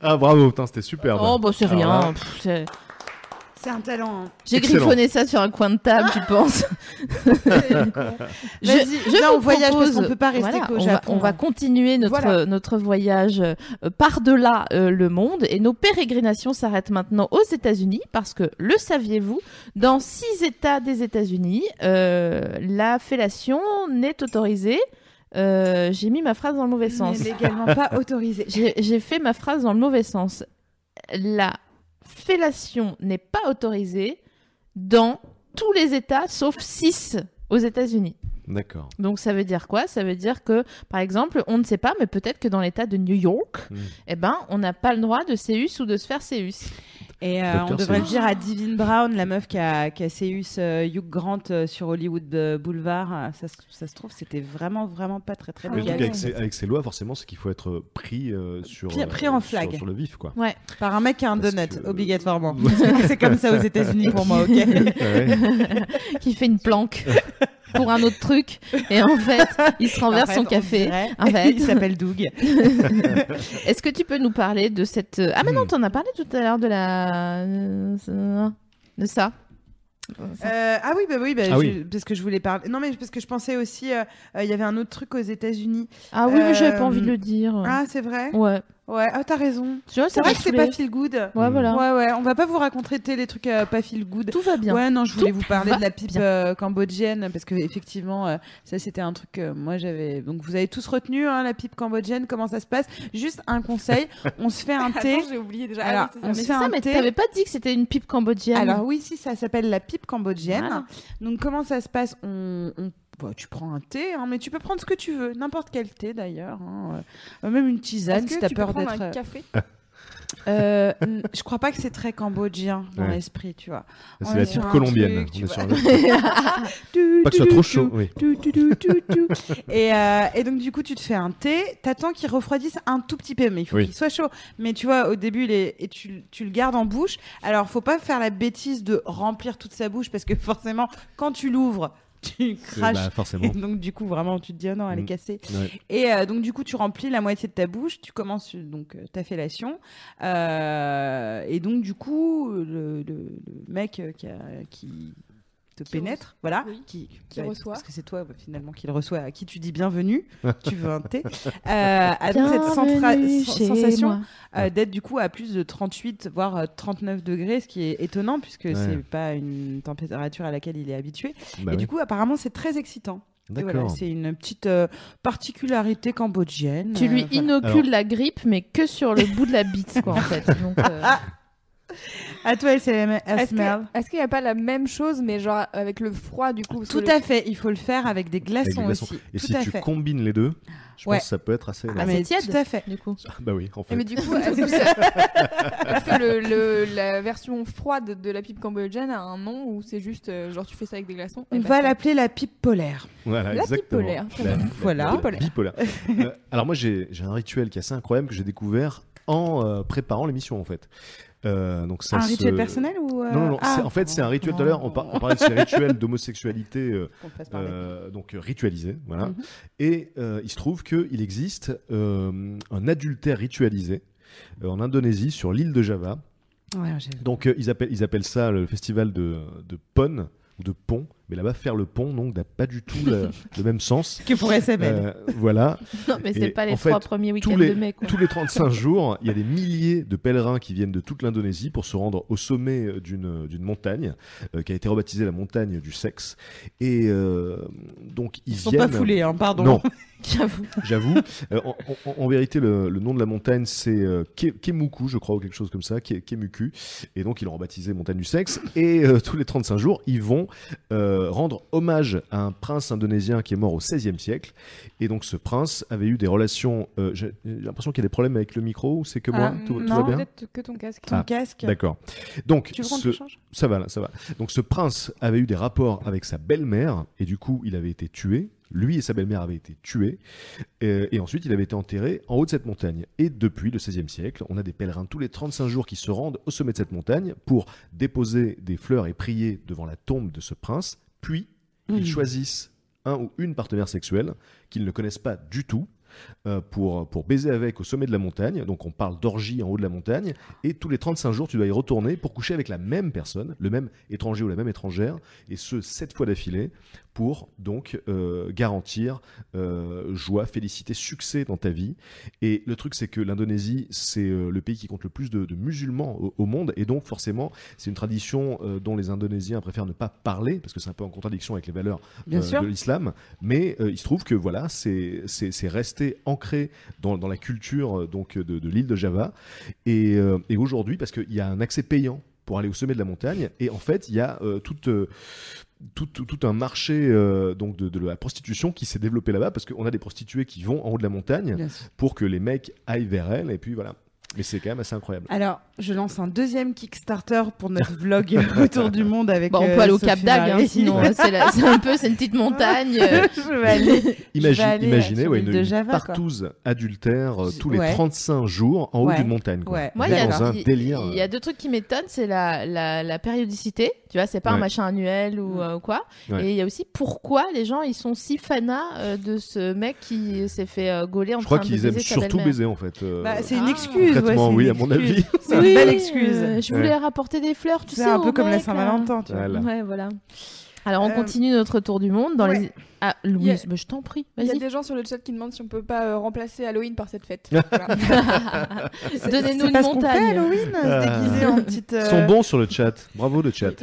Speaker 7: Ah bravo, putain, c'était super. Ah,
Speaker 5: Oh,
Speaker 7: Dan.
Speaker 5: bah c'est
Speaker 7: Alors
Speaker 5: rien.
Speaker 7: là,
Speaker 5: pff, c'est-
Speaker 3: C'est un talent. hein.
Speaker 5: J'ai
Speaker 7: Excellent.
Speaker 5: griffonné ça sur un coin de table, tu
Speaker 7: (laughs)
Speaker 5: penses Je-
Speaker 3: Vas-y,
Speaker 5: je
Speaker 3: viens, on
Speaker 5: vous
Speaker 3: voyage parce
Speaker 5: propose-
Speaker 3: qu'on peut pas rester
Speaker 5: voilà,
Speaker 3: qu'au
Speaker 5: on Va,
Speaker 3: Japon,
Speaker 5: on va
Speaker 3: hein.
Speaker 5: continuer notre,
Speaker 3: Voilà.
Speaker 5: notre voyage euh, par-delà euh, le monde et nos pérégrinations s'arrêtent maintenant aux États-Unis parce que, le saviez-vous, dans six États des États-Unis, euh, la fellation n'est autorisée. Euh, J'ai mis ma phrase dans le mauvais sens.
Speaker 3: Mais légalement pas autorisé.
Speaker 5: J'ai j'ai fait ma phrase dans le mauvais sens. La fellation n'est pas autorisée dans tous les États sauf 6 aux États-Unis.
Speaker 7: D'accord.
Speaker 5: Donc ça veut dire quoi Ça veut dire que, par exemple, on ne sait pas, mais peut-être que dans l'État de New York,
Speaker 7: Mm.
Speaker 5: eh ben, on n'a pas le droit de séus ou de se faire séus.
Speaker 3: Et euh,
Speaker 7: Docteur
Speaker 3: on devrait le
Speaker 7: Seuss.
Speaker 3: dire à Divine Brown, la meuf qui a, qui a séus euh, Hugh Grant euh, sur Hollywood euh, Boulevard. Euh, Ça, se- ça se trouve, c'était vraiment, vraiment pas très, très
Speaker 6: Ah
Speaker 7: Mais
Speaker 6: oui,
Speaker 7: donc,
Speaker 3: légal.
Speaker 7: avec, ces, avec ces lois, forcément, c'est qu'il faut être pris euh, sur
Speaker 3: Pris-
Speaker 7: euh,
Speaker 3: pris en
Speaker 7: sur-
Speaker 3: flag.
Speaker 7: sur, le vif,
Speaker 3: (laughs)
Speaker 7: quoi.
Speaker 3: Par un mec qui a un
Speaker 7: Parce
Speaker 3: donut,
Speaker 7: que-
Speaker 3: obligatoirement. (laughs) C'est comme ça aux États-Unis pour moi,
Speaker 7: (laughs)
Speaker 3: ok
Speaker 7: Ouais.
Speaker 5: (laughs) Qui fait une planque pour un autre truc, et en fait, il se renverse
Speaker 3: En fait,
Speaker 5: son
Speaker 3: on
Speaker 5: café.
Speaker 3: dirait-
Speaker 5: En fait.
Speaker 3: (laughs) Il s'appelle Doug.
Speaker 5: (laughs) Est-ce que tu peux nous parler de cette... Ah mais non, t'en as parlé tout à l'heure de la... De ça.
Speaker 3: Euh, ah oui, bah oui, bah,
Speaker 7: Ah
Speaker 3: je-
Speaker 7: oui.
Speaker 3: parce que je voulais parler. Non, mais parce que je pensais aussi, euh, euh, il y avait un autre truc aux États-Unis.
Speaker 5: Ah oui, mais j'avais pas
Speaker 3: Euh,
Speaker 5: envie de le dire.
Speaker 3: Ah, c'est vrai
Speaker 5: Ouais.
Speaker 3: Ouais, ah, t'as raison.
Speaker 5: Tu vois,
Speaker 3: C'est
Speaker 5: ça
Speaker 3: vrai
Speaker 5: m'a
Speaker 3: que c'est
Speaker 5: saoulé.
Speaker 3: pas feel good.
Speaker 5: Ouais, voilà.
Speaker 3: Ouais, ouais, on va pas vous raconter les trucs euh, pas feel good.
Speaker 5: Tout va bien.
Speaker 3: Ouais, non, je voulais
Speaker 5: Tout
Speaker 3: vous parler
Speaker 5: va
Speaker 3: de la pipe
Speaker 5: bien.
Speaker 3: euh, cambodgienne parce que effectivement, euh, ça c'était un truc que moi j'avais. Donc vous avez tous retenu hein, la pipe cambodgienne, comment ça se passe Juste un conseil, on se fait un thé.
Speaker 6: Attends, j'ai oublié déjà.
Speaker 3: Alors,
Speaker 6: Ah oui, c'est
Speaker 3: on
Speaker 5: Mais
Speaker 6: ça.
Speaker 3: se
Speaker 5: c'est
Speaker 3: fait
Speaker 5: ça,
Speaker 3: un
Speaker 5: mais
Speaker 3: thé.
Speaker 5: t'avais pas dit que c'était une pipe cambodgienne.
Speaker 3: Alors oui, si ça s'appelle la pipe cambodgienne.
Speaker 5: Voilà.
Speaker 3: Donc comment ça se passe On, on- bah, tu prends un thé, hein, mais tu peux prendre ce que tu veux, n'importe quel thé d'ailleurs, hein, euh, même une tisane
Speaker 6: Est-ce
Speaker 3: si
Speaker 6: que
Speaker 3: t'as
Speaker 6: tu
Speaker 3: peur
Speaker 6: peux prendre
Speaker 3: d'être.
Speaker 6: un café
Speaker 3: Euh, n- je crois pas que c'est très cambodgien dans
Speaker 7: Ouais.
Speaker 3: l'esprit, tu vois. On
Speaker 7: C'est
Speaker 3: est
Speaker 7: la
Speaker 3: sur
Speaker 7: type
Speaker 3: un
Speaker 7: colombienne. hein.
Speaker 3: truc,
Speaker 7: on
Speaker 3: tu
Speaker 7: est
Speaker 3: vois.
Speaker 7: sur
Speaker 3: (laughs)
Speaker 7: un- Pas que ce soit trop chaud. Oui.
Speaker 3: Tu, tu, tu, tu, tu. et, euh, et donc du coup tu te fais un thé, t'attends qu'il refroidisse un tout petit peu, mais il faut
Speaker 7: Oui.
Speaker 3: qu'il soit chaud. Mais tu vois au début il est- et tu, tu le gardes en bouche. Alors faut pas faire la bêtise de remplir toute sa bouche parce que forcément quand tu l'ouvres tu
Speaker 7: C'est-
Speaker 3: craches.
Speaker 7: bah,
Speaker 3: Et
Speaker 7: forcément.
Speaker 3: donc du coup vraiment tu te dis Ah non elle est
Speaker 7: Mm.
Speaker 3: cassée.
Speaker 7: Ouais.
Speaker 3: Et euh, donc du coup, tu remplis la moitié de ta bouche, tu commences euh, donc euh, ta fellation. Euh, et donc du coup, le, le- le mec euh, qui, a- qui te
Speaker 6: Qui
Speaker 3: pénètre, voilà,
Speaker 6: oui,
Speaker 3: qui,
Speaker 6: qui reçoit.
Speaker 3: parce que c'est toi bah, finalement qui le reçoit, à qui tu dis bienvenue, tu veux un thé, euh, a donc cette centra-
Speaker 5: Bienvenue
Speaker 3: sen-
Speaker 5: chez
Speaker 3: sensation
Speaker 5: moi.
Speaker 3: euh, d'être du coup à plus de 38 voire euh, 39 degrés, ce qui est étonnant puisque
Speaker 7: Ouais.
Speaker 3: c'est pas une température à laquelle il est habitué.
Speaker 7: Bah
Speaker 3: et
Speaker 7: oui.
Speaker 3: du coup, apparemment, c'est très excitant. Et voilà,
Speaker 7: D'accord.
Speaker 3: c'est une petite euh, particularité cambodgienne.
Speaker 5: Tu lui
Speaker 3: Euh, voilà.
Speaker 5: inocules
Speaker 7: Alors-
Speaker 5: la grippe, mais que sur le bout de la bite, quoi, en fait. Donc, euh,
Speaker 7: (laughs)
Speaker 3: À toi, SLM,
Speaker 6: Est-ce
Speaker 3: Asmel.
Speaker 6: que- est-ce qu'il n'y a pas la même chose, mais genre avec le froid du coup parce
Speaker 3: Tout
Speaker 6: que (laughs)
Speaker 3: à fait, il faut le faire avec des glaçons,
Speaker 7: Avec des glaçons.
Speaker 3: aussi.
Speaker 7: Et
Speaker 3: tout
Speaker 7: si
Speaker 3: à
Speaker 7: tu
Speaker 3: fait.
Speaker 7: combines les deux, je
Speaker 3: Ouais.
Speaker 7: pense que ça peut être assez
Speaker 5: Ah,
Speaker 7: énorme.
Speaker 5: mais-
Speaker 3: mais ah,
Speaker 5: c'est tiède.
Speaker 3: tout à fait.
Speaker 5: du coup.
Speaker 7: Bah oui, en
Speaker 6: Et
Speaker 7: fait.
Speaker 6: Eh, mais du coup, est-ce que, ça- (laughs) est-ce que le, le- la version froide de la pipe cambodgienne a un nom ou c'est juste euh, genre tu fais ça avec des glaçons Eh ben, et
Speaker 3: On
Speaker 6: basta
Speaker 3: va l'appeler la pipe polaire.
Speaker 7: Voilà,
Speaker 6: La
Speaker 7: exactement.
Speaker 6: bipolaire, très
Speaker 7: La-
Speaker 6: bien.
Speaker 7: la
Speaker 3: Voilà.
Speaker 7: bipolaire.
Speaker 3: (laughs)
Speaker 7: Bipolaire. Euh, alors moi, j'ai j'ai un rituel qui est assez incroyable que j'ai découvert en euh, préparant l'émission, en fait. Euh, donc ça
Speaker 3: un
Speaker 7: se-
Speaker 3: rituel personnel ou euh,
Speaker 7: Non, non, non,
Speaker 3: ah,
Speaker 7: c'est- en fait, c'est un rituel. Tout à l'heure, on, par- on parlait de ces rituels d'homosexualité,
Speaker 3: (laughs)
Speaker 7: euh,
Speaker 3: qu'on fasse parler.
Speaker 7: euh, donc euh, ritualisés, voilà.
Speaker 3: Mhm.
Speaker 7: Et euh, il se trouve qu'il existe euh, un adultère ritualisé euh, en Indonésie, sur l'île de Java.
Speaker 3: Ouais, j'ai-
Speaker 7: Donc euh, ils, appellent, ils appellent ça le festival de, de Pon ou de Pont, mais là-bas faire le pont donc n'a pas du tout
Speaker 3: (laughs)
Speaker 7: le, le même sens.
Speaker 3: Que pour SML.
Speaker 7: Euh, voilà,
Speaker 5: Non, mais c'est
Speaker 7: Et
Speaker 5: pas
Speaker 7: en
Speaker 5: les
Speaker 7: fait,
Speaker 5: trois premiers week-ends
Speaker 7: tous les,
Speaker 5: de mai,
Speaker 3: (laughs)
Speaker 5: quoi.
Speaker 7: tous les 35 jours, il y a des milliers de pèlerins qui viennent de toute l'Indonésie pour se rendre au sommet euh, d'une d'une montagne euh, qui a été rebaptisée la montagne du sexe. Et euh, donc ils,
Speaker 3: Ils sont
Speaker 7: viennent.
Speaker 3: pas foulés, hein, pardon.
Speaker 7: Non,
Speaker 5: J'avoue.
Speaker 7: J'avoue. Euh, en, en- en vérité, le, le nom de la montagne, c'est euh, Ke- Kemuku, je crois, ou quelque chose comme ça, Ke- Kemuku. Et donc, ils l'ont rebaptisé Montagne du Sexe. Et euh, tous les 35 jours, ils vont euh, rendre hommage à un prince indonésien qui est mort au XVIe siècle. Et donc, ce prince avait eu des relations. euh, J'ai j'ai l'impression qu'il y a des problèmes avec le micro, ou c'est que moi
Speaker 6: Ah,
Speaker 7: tout, tout
Speaker 6: non,
Speaker 7: va bien
Speaker 6: peut-être que ton casque.
Speaker 3: Ton casque.
Speaker 7: Ah, D'accord. Donc,
Speaker 6: Tu veux qu'on
Speaker 7: ce-
Speaker 6: te change
Speaker 7: ça va, là, ça va. Donc ce prince avait eu des rapports avec sa belle-mère et du coup il avait été tué. Lui et sa belle-mère avaient été tués Euh, et ensuite il avait été enterré en haut de cette montagne. Et depuis le XVIe siècle, on a des pèlerins tous les 35 jours qui se rendent au sommet de cette montagne pour déposer des fleurs et prier devant la tombe de ce prince. Puis
Speaker 6: Mmh.
Speaker 7: ils choisissent un ou une partenaire sexuelle qu'ils ne connaissent pas du tout euh, pour, pour baiser avec au sommet de la montagne. Donc on parle d'orgie en haut de la montagne. Et tous les 35 jours, tu dois y retourner pour coucher avec la même personne, le même étranger ou la même étrangère, et ce, 7 fois d'affilée, pour donc euh, garantir euh, joie, félicité, succès dans ta vie. Et le truc, c'est que l'Indonésie, c'est euh, le pays qui compte le plus de, de musulmans au, au monde, et donc forcément, c'est une tradition euh, dont les Indonésiens préfèrent ne pas parler, parce que c'est un peu en contradiction avec les valeurs
Speaker 3: Bien
Speaker 7: euh,
Speaker 3: sûr.
Speaker 7: de l'islam, mais euh, il se trouve que voilà, c'est c'est- c'est resté ancré dans, dans la culture euh, donc de, de l'île de Java. Et, euh, et aujourd'hui, parce qu'il y a un accès payant pour aller au sommet de la montagne, et en fait, il y a euh, toute, euh, tout, tout- tout un marché euh, donc de, de la prostitution qui s'est développé là-bas, parce qu'on a des prostituées qui vont en haut de la montagne
Speaker 3: Bien sûr.
Speaker 7: pour que les mecs aillent vers elles, et puis voilà. Mais c'est quand même assez incroyable.
Speaker 3: Alors, je lance un deuxième Kickstarter pour notre
Speaker 7: (laughs)
Speaker 3: vlog autour du monde avec.
Speaker 5: Bon, Bah, on
Speaker 3: euh,
Speaker 5: peut aller au
Speaker 3: Sophie
Speaker 5: Cap d'Agde, hein,
Speaker 3: Marie. (laughs)
Speaker 5: sinon euh, c'est la- c'est un peu c'est une petite montagne. euh,
Speaker 3: je vais aller.
Speaker 7: Imagine-
Speaker 3: aller, euh,
Speaker 7: imaginez
Speaker 3: sur
Speaker 7: ouais,
Speaker 3: l'île
Speaker 7: une,
Speaker 3: de
Speaker 7: une
Speaker 3: Java, quoi.
Speaker 7: partouze adultère euh, tous les
Speaker 3: Ouais.
Speaker 7: 35 jours en haut
Speaker 3: Ouais.
Speaker 7: d'une montagne. quoi.
Speaker 3: Ouais.
Speaker 5: Moi, il y, a-
Speaker 7: dans un
Speaker 5: il-
Speaker 7: délire.
Speaker 5: il y a deux trucs qui m'étonnent, c'est la, la, la périodicité, tu vois, c'est pas un
Speaker 7: Ouais.
Speaker 5: machin annuel ou
Speaker 3: Mm.
Speaker 5: euh, quoi.
Speaker 7: Ouais.
Speaker 5: Et il y a aussi pourquoi les gens ils sont si fanas euh, de ce mec qui s'est fait euh, gauler en
Speaker 7: Je crois
Speaker 5: train de
Speaker 7: qu'ils aiment
Speaker 5: baiser sa
Speaker 7: surtout
Speaker 5: belle-mère.
Speaker 7: baiser en fait. euh,
Speaker 3: Bah, c'est une
Speaker 5: Ah.
Speaker 3: excuse. ouais,
Speaker 7: concrètement,
Speaker 3: c'est une
Speaker 7: oui, à mon
Speaker 3: excuse.
Speaker 7: avis.
Speaker 3: C'est
Speaker 5: Oui,
Speaker 3: une belle excuse.
Speaker 5: euh, je voulais rapporter des fleurs, tu
Speaker 3: C'est
Speaker 5: sais,
Speaker 3: un
Speaker 5: au
Speaker 3: peu comme la
Speaker 5: mec, là.
Speaker 3: Saint-Valentin, tu vois.
Speaker 7: Voilà.
Speaker 5: Ouais, voilà. Alors on
Speaker 3: Euh,
Speaker 5: continue notre tour du monde dans les.
Speaker 6: ouais.
Speaker 5: Ah
Speaker 6: Il y a-
Speaker 5: Louise, mais je t'en prie,
Speaker 6: Il y a
Speaker 5: vas-y.
Speaker 6: des gens sur le chat qui demandent si on peut pas euh, remplacer Halloween par
Speaker 7: (laughs)
Speaker 6: cette fête. Voilà.
Speaker 5: Donnez-nous
Speaker 3: C'est
Speaker 5: une
Speaker 3: pas ce qu'on fait à
Speaker 5: montagne.
Speaker 3: Halloween, se
Speaker 7: Ah.
Speaker 3: déguiser en petite.
Speaker 7: Ils
Speaker 3: euh,
Speaker 7: sont bons sur le chat. Bravo le chat.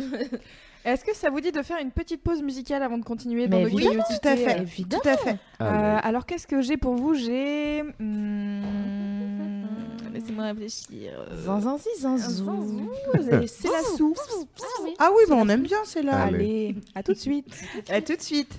Speaker 6: Est-ce que ça vous dit de faire une petite pause musicale avant de continuer dans
Speaker 5: Mais
Speaker 6: nos
Speaker 5: évidemment,
Speaker 6: curiosités,
Speaker 3: tout à
Speaker 6: euh,
Speaker 3: fait.
Speaker 5: Évidemment.
Speaker 3: Tout à fait.
Speaker 7: Ah,
Speaker 6: Euh, alors qu'est-ce que j'ai pour vous J'ai.
Speaker 3: (laughs)
Speaker 6: hmm, Laissez-moi réfléchir.
Speaker 5: Zinzin, si, zinzou.
Speaker 6: Zinzou. C'est la soupe.
Speaker 3: Ah oui, bah, on aime bien, c'est là.
Speaker 7: Allez.
Speaker 6: Allez, à tout de suite.
Speaker 3: À tout de suite.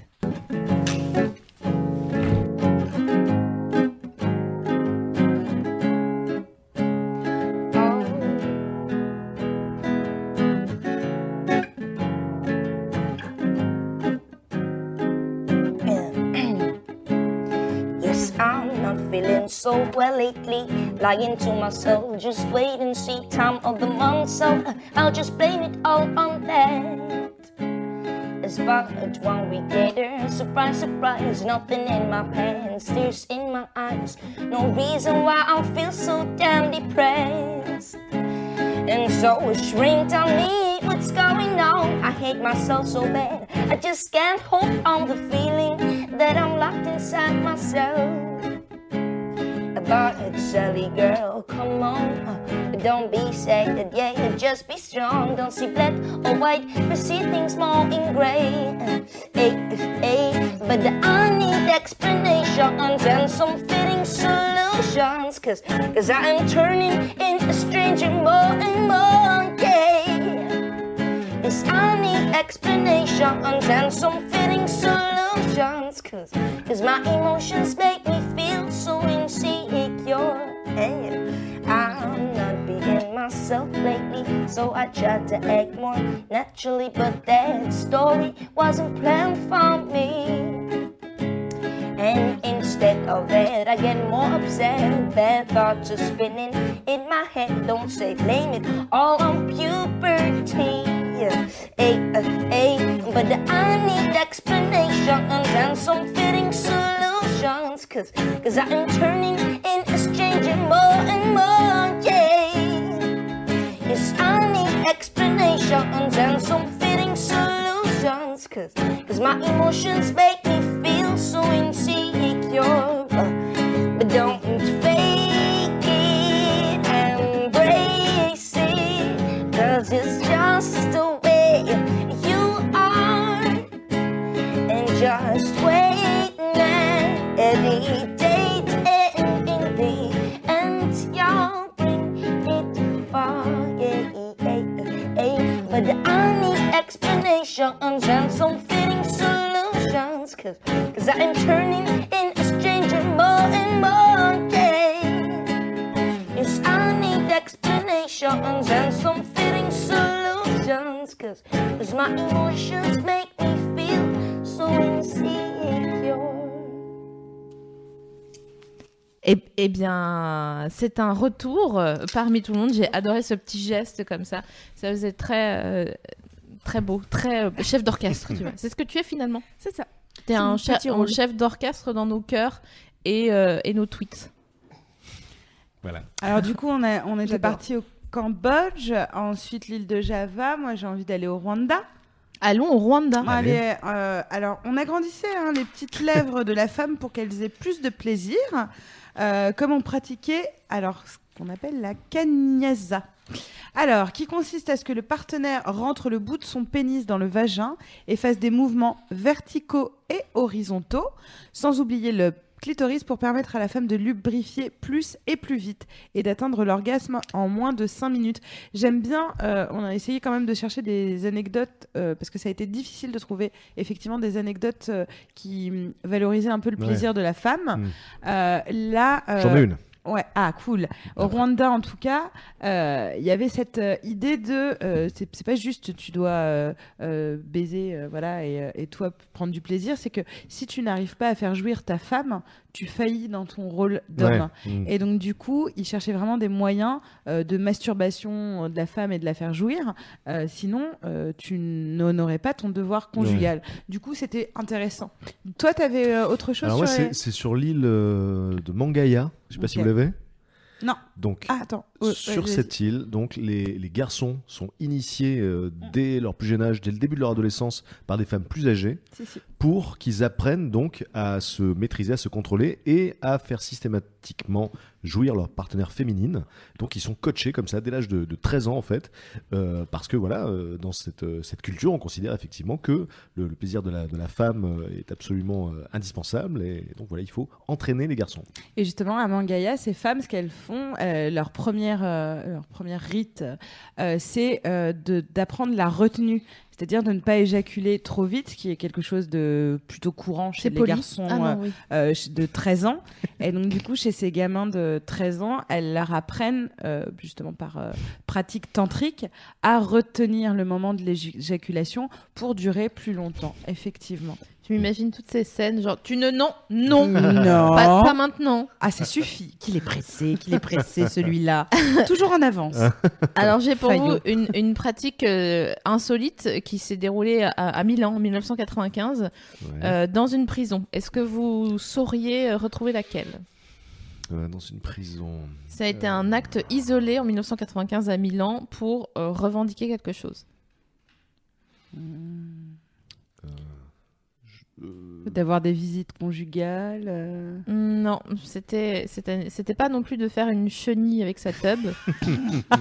Speaker 8: Yes, I'm not feeling so well lately. Lying to myself, just wait and see time of the month. So uh, I'll just blame it all on that. It's about one week later, surprise, surprise, nothing in my pants, tears in my eyes. No reason why I feel so damn depressed. And so it's ring tell me what's going on. I hate myself so bad. I just can't hold on the feeling that I'm locked inside myself. About it, silly girl, come on. uh, don't be sad, yeah, yeah, just be strong. Don't see black or white, but see things more in gray. Uh, eh, eh, but I need explanation and some fitting solutions. Cause, cause I am turning into a stranger more and more, yeah. Yes, I need explanations and some fitting solutions. Cause, 'cause my emotions make me feel so insecure. And I'm not being myself lately, so I tried to act more naturally. But that story wasn't planned for me. And instead of that, I get more upset. Bad thoughts are spinning in my head. Don't say blame it all on puberty. Hey, hey, but I need explanations and some fitting solutions. Cause, cause I am turning into a stranger more and more. Yeah. Yes, I need explanations and some fitting solutions. Cause, cause my emotions make me feel so insecure. But, but don't fake it, embrace it. Cause it's just the way you are. And just wait now, and illusions and some fitting solutions. Cause, cause I'm turning in a stranger more and more day. Yes, I need explanations and some fitting solutions. Cause, cause my emotions make me feel so insecure.
Speaker 5: Eh, eh bien, c'est un retour euh, parmi tout le monde. J'ai adoré ce petit geste comme ça. Ça faisait très, euh, très beau, très euh, chef d'orchestre. tu vois. C'est ce que tu es finalement.
Speaker 6: C'est ça.
Speaker 5: T'es un,
Speaker 6: mon
Speaker 5: che-
Speaker 6: petit
Speaker 5: un
Speaker 6: rôle.
Speaker 5: chef d'orchestre dans nos cœurs et, euh, et nos tweets.
Speaker 7: Voilà.
Speaker 3: Alors du coup, on, a, on était
Speaker 6: J'adore.
Speaker 3: parti au Cambodge, ensuite l'île de Java. Moi, j'ai envie d'aller au Rwanda.
Speaker 5: Allons au Rwanda.
Speaker 3: Moi,
Speaker 7: Allez.
Speaker 3: les- euh, alors, on agrandissait hein, les petites lèvres de la femme pour qu'elles aient plus de plaisir, euh, comme on pratiquait alors ce qu'on appelle la cagnazza. Alors, qui consiste à ce que le partenaire rentre le bout de son pénis dans le vagin et fasse des mouvements verticaux et horizontaux, sans oublier le clitoris pour permettre à la femme de lubrifier plus et plus vite et d'atteindre l'orgasme en moins de 5 minutes. J'aime bien, euh, on a essayé quand même de chercher des anecdotes, euh, parce que ça a été difficile de trouver effectivement des anecdotes euh, qui hum, valorisaient un peu le
Speaker 7: Ouais. Mm.
Speaker 3: plaisir de la femme. Euh, là, euh,
Speaker 7: J'en ai une.
Speaker 3: Ouais, ah cool. Au Rwanda en tout cas, euh, il y avait cette euh, idée de euh, c'est c'est pas juste tu dois euh, euh, baiser euh, voilà et, euh, et toi p- prendre du plaisir, c'est que si tu n'arrives pas à faire jouir ta femme, tu faillis dans ton rôle d'homme.
Speaker 7: Ouais. Mm.
Speaker 3: hein. Et donc du coup, ils cherchaient vraiment des moyens euh, de masturbation euh, de la femme et de la faire jouir, euh, sinon euh, tu n'honorais pas ton devoir conjugal. Du coup, c'était intéressant. Toi, t'avais euh, autre chose
Speaker 7: Alors moi,
Speaker 3: sur
Speaker 7: c'est
Speaker 3: les-
Speaker 7: c'est sur l'île euh, de Mangaya. Je sais pas si
Speaker 3: Ok.
Speaker 7: vous l'avez.
Speaker 3: Non.
Speaker 7: Donc,
Speaker 3: Ah attends. Ouais, ouais,
Speaker 7: sur
Speaker 3: vas-y.
Speaker 7: cette île, donc les, les garçons sont initiés euh,
Speaker 3: Mm.
Speaker 7: dès leur plus jeune âge, dès le début de leur adolescence, par des femmes plus âgées,
Speaker 3: Si, si.
Speaker 7: pour qu'ils apprennent donc à se maîtriser, à se contrôler et à faire systématiquement jouir leur partenaire féminine. Donc ils sont coachés comme ça dès l'âge de, de 13 ans en fait, euh, parce que voilà, euh, dans cette, euh, cette culture, on considère effectivement que le, le plaisir de la, de la femme euh, est absolument euh, indispensable et donc voilà, il faut entraîner les garçons.
Speaker 3: Et justement, à Mangaya, ces femmes, ce qu'elles font, euh, leur première, euh, leur première rite, euh, c'est euh, de- d'apprendre la retenue, c'est-à-dire de ne pas éjaculer trop vite, ce qui est quelque chose de plutôt courant chez
Speaker 5: C'est
Speaker 3: les
Speaker 5: poli.
Speaker 3: garçons
Speaker 5: Ah non,
Speaker 3: euh,
Speaker 5: oui.
Speaker 3: euh, ch- de 13 ans. Et donc, du coup, chez ces gamins de 13 ans, elles leur apprennent, euh, justement par euh, pratique tantrique, à retenir le moment de l'éjaculation pour durer plus longtemps, effectivement.
Speaker 5: Tu m'imagines toutes ces scènes, genre tu ne non, non,
Speaker 3: Non.
Speaker 5: pas, pas (laughs) maintenant.
Speaker 3: Ah, ça suffit qu'il est pressé, qu'il est
Speaker 7: (laughs)
Speaker 3: pressé, celui-là. Toujours en avance.
Speaker 7: Hein
Speaker 5: Alors j'ai pour
Speaker 3: Faillot.
Speaker 5: vous une, une pratique euh, insolite qui s'est déroulée à, à Milan en 1995 euh, dans une prison. Est-ce que vous sauriez euh, retrouver laquelle
Speaker 7: Euh, dans une prison.
Speaker 5: Ça a été
Speaker 7: Euh.
Speaker 5: un acte isolé en 1995 à Milan pour euh, revendiquer quelque chose.
Speaker 7: Euh,
Speaker 3: D'avoir des visites conjugales. euh.
Speaker 5: Non, c'était c'était c'était pas non plus de faire une chenille avec sa tub. (laughs)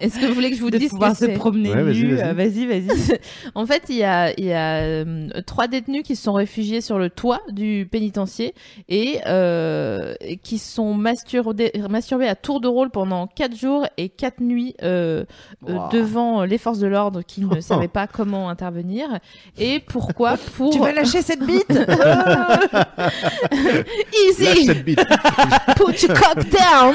Speaker 5: Est-ce que vous voulez que je vous
Speaker 3: de
Speaker 5: dise ce que
Speaker 3: pouvoir se
Speaker 5: c'est
Speaker 3: promener
Speaker 7: Ouais, vas-y,
Speaker 3: nu.
Speaker 7: vas-y.
Speaker 3: euh, Vas-y, vas-y.
Speaker 5: (laughs) En fait, il y a, il y a euh, trois détenus qui se sont réfugiés sur le toit du pénitencier et euh, et qui se sont masturbés, masturbés à tour de rôle pendant quatre jours et quatre nuits euh, euh,
Speaker 3: Wow.
Speaker 5: devant les forces de l'ordre qui ne savaient pas comment intervenir et pourquoi pour
Speaker 3: Tu (laughs) vas lâcher cette bite
Speaker 5: (laughs) easy
Speaker 7: Lâche cette
Speaker 3: (laughs)
Speaker 7: bite.
Speaker 5: put your cock down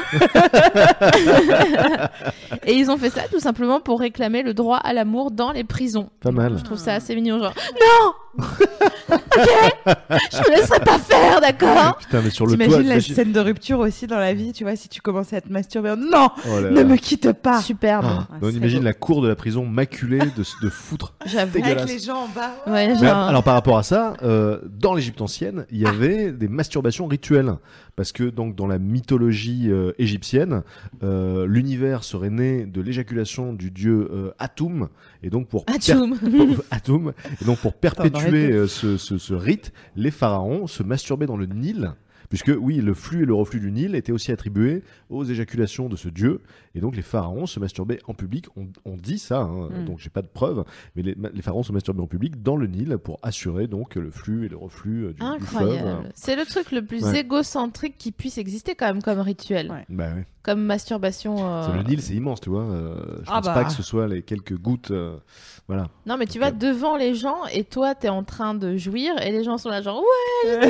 Speaker 5: (laughs) et ils ont fait ça tout simplement pour réclamer le droit à l'amour dans les prisons.
Speaker 7: Pas mal.
Speaker 5: Je trouve ça assez mignon, genre non, (laughs) ok, je me laisserai pas faire, d'accord.
Speaker 7: Putain, mais sur le toit.
Speaker 3: T'imagines la
Speaker 7: t'imagines-
Speaker 3: scène de rupture aussi dans la vie, tu vois, si tu commençais à te masturber. Non
Speaker 7: Oh là
Speaker 3: Ne
Speaker 7: là.
Speaker 3: me quitte pas
Speaker 5: Superbe,
Speaker 7: Ah,
Speaker 3: Ouais,
Speaker 7: on
Speaker 3: c'est
Speaker 7: imagine
Speaker 3: beau.
Speaker 7: la cour de la prison maculée de, de foutre.
Speaker 5: j'avoue.
Speaker 7: Dégueulasse.
Speaker 3: gens en bas.
Speaker 5: Ouais,
Speaker 7: Mais,
Speaker 5: genre, Ah.
Speaker 7: alors par rapport à ça, euh, dans l'Égypte ancienne, il y avait des masturbations rituelles parce que donc dans la mythologie euh, égyptienne, euh, l'univers serait né de l'éjaculation du dieu euh, Atum et donc pour per-
Speaker 5: Atchoum.
Speaker 3: (laughs)
Speaker 7: Atum et donc pour
Speaker 3: on aurait
Speaker 7: perpétuer
Speaker 3: été.
Speaker 7: euh, ce, ce- ce rite, les pharaons se masturbaient dans le Nil Puisque, oui, le flux et le reflux du Nil étaient aussi attribués aux éjaculations de ce dieu, et donc les pharaons se masturbaient en public. On, on dit ça, hein,
Speaker 3: Hmm.
Speaker 5: Mm.
Speaker 7: donc j'ai pas de preuves, mais les, les pharaons se masturbaient en public dans le Nil pour assurer donc le flux et le reflux euh, du, du fleuve.
Speaker 5: Incroyable. C'est le truc le plus
Speaker 7: Ouais.
Speaker 5: égocentrique qui puisse exister quand même comme rituel,
Speaker 3: Ouais.
Speaker 7: Bah ouais.
Speaker 5: comme masturbation. euh,
Speaker 7: C'est- Le Nil, c'est immense, tu vois. euh, je
Speaker 3: Ah
Speaker 7: pense
Speaker 3: bah.
Speaker 7: pas que ce soit les quelques gouttes. euh, voilà.
Speaker 5: Non, mais tu vas
Speaker 7: Donc,
Speaker 5: devant les gens et toi, t'es en train de jouir et les gens sont là genre ouais, génial.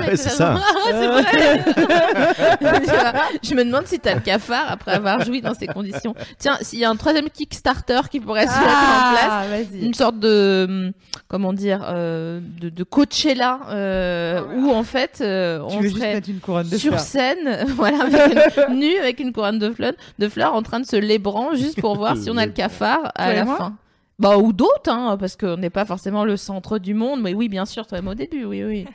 Speaker 7: Ouais,
Speaker 5: Et t'es
Speaker 7: c'est
Speaker 5: là,
Speaker 7: ça.
Speaker 5: genre, Ah, c'est (laughs) vrai. Tu vois, je me demande si t'as le cafard après avoir joui dans ces conditions. Tiens, s'il y a un troisième Kickstarter qui pourrait se mettre en place.
Speaker 3: Ah, vas-y.
Speaker 5: Une sorte de, hum, comment dire, euh, de, de Coachella, euh, où en fait, euh,
Speaker 3: Ah, Tu
Speaker 5: on
Speaker 3: veux juste
Speaker 5: serait
Speaker 3: mettre une couronne de
Speaker 5: sur
Speaker 3: fleurs.
Speaker 5: scène, (laughs) voilà, avec une, nue avec une couronne de fleurs, de fleurs en train de se lébrant juste pour voir si on a le cafard à
Speaker 3: Toi et
Speaker 5: la
Speaker 3: moi
Speaker 5: fin. Bah ou d'autres, hein, parce qu'on n'est pas forcément le centre du monde, mais oui, bien sûr, toi-même au début, oui, oui.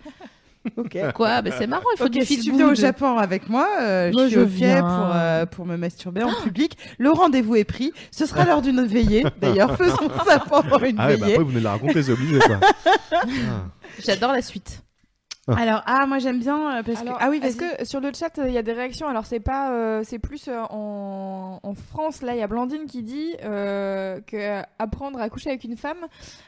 Speaker 3: Ok.
Speaker 5: Quoi Bah, c'est marrant, il faut
Speaker 3: Ok,
Speaker 5: du
Speaker 3: si tu
Speaker 5: feel
Speaker 3: viens au
Speaker 5: good.
Speaker 3: Japon avec moi, euh,
Speaker 5: Moi,
Speaker 3: je suis
Speaker 5: je
Speaker 3: ok
Speaker 5: viens.
Speaker 3: pour, euh, pour me masturber en public. Le rendez-vous est pris.
Speaker 5: (laughs)
Speaker 3: Ce sera l'heure d'une veillée. D'ailleurs, faisons ça pendant une
Speaker 7: Ah ouais, bah
Speaker 3: veillée.
Speaker 7: après, vous venez de la raconter, c'est
Speaker 3: (laughs)
Speaker 7: obligé, quoi. Ah.
Speaker 5: J'adore la suite.
Speaker 3: Alors, ah, moi j'aime bien euh, parce
Speaker 6: Alors,
Speaker 3: que. Ah oui,
Speaker 6: est-ce
Speaker 3: vas-y.
Speaker 6: que sur le chat, il y a des réactions Alors, c'est pas, euh, c'est plus euh, en, en France. Là, il y a Blandine qui dit euh, que apprendre à coucher avec une femme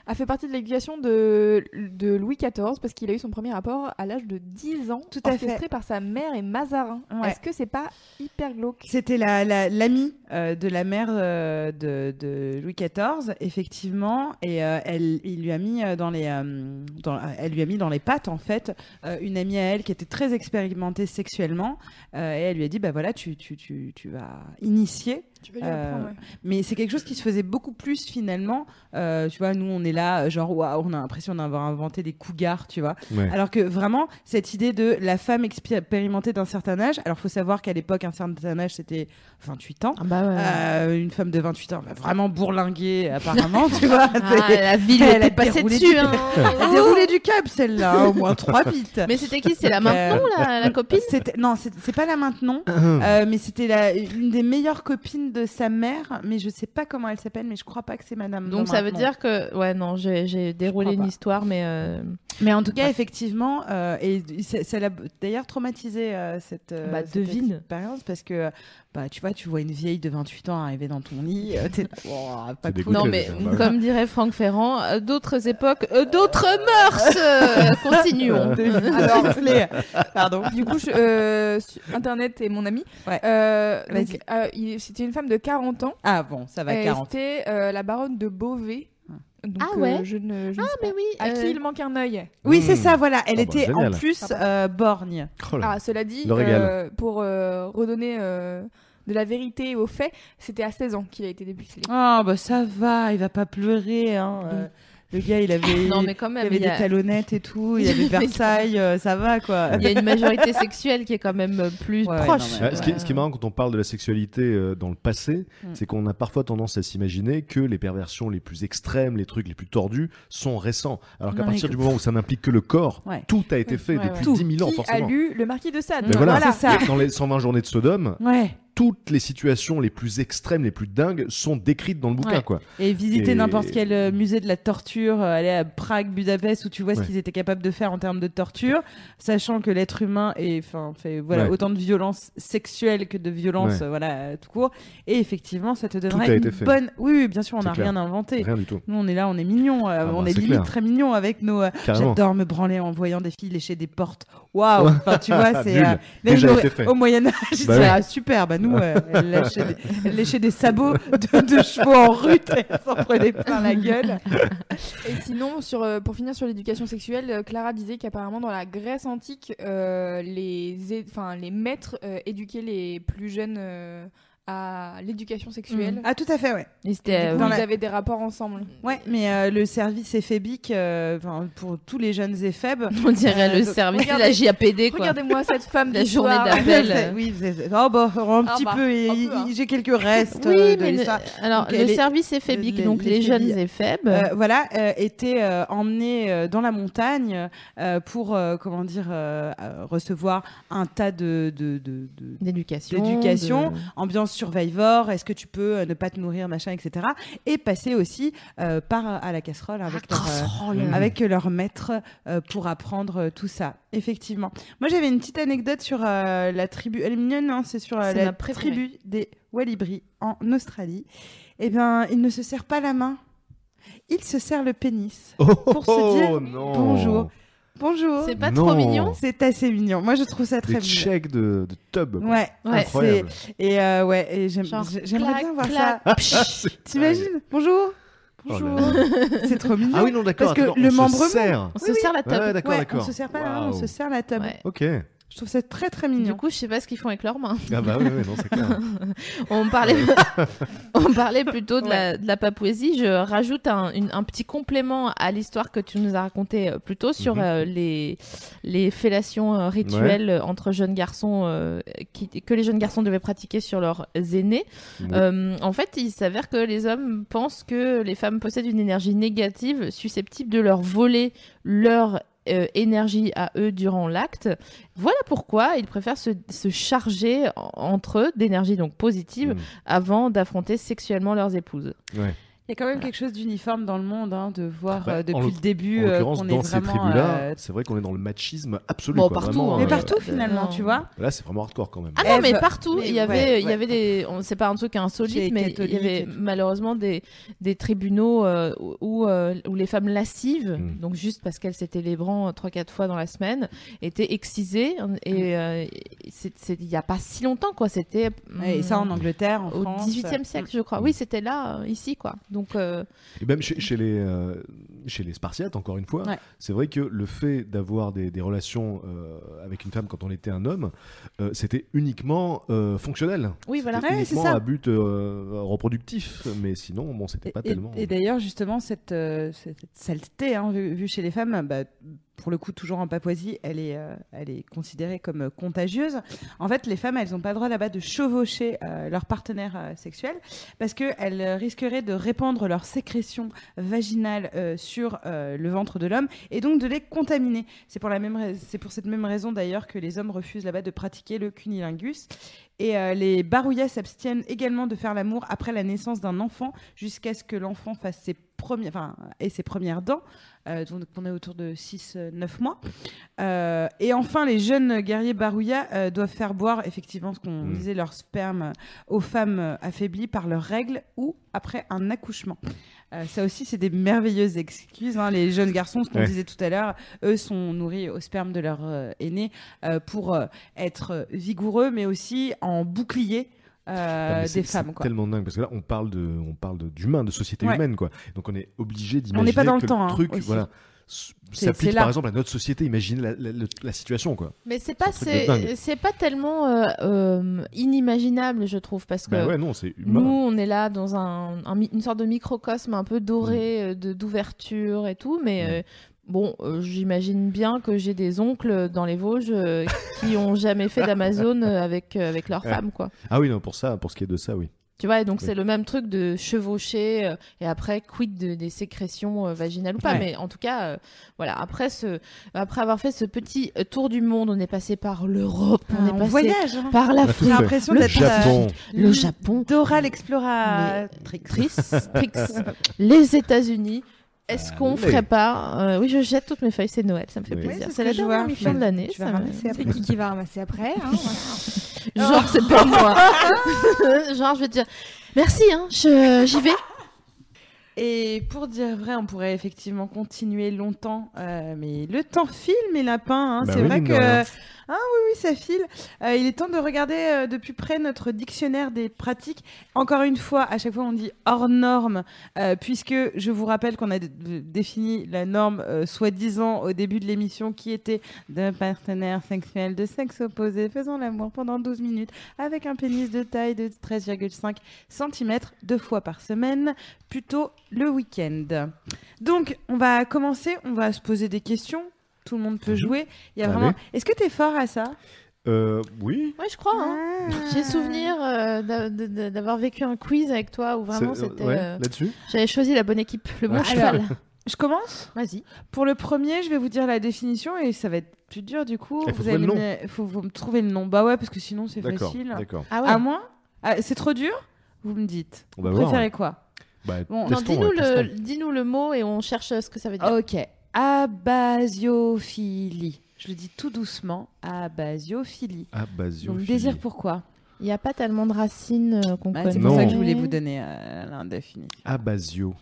Speaker 6: a fait partie de l'éducation de, de Louis XIV parce qu'il a eu son premier rapport à l'âge de 10 ans,
Speaker 3: Tout à fait.
Speaker 6: orchestré par sa mère et Mazarin.
Speaker 3: Ouais.
Speaker 6: Est-ce que c'est pas hyper glauque
Speaker 3: C'était la, la- l'amie euh, de la mère euh, de, de Louis XIV, effectivement, et euh, elle, il lui a mis euh, dans les, euh, dans- euh, elle lui a mis dans les pattes en fait euh, une amie à elle qui était très expérimentée sexuellement, euh, et elle lui a dit bah voilà tu, tu, tu, tu vas initier,
Speaker 6: Tu veux
Speaker 3: lui apprendre,
Speaker 6: Euh,
Speaker 3: ouais. mais c'est quelque chose qui se faisait beaucoup plus finalement. Euh, tu vois nous on est là euh, genre waouh on a l'impression d'avoir inventé des cougars tu vois.
Speaker 7: Ouais.
Speaker 3: Alors que vraiment, cette idée de la femme expi- expérimentée d'un certain âge, alors faut savoir qu'à l'époque, un certain âge, c'était 28 ans.
Speaker 5: bah ouais.
Speaker 3: Euh, une femme de 28 ans, va vraiment bourlinguée, apparemment,
Speaker 5: (laughs)
Speaker 3: tu vois.
Speaker 5: Ah,
Speaker 3: C'est-
Speaker 5: la ville
Speaker 3: Ah, (laughs) elle
Speaker 5: était
Speaker 3: a
Speaker 5: passée
Speaker 3: déroulé
Speaker 5: dessus.
Speaker 3: du-
Speaker 5: hein.
Speaker 3: Elle a déroulé du câble, celle-là, hein, au moins 3 bits.
Speaker 5: Mais c'était qui C'est la
Speaker 3: Donc, euh,
Speaker 5: maintenant, la, la copine
Speaker 3: C'était- Non, c'est c'est pas la maintenant, euh, mais c'était la- une des meilleures copines de sa mère, mais je sais pas comment elle s'appelle, mais je crois pas que c'est madame.
Speaker 5: Donc
Speaker 3: de
Speaker 5: ça veut
Speaker 3: maintenant.
Speaker 5: dire que, ouais, non, j'ai j'ai déroulé
Speaker 3: crois
Speaker 5: une
Speaker 3: pas.
Speaker 5: histoire, mais... euh,
Speaker 3: Mais en tout cas, effectivement, euh, et ça ça l'a d'ailleurs traumatisé euh, cette, euh,
Speaker 5: Bah,
Speaker 3: cette
Speaker 5: devine.
Speaker 3: expérience parce que bah tu vois, tu vois une vieille de 28 ans arriver dans ton lit, euh, t'es Ouah, pas
Speaker 7: C'est
Speaker 3: cool.
Speaker 7: dégoûtant.
Speaker 5: Non,
Speaker 7: Écoutez,
Speaker 5: mais
Speaker 7: les gens, bah
Speaker 5: comme dirait Franck Ferrand, euh, d'autres époques, euh, d'autres mœurs. euh,
Speaker 3: (laughs)
Speaker 5: continuons.
Speaker 3: Devine. Alors, euh, Flé, pardon.
Speaker 6: Du coup, je- euh, su- Internet est mon ami.
Speaker 3: Ouais.
Speaker 6: Euh,
Speaker 3: Vas-y.
Speaker 6: donc, euh, il- C'était une femme de 40 ans.
Speaker 3: Ah bon, ça va
Speaker 6: et
Speaker 3: 40.
Speaker 6: C'était euh, la baronne de Beauvais. Donc,
Speaker 5: Ah ouais.
Speaker 6: euh, je ne, je ne sais
Speaker 5: Ah, mais oui. euh,
Speaker 6: À qui il manque un œil
Speaker 3: Oui, c'est ça, voilà. Elle
Speaker 7: bah,
Speaker 3: était en
Speaker 7: génial.
Speaker 3: plus
Speaker 6: Pardon.
Speaker 3: euh, borgne.
Speaker 7: Oh là là.
Speaker 6: Ah, cela dit,
Speaker 7: Le régal.
Speaker 6: euh, pour euh, redonner euh, de la vérité aux faits, c'était à 16 ans qu'il a été dépucelé.
Speaker 3: Ah bah ça va, il va pas pleurer hein. euh, le gars, il avait
Speaker 5: Non, mais quand
Speaker 3: il
Speaker 5: même,
Speaker 3: avait
Speaker 5: il y,
Speaker 3: des
Speaker 5: a,
Speaker 3: talonnettes et tout,
Speaker 5: (laughs)
Speaker 3: il avait Versailles, euh, ça va quoi.
Speaker 5: il y a une majorité sexuelle qui est quand même euh, plus
Speaker 3: Ouais,
Speaker 5: proche.
Speaker 3: non, mais-
Speaker 7: Ah, ce, qui, est- ce qui est marrant quand on parle de la sexualité euh, dans le passé,
Speaker 3: Mm.
Speaker 7: c'est qu'on a parfois tendance à s'imaginer que les perversions les plus extrêmes, les trucs les plus tordus, sont récents. Alors qu'à
Speaker 3: Non, mais
Speaker 7: partir
Speaker 3: que-
Speaker 7: du moment où ça n'implique que le corps,
Speaker 3: Ouais.
Speaker 7: tout a été fait
Speaker 5: Ouais,
Speaker 7: depuis
Speaker 3: ouais.
Speaker 7: 10 000 ans,
Speaker 6: qui a
Speaker 7: forcément.
Speaker 6: lu Le Marquis de Sade
Speaker 7: Mais voilà,
Speaker 3: Voilà, c'est ça.
Speaker 7: dans les 120 journées de Sodome,
Speaker 3: Ouais.
Speaker 7: toutes les situations les plus extrêmes, les plus dingues, sont décrites dans le bouquin.
Speaker 5: Ouais.
Speaker 7: Quoi.
Speaker 3: Et visiter
Speaker 7: Et-
Speaker 3: n'importe quel euh, musée de la torture, euh, aller à Prague, Budapest, où tu vois ce
Speaker 7: Ouais.
Speaker 3: qu'ils étaient capables de faire en termes de torture, sachant que l'être humain est, enfin, fait voilà,
Speaker 7: Ouais.
Speaker 3: autant de violence sexuelle que de violence,
Speaker 7: Ouais.
Speaker 3: euh, voilà, euh, tout court. Et effectivement, ça te donnera
Speaker 7: Tout a
Speaker 3: une
Speaker 7: été fait.
Speaker 3: bonne. Oui, oui, bien sûr, on
Speaker 7: C'est
Speaker 3: n'a
Speaker 7: clair.
Speaker 3: rien inventé.
Speaker 7: Rien du tout.
Speaker 3: Nous, on est là, on est mignons, euh,
Speaker 7: bah,
Speaker 3: on est,
Speaker 7: c'est
Speaker 3: limite
Speaker 7: clair.
Speaker 3: très mignons avec nos. euh,
Speaker 7: Carrément.
Speaker 3: J'adore me branler en voyant des filles lécher des portes. Waouh! Enfin, tu vois,
Speaker 7: (laughs)
Speaker 3: c'est.
Speaker 7: Nul.
Speaker 3: euh,
Speaker 7: Déjà
Speaker 3: même
Speaker 7: été
Speaker 3: au-
Speaker 7: fait.
Speaker 3: Au Moyen-Âge, ils
Speaker 7: Bah
Speaker 3: disaient,
Speaker 7: oui.
Speaker 3: ah, super, bah nous, euh, elle, lâchait
Speaker 7: (laughs)
Speaker 3: des, elle léchait des sabots de, de chevaux en rut et elle s'en prenait plein la gueule.
Speaker 6: Et sinon, sur, euh, pour finir sur l'éducation sexuelle, euh, Clara disait qu'apparemment dans la Grèce antique, euh, les, é- enfin, les maîtres euh, éduquaient les plus jeunes euh, à l'éducation sexuelle.
Speaker 3: Ah, tout à fait, ouais.
Speaker 5: Et c'était,
Speaker 6: Du
Speaker 5: Mmh. euh,
Speaker 6: coup,
Speaker 3: Dans
Speaker 6: ils
Speaker 3: la-
Speaker 6: avaient des rapports ensemble.
Speaker 3: Ouais, mais euh, le service éphébique, euh, enfin, pour tous les jeunes et faibles.
Speaker 5: on dirait
Speaker 3: Euh,
Speaker 5: le
Speaker 3: donc,
Speaker 5: service de la
Speaker 6: regardez-
Speaker 5: JAPD, quoi.
Speaker 6: Regardez-moi cette
Speaker 5: (laughs)
Speaker 6: femme
Speaker 5: La
Speaker 6: du
Speaker 5: journée
Speaker 6: soir. (laughs)
Speaker 5: d'après. Belle, euh.
Speaker 3: Oui, vous êtes- oh, bah, un
Speaker 6: Ah
Speaker 3: petit
Speaker 6: bah,
Speaker 3: peu, et-
Speaker 6: un peu, hein.
Speaker 3: et- j'ai quelques restes
Speaker 5: Oui,
Speaker 3: euh, de
Speaker 5: mais ne-
Speaker 3: l'histoire.
Speaker 5: alors,
Speaker 3: Donc,
Speaker 5: le
Speaker 3: elle est-
Speaker 5: service est faiblique,
Speaker 3: les-
Speaker 5: donc
Speaker 3: les
Speaker 5: les jeunes
Speaker 3: faibles.
Speaker 5: et faibles.
Speaker 3: Euh, voilà, euh, étaient euh, emmenés euh, dans la montagne euh, pour, euh, comment dire, euh, euh, recevoir un tas de- de- de, de,
Speaker 5: D'éducation.
Speaker 3: d'éducation,
Speaker 5: de-
Speaker 3: ambiance Survivor, est-ce que tu peux euh, ne pas te nourrir, machin, etc. Et passer aussi euh, par à la casserole avec leur, euh,
Speaker 5: Mm. Ah,
Speaker 3: avec leur maître euh, pour apprendre euh, tout ça. Effectivement. Moi, j'avais une petite anecdote sur euh, la tribu. Elle est mignonne, hein, c'est sur euh,
Speaker 5: C'est
Speaker 3: la
Speaker 5: ma préférée.
Speaker 3: tribu des Walibris en Australie. Eh bien, ils ne se serrent pas la main. Ils se serrent le pénis. Pour se dire
Speaker 7: Oh, non.
Speaker 3: bonjour. Bonjour.
Speaker 5: C'est pas
Speaker 7: Non.
Speaker 5: trop mignon
Speaker 3: C'est assez mignon. Moi, je trouve ça très
Speaker 7: Des
Speaker 3: mignon.
Speaker 7: checks de, de tub. quoi.
Speaker 3: Ouais,
Speaker 5: Ouais,
Speaker 7: Incroyable.
Speaker 3: Et euh, ouais, et j'aime-
Speaker 5: Genre,
Speaker 3: j'ai- j'aimerais
Speaker 5: clac,
Speaker 3: bien voir
Speaker 7: (laughs)
Speaker 5: clac.
Speaker 7: Ah,
Speaker 3: ça. T'imagines Bonjour.
Speaker 7: Oh
Speaker 3: Bonjour.
Speaker 7: là là.
Speaker 3: C'est trop mignon.
Speaker 7: Ah oui, non, d'accord.
Speaker 3: Parce que
Speaker 7: d'accord,
Speaker 3: le
Speaker 7: on se
Speaker 3: membrement-
Speaker 7: serre.
Speaker 5: On se
Speaker 3: Oui, oui.
Speaker 5: sert la
Speaker 7: Ouais,
Speaker 5: table.
Speaker 7: d'accord,
Speaker 3: Ouais,
Speaker 7: d'accord.
Speaker 3: on se serre pas la main, on
Speaker 7: Waouh.
Speaker 3: se serre la table.
Speaker 5: Ouais.
Speaker 7: Ok.
Speaker 3: Je trouve ça très très
Speaker 5: Du
Speaker 3: mignon.
Speaker 5: coup, je sais pas ce qu'ils font avec leurs mains. (laughs)
Speaker 7: Ah bah oui, oui, non,
Speaker 3: (laughs)
Speaker 7: c'est clair.
Speaker 5: On parlait, (laughs) on parlait plutôt de, la, de la Papouasie. Je rajoute un, une- un petit complément à l'histoire que tu nous as racontée euh, plus tôt sur
Speaker 7: Mhm.
Speaker 5: euh, les, les fellations euh, rituelles euh, entre jeunes garçons euh, qui- que les jeunes garçons devaient pratiquer sur leurs aînés.
Speaker 7: Oui.
Speaker 5: Euh, en fait, il s'avère que les hommes pensent que les femmes possèdent une énergie négative susceptible de leur voler leur euh, énergie à eux durant l'acte. Voilà pourquoi ils préfèrent se, se charger en- entre eux d'énergie donc positive
Speaker 7: Mm.
Speaker 5: avant d'affronter sexuellement leurs épouses.
Speaker 3: Il y a quand même quelque chose d'uniforme dans le monde, hein, de voir
Speaker 7: Bah,
Speaker 3: euh,
Speaker 7: en
Speaker 3: depuis
Speaker 7: l'oc-
Speaker 3: le début
Speaker 7: en
Speaker 3: euh,
Speaker 7: l'occurrence,
Speaker 3: qu'on est
Speaker 7: dans ces
Speaker 3: vraiment.
Speaker 7: tribus-là,
Speaker 3: euh,
Speaker 7: c'est vrai qu'on est dans le machisme absolu.
Speaker 5: Bon,
Speaker 7: quoi,
Speaker 5: partout,
Speaker 7: vraiment,
Speaker 5: hein.
Speaker 3: mais
Speaker 5: euh,
Speaker 3: partout
Speaker 5: euh,
Speaker 3: finalement,
Speaker 5: non.
Speaker 3: tu vois.
Speaker 7: Là, c'est vraiment hardcore quand même.
Speaker 5: Ah non,
Speaker 3: Ève.
Speaker 5: mais partout,
Speaker 3: Mais
Speaker 5: il y avait,
Speaker 3: ouais,
Speaker 5: il y
Speaker 3: ouais.
Speaker 5: avait des, on- c'est pas un truc
Speaker 3: J'ai
Speaker 5: insolite,
Speaker 3: été
Speaker 5: mais il y
Speaker 3: catholique et
Speaker 5: avait
Speaker 3: tout.
Speaker 5: malheureusement des, des tribunaux euh, où, euh, où les femmes lascives,
Speaker 7: Mm.
Speaker 5: donc juste parce qu'elles s'étaient les bras 3-4 fois dans la semaine, étaient excisées
Speaker 3: Hmm.
Speaker 5: et euh, c'est- c'est- il y a pas si longtemps quoi, c'était
Speaker 3: Et ça en
Speaker 5: hum,
Speaker 3: Angleterre, en
Speaker 5: au
Speaker 3: France. euh, hmm.
Speaker 5: 18e siècle je crois. Oui, c'était là, euh, ici quoi. Donc euh,
Speaker 7: Et même chez, chez les, euh, chez les Spartiates, encore une fois,
Speaker 3: Ouais.
Speaker 7: c'est vrai que le fait d'avoir des, des relations euh, avec une femme quand on était un homme, euh, c'était uniquement euh, fonctionnel.
Speaker 5: oui voilà.
Speaker 7: C'était
Speaker 3: Ouais, c'est
Speaker 7: uniquement
Speaker 3: ça.
Speaker 7: à but euh, reproductif, mais sinon, bon, c'était
Speaker 3: Et,
Speaker 7: pas
Speaker 3: et-
Speaker 7: tellement.
Speaker 3: et d'ailleurs, justement, cette, euh, cette cette saleté hein, vue, vue chez les femmes, bah, pour le coup, toujours en Papouasie, elle est, euh, elle est considérée comme euh, contagieuse. En fait, les femmes, elles n'ont pas le droit là-bas de chevaucher euh, leur partenaire euh, sexuel parce qu'elles euh, risqueraient de répandre leur sécrétion vaginale euh, sur euh, le ventre de l'homme et donc de les contaminer. C'est pour, la même rais- c'est pour cette même raison d'ailleurs que les hommes refusent là-bas de pratiquer le cunilingus. Et euh, les barouillas s'abstiennent également de faire l'amour après la naissance d'un enfant jusqu'à ce que l'enfant fasse ses premiers, enfin, et ses premières dents. Euh, donc on est autour de 6-9 mois. Euh, et enfin, les jeunes guerriers barouillas euh, doivent faire boire effectivement ce qu'on
Speaker 7: Mm.
Speaker 3: disait, leur sperme aux femmes euh, affaiblies par leurs règles ou après un accouchement. Euh, ça aussi, c'est des merveilleuses excuses. hein. Les jeunes garçons, ce qu'on
Speaker 7: Ouais.
Speaker 3: disait tout à l'heure, eux sont nourris au sperme de leurs euh, aînés euh, pour euh, être euh, vigoureux, mais aussi en bouclier
Speaker 7: Non,
Speaker 3: euh,
Speaker 7: Ah, mais c'est-
Speaker 3: des femmes.
Speaker 7: c'est
Speaker 3: Quoi.
Speaker 7: tellement dingue parce que là on parle de on parle de- d'humain de société
Speaker 3: Ouais.
Speaker 7: humaine quoi donc on est obligé d'imaginer
Speaker 3: On n'est pas dans le
Speaker 7: que
Speaker 3: temps, hein,
Speaker 7: truc
Speaker 3: aussi.
Speaker 7: voilà s-
Speaker 3: C'est-
Speaker 7: s'applique
Speaker 3: c'est là.
Speaker 7: par exemple à notre société imaginez la, la- la- la situation quoi
Speaker 5: Mais c'est pas
Speaker 7: C'est un truc de dingue.
Speaker 5: c'est c'est pas tellement euh, euh, inimaginable je trouve parce que
Speaker 7: bah ouais non c'est humain
Speaker 5: Nous, on est là dans un, un mi- une sorte de microcosme un peu doré euh, de d'ouverture et tout, mais
Speaker 7: Ouais.
Speaker 5: euh, bon, euh, j'imagine bien que j'ai des oncles dans les Vosges
Speaker 7: (laughs)
Speaker 5: euh, qui ont jamais fait d'Amazon euh, avec euh, avec leur
Speaker 7: Ouais.
Speaker 5: femme, quoi.
Speaker 7: ah oui non pour ça pour ce qui est de ça oui
Speaker 5: Tu vois, et donc
Speaker 7: Oui.
Speaker 5: c'est le même truc de chevaucher euh, et après quid de- des sécrétions euh, vaginales ou pas.
Speaker 3: Ouais.
Speaker 5: Mais en tout cas, euh, voilà. Après ce, après avoir fait ce petit euh, tour du monde, on est passé par l'Europe, on
Speaker 3: Ah,
Speaker 5: est
Speaker 3: on
Speaker 5: passé
Speaker 3: voyage. hein.
Speaker 5: par
Speaker 7: On a tout
Speaker 5: l'Afrique,
Speaker 3: J'ai
Speaker 7: fait.
Speaker 3: l'impression
Speaker 5: Le
Speaker 3: d'être euh,
Speaker 7: Japon
Speaker 5: le Japon,
Speaker 3: Dora l'exploratrice.
Speaker 5: Euh, Trix, les États-Unis. Est-ce
Speaker 7: Allez.
Speaker 5: qu'on ferait pas euh, Oui, je jette toutes mes feuilles, c'est Noël, ça me fait
Speaker 7: Oui.
Speaker 5: plaisir.
Speaker 3: Oui,
Speaker 5: c'est
Speaker 3: c'est ce
Speaker 5: la
Speaker 3: que je
Speaker 5: dernière
Speaker 3: vois.
Speaker 5: mission de
Speaker 3: Mais
Speaker 5: l'année.
Speaker 3: tu
Speaker 5: ça
Speaker 3: vas
Speaker 5: me-
Speaker 3: ramasser après.
Speaker 6: C'est qui qui va ramasser après hein, voilà.
Speaker 5: Genre, c'est pas moi. (laughs) Genre, je vais te dire merci, hein, je- j'y vais.
Speaker 3: (laughs) Et pour dire vrai, on pourrait effectivement continuer longtemps, euh, mais le temps file, mes lapins. hein.
Speaker 7: Bah
Speaker 3: c'est
Speaker 7: oui,
Speaker 3: vrai
Speaker 7: mine
Speaker 3: que.
Speaker 7: de rien.
Speaker 3: Ah oui, oui, ça file. Euh, il est temps de regarder euh, de plus près notre dictionnaire des pratiques. Encore une fois, à chaque fois, on dit hors norme, euh, puisque je vous rappelle qu'on a d- d- défini la norme euh, soi-disant au début de l'émission qui était d'un partenaire sexuel de sexe opposé faisant l'amour pendant 12 minutes avec un pénis de taille de 13,5 cm deux fois par semaine plutôt le week-end. Donc, on va commencer, on va se poser des questions. Tout le monde peut
Speaker 7: Mhm.
Speaker 3: jouer. Il y a
Speaker 7: Allez.
Speaker 3: vraiment. Est-ce que t'es fort à ça
Speaker 7: Euh, oui
Speaker 5: Ouais, je crois. Hein.
Speaker 3: Ah.
Speaker 5: J'ai souvenir euh, d'a- de- de- d'avoir vécu un quiz avec toi où vraiment
Speaker 7: C'est-
Speaker 5: c'était.
Speaker 7: ouais,
Speaker 5: euh,
Speaker 7: là-dessus
Speaker 5: J'avais choisi la bonne équipe, le bon
Speaker 7: Ouais.
Speaker 5: cheval.
Speaker 3: Je commence.
Speaker 5: Vas-y.
Speaker 3: Pour le premier, je vais vous dire la définition et ça va être plus dur du coup.
Speaker 7: Il faut
Speaker 3: vous
Speaker 7: trouver le
Speaker 3: me- faut, vous me trouver le nom. Bah ouais, parce que sinon c'est
Speaker 7: d'accord
Speaker 3: facile.
Speaker 7: d'accord
Speaker 5: Ah
Speaker 3: À moins Ah, c'est trop dur Vous me dites.
Speaker 7: On va
Speaker 3: Vous
Speaker 7: voir. hein.
Speaker 3: préférez quoi
Speaker 7: Bah,
Speaker 3: Bon, non,
Speaker 5: Non,
Speaker 7: testons,
Speaker 5: dis-nous
Speaker 7: ouais,
Speaker 5: le,
Speaker 7: testons.
Speaker 5: dis-nous le mot et on cherche euh, ce que ça veut dire.
Speaker 3: Ok. Abasiophilie. Je le dis tout doucement. Abasiophilie.
Speaker 7: Ah,
Speaker 3: Donc,
Speaker 7: basiophilie.
Speaker 3: désir pourquoi
Speaker 5: Il n'y a pas tellement de racines euh, qu'on
Speaker 3: Ah,
Speaker 5: connaît.
Speaker 3: C'est pour ça que je
Speaker 7: Non.
Speaker 3: voulais vous donner euh, l'indéfini.
Speaker 7: Ah, basio.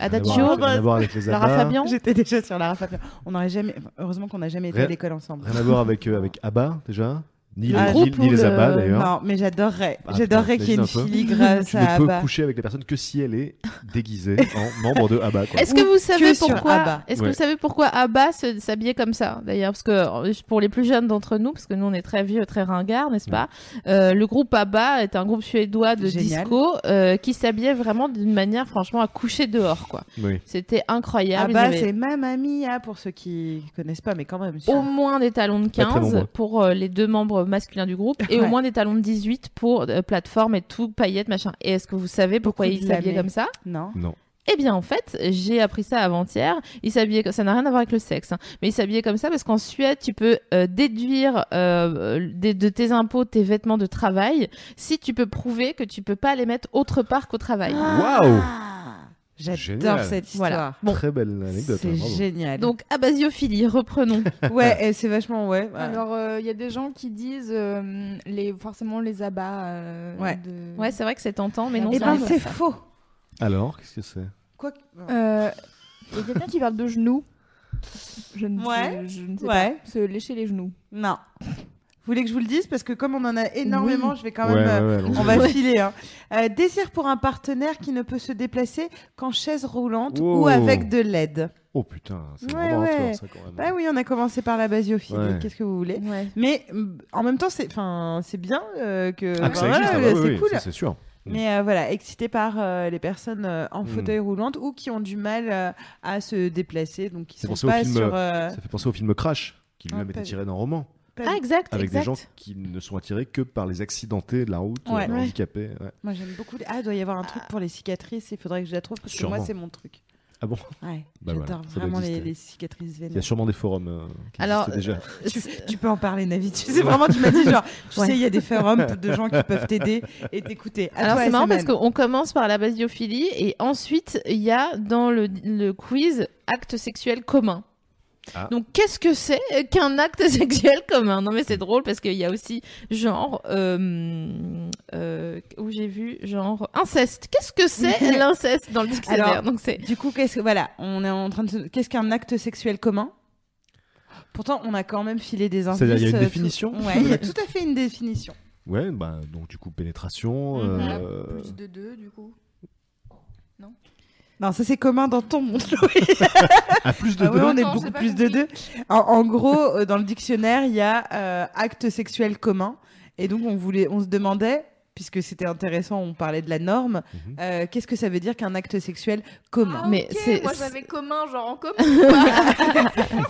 Speaker 5: Adagio,
Speaker 7: Rien à voir-
Speaker 5: bah,
Speaker 7: rien à voir avec les
Speaker 5: Lara
Speaker 7: abats.
Speaker 5: Fabian.
Speaker 3: J'étais déjà sur Lara Fabian. On n'aurait jamais. Heureusement qu'on n'a jamais été à
Speaker 7: Rien-
Speaker 3: l'école ensemble.
Speaker 7: Rien à voir avec, euh, avec ABBA, déjà. Ni,
Speaker 5: Le
Speaker 7: les-
Speaker 5: groupe
Speaker 7: ni- ni
Speaker 5: ou
Speaker 7: les
Speaker 5: le-
Speaker 7: abats, d'ailleurs.
Speaker 3: euh, Non, mais j'adorerais.
Speaker 7: Ah,
Speaker 3: j'adorerais
Speaker 7: putain,
Speaker 3: qu'il y ait une
Speaker 7: t'imagines un peu
Speaker 3: fille grâce
Speaker 7: Tu
Speaker 3: à
Speaker 7: ne peux
Speaker 3: Abba.
Speaker 7: coucher avec la personne que si elle est déguisée
Speaker 3: (laughs)
Speaker 7: en membre de ABBA. Quoi.
Speaker 5: Est-ce que vous savez
Speaker 3: que sur
Speaker 5: pourquoi
Speaker 3: Abba.
Speaker 5: Est-ce
Speaker 7: Ouais.
Speaker 5: que vous savez pourquoi Abba se- s'habillait comme ça D'ailleurs, parce que euh, pour les plus jeunes d'entre nous, parce que nous on est très vieux, très ringards, n'est-ce pas Euh, Le groupe Abba est un groupe suédois de
Speaker 3: Génial.
Speaker 5: disco euh, qui s'habillait vraiment d'une manière, franchement, à coucher dehors, quoi.
Speaker 7: Oui.
Speaker 5: C'était
Speaker 7: Ah,
Speaker 5: incroyable.
Speaker 3: Abba,
Speaker 5: Ils avaient
Speaker 3: c'est Mamma Mia pour ceux qui connaissent pas, mais quand
Speaker 7: Oh
Speaker 3: même.
Speaker 5: au moins des talons de
Speaker 7: Pas très
Speaker 5: 15
Speaker 7: nombreux.
Speaker 5: pour euh, les deux membres masculins du groupe et au
Speaker 3: Ouais.
Speaker 5: moins des talons de 18 pour euh, plateforme et tout, paillettes, machin. Et est-ce que vous savez pourquoi
Speaker 3: Beaucoup
Speaker 5: ils
Speaker 3: de
Speaker 5: s'habillaient
Speaker 3: lamets.
Speaker 5: comme ça
Speaker 3: Non.
Speaker 7: Non.
Speaker 5: eh bien, en fait, j'ai appris ça avant-hier. Il s'habillait, co- ça n'a rien à voir avec le sexe, hein, mais il s'habillait comme ça parce qu'en Suède, tu peux euh, déduire euh, des- de tes impôts tes vêtements de travail si tu peux prouver que tu peux pas les mettre autre part qu'au travail.
Speaker 7: Waouh
Speaker 3: Ah. J'adore
Speaker 7: Génial.
Speaker 3: cette
Speaker 5: Voilà.
Speaker 3: histoire.
Speaker 5: Bon,
Speaker 7: Très belle anecdote. hein,
Speaker 3: C'est
Speaker 7: bravo.
Speaker 3: génial.
Speaker 5: donc abasiophilie, reprenons.
Speaker 3: (laughs) ouais, et c'est vachement ouais. ouais.
Speaker 6: Alors, euh, il y a des gens qui disent euh, les, forcément les abats. euh,
Speaker 3: Ouais.
Speaker 6: de-
Speaker 5: ouais, c'est vrai que c'est tentant, mais
Speaker 6: Eh
Speaker 5: non.
Speaker 3: eh
Speaker 5: ça
Speaker 3: ben
Speaker 5: arrive.
Speaker 3: c'est faux.
Speaker 7: Alors, qu'est-ce que c'est
Speaker 3: Quoi
Speaker 6: Euh, Il y a quelqu'un qui parle de genoux. Je ne,
Speaker 3: Ouais.
Speaker 6: je, je ne sais
Speaker 3: Ouais.
Speaker 6: pas. Se lécher les genoux.
Speaker 3: Non. Vous voulez que je vous le dise parce que comme on en a énormément, je vais quand
Speaker 7: Ouais,
Speaker 3: même.
Speaker 7: ouais,
Speaker 3: euh,
Speaker 7: ouais, allons-y.
Speaker 3: On
Speaker 7: (laughs)
Speaker 3: va filer. hein. Euh, désir pour un partenaire qui ne peut se déplacer qu'en chaise roulante
Speaker 7: Wow.
Speaker 3: ou avec de l'aide.
Speaker 7: Oh putain, c'est
Speaker 3: Ouais,
Speaker 7: vraiment un
Speaker 3: ouais.
Speaker 7: ça quand même.
Speaker 3: Bah oui, on a commencé par la basiophilie.
Speaker 7: Ouais.
Speaker 3: Qu'est-ce que vous voulez
Speaker 5: Ouais.
Speaker 3: Mais mm, en même temps, c'est, enfin, c'est bien euh, que.
Speaker 7: Ah, que ça
Speaker 3: voilà,
Speaker 7: existe, ah bah
Speaker 3: c'est
Speaker 7: oui, oui,
Speaker 3: cool.
Speaker 7: ça, c'est sûr.
Speaker 3: Mais euh, voilà, excité par euh, les personnes euh, en
Speaker 7: Mm.
Speaker 3: fauteuil roulant ou qui ont du mal euh, à se déplacer, donc qui
Speaker 7: C'est
Speaker 3: sont
Speaker 7: pour ça au
Speaker 3: pas
Speaker 7: film,
Speaker 3: sur. euh,
Speaker 7: Ça fait penser au film Crash, qui lui-même
Speaker 3: Ah, pas-
Speaker 7: était tiré d'un roman,
Speaker 3: pas-
Speaker 5: Ah, exact,
Speaker 7: avec
Speaker 5: exact.
Speaker 7: des gens qui ne sont attirés que par les accidentés de la route, euh,
Speaker 3: Ouais. Ouais.
Speaker 7: handicapés. ouais.
Speaker 3: Moi j'aime beaucoup. les- Ah, il doit y avoir un truc pour les cicatrices. Il faudrait que je la trouve parce que moi
Speaker 7: Sûrement.
Speaker 3: c'est mon truc.
Speaker 7: Ah bon
Speaker 3: Ouais,
Speaker 7: Bah voilà,
Speaker 3: j'adore
Speaker 7: ça doit
Speaker 3: vraiment les,
Speaker 7: exister.
Speaker 3: les cicatrices
Speaker 7: Il y a
Speaker 3: vénères.
Speaker 7: sûrement des forums euh, qui
Speaker 5: Alors,
Speaker 7: existent déjà.
Speaker 3: Tu, tu peux en parler, Navi. Tu sais vraiment, tu m'as dit genre, tu
Speaker 5: Ouais.
Speaker 3: sais, il y a des forums
Speaker 7: (laughs)
Speaker 3: de gens qui peuvent t'aider et t'écouter. À
Speaker 5: Alors
Speaker 3: toi,
Speaker 5: c'est marrant parce
Speaker 3: Saman.
Speaker 5: qu'on commence par la basiophilie et ensuite il y a dans le, le quiz acte sexuel commun.
Speaker 7: Ah.
Speaker 5: Donc qu'est-ce que c'est qu'un acte (laughs) sexuel commun Non mais c'est drôle parce qu'il y a aussi genre euh, euh, où j'ai vu genre inceste. Qu'est-ce que c'est
Speaker 3: (laughs)
Speaker 5: l'inceste dans le dictionnaire
Speaker 3: Alors-
Speaker 5: Donc c'est
Speaker 3: Du coup, qu'est-ce que voilà, on est en train de se- qu'est-ce qu'un acte sexuel commun Pourtant, on a quand même filé des indices.
Speaker 7: C'est-à-dire, il y a une
Speaker 3: euh, tout-
Speaker 7: définition
Speaker 3: Ouais, il y
Speaker 7: (laughs)
Speaker 3: a tout à fait une définition.
Speaker 7: Ouais, bah, donc du coup, pénétration.
Speaker 5: Mhm.
Speaker 7: euh,
Speaker 6: Plus de deux, du coup.
Speaker 3: Non, ça c'est commun dans ton monde. Loïc.
Speaker 7: À plus de
Speaker 3: Ah ouais,
Speaker 7: deux.
Speaker 3: on est
Speaker 6: Non,
Speaker 3: beaucoup
Speaker 6: j'ai pas
Speaker 3: plus de deux. En, en gros, euh, dans le dictionnaire, il y a euh, acte sexuel commun, et donc on voulait, on se demandait. Puisque c'était intéressant, on parlait de la norme.
Speaker 7: Mhm.
Speaker 3: euh, Qu'est-ce que ça veut dire qu'un acte sexuel commun
Speaker 5: Mais c'est-
Speaker 6: Ah, Moi,
Speaker 5: c'est-
Speaker 6: j'avais commun, genre en commun.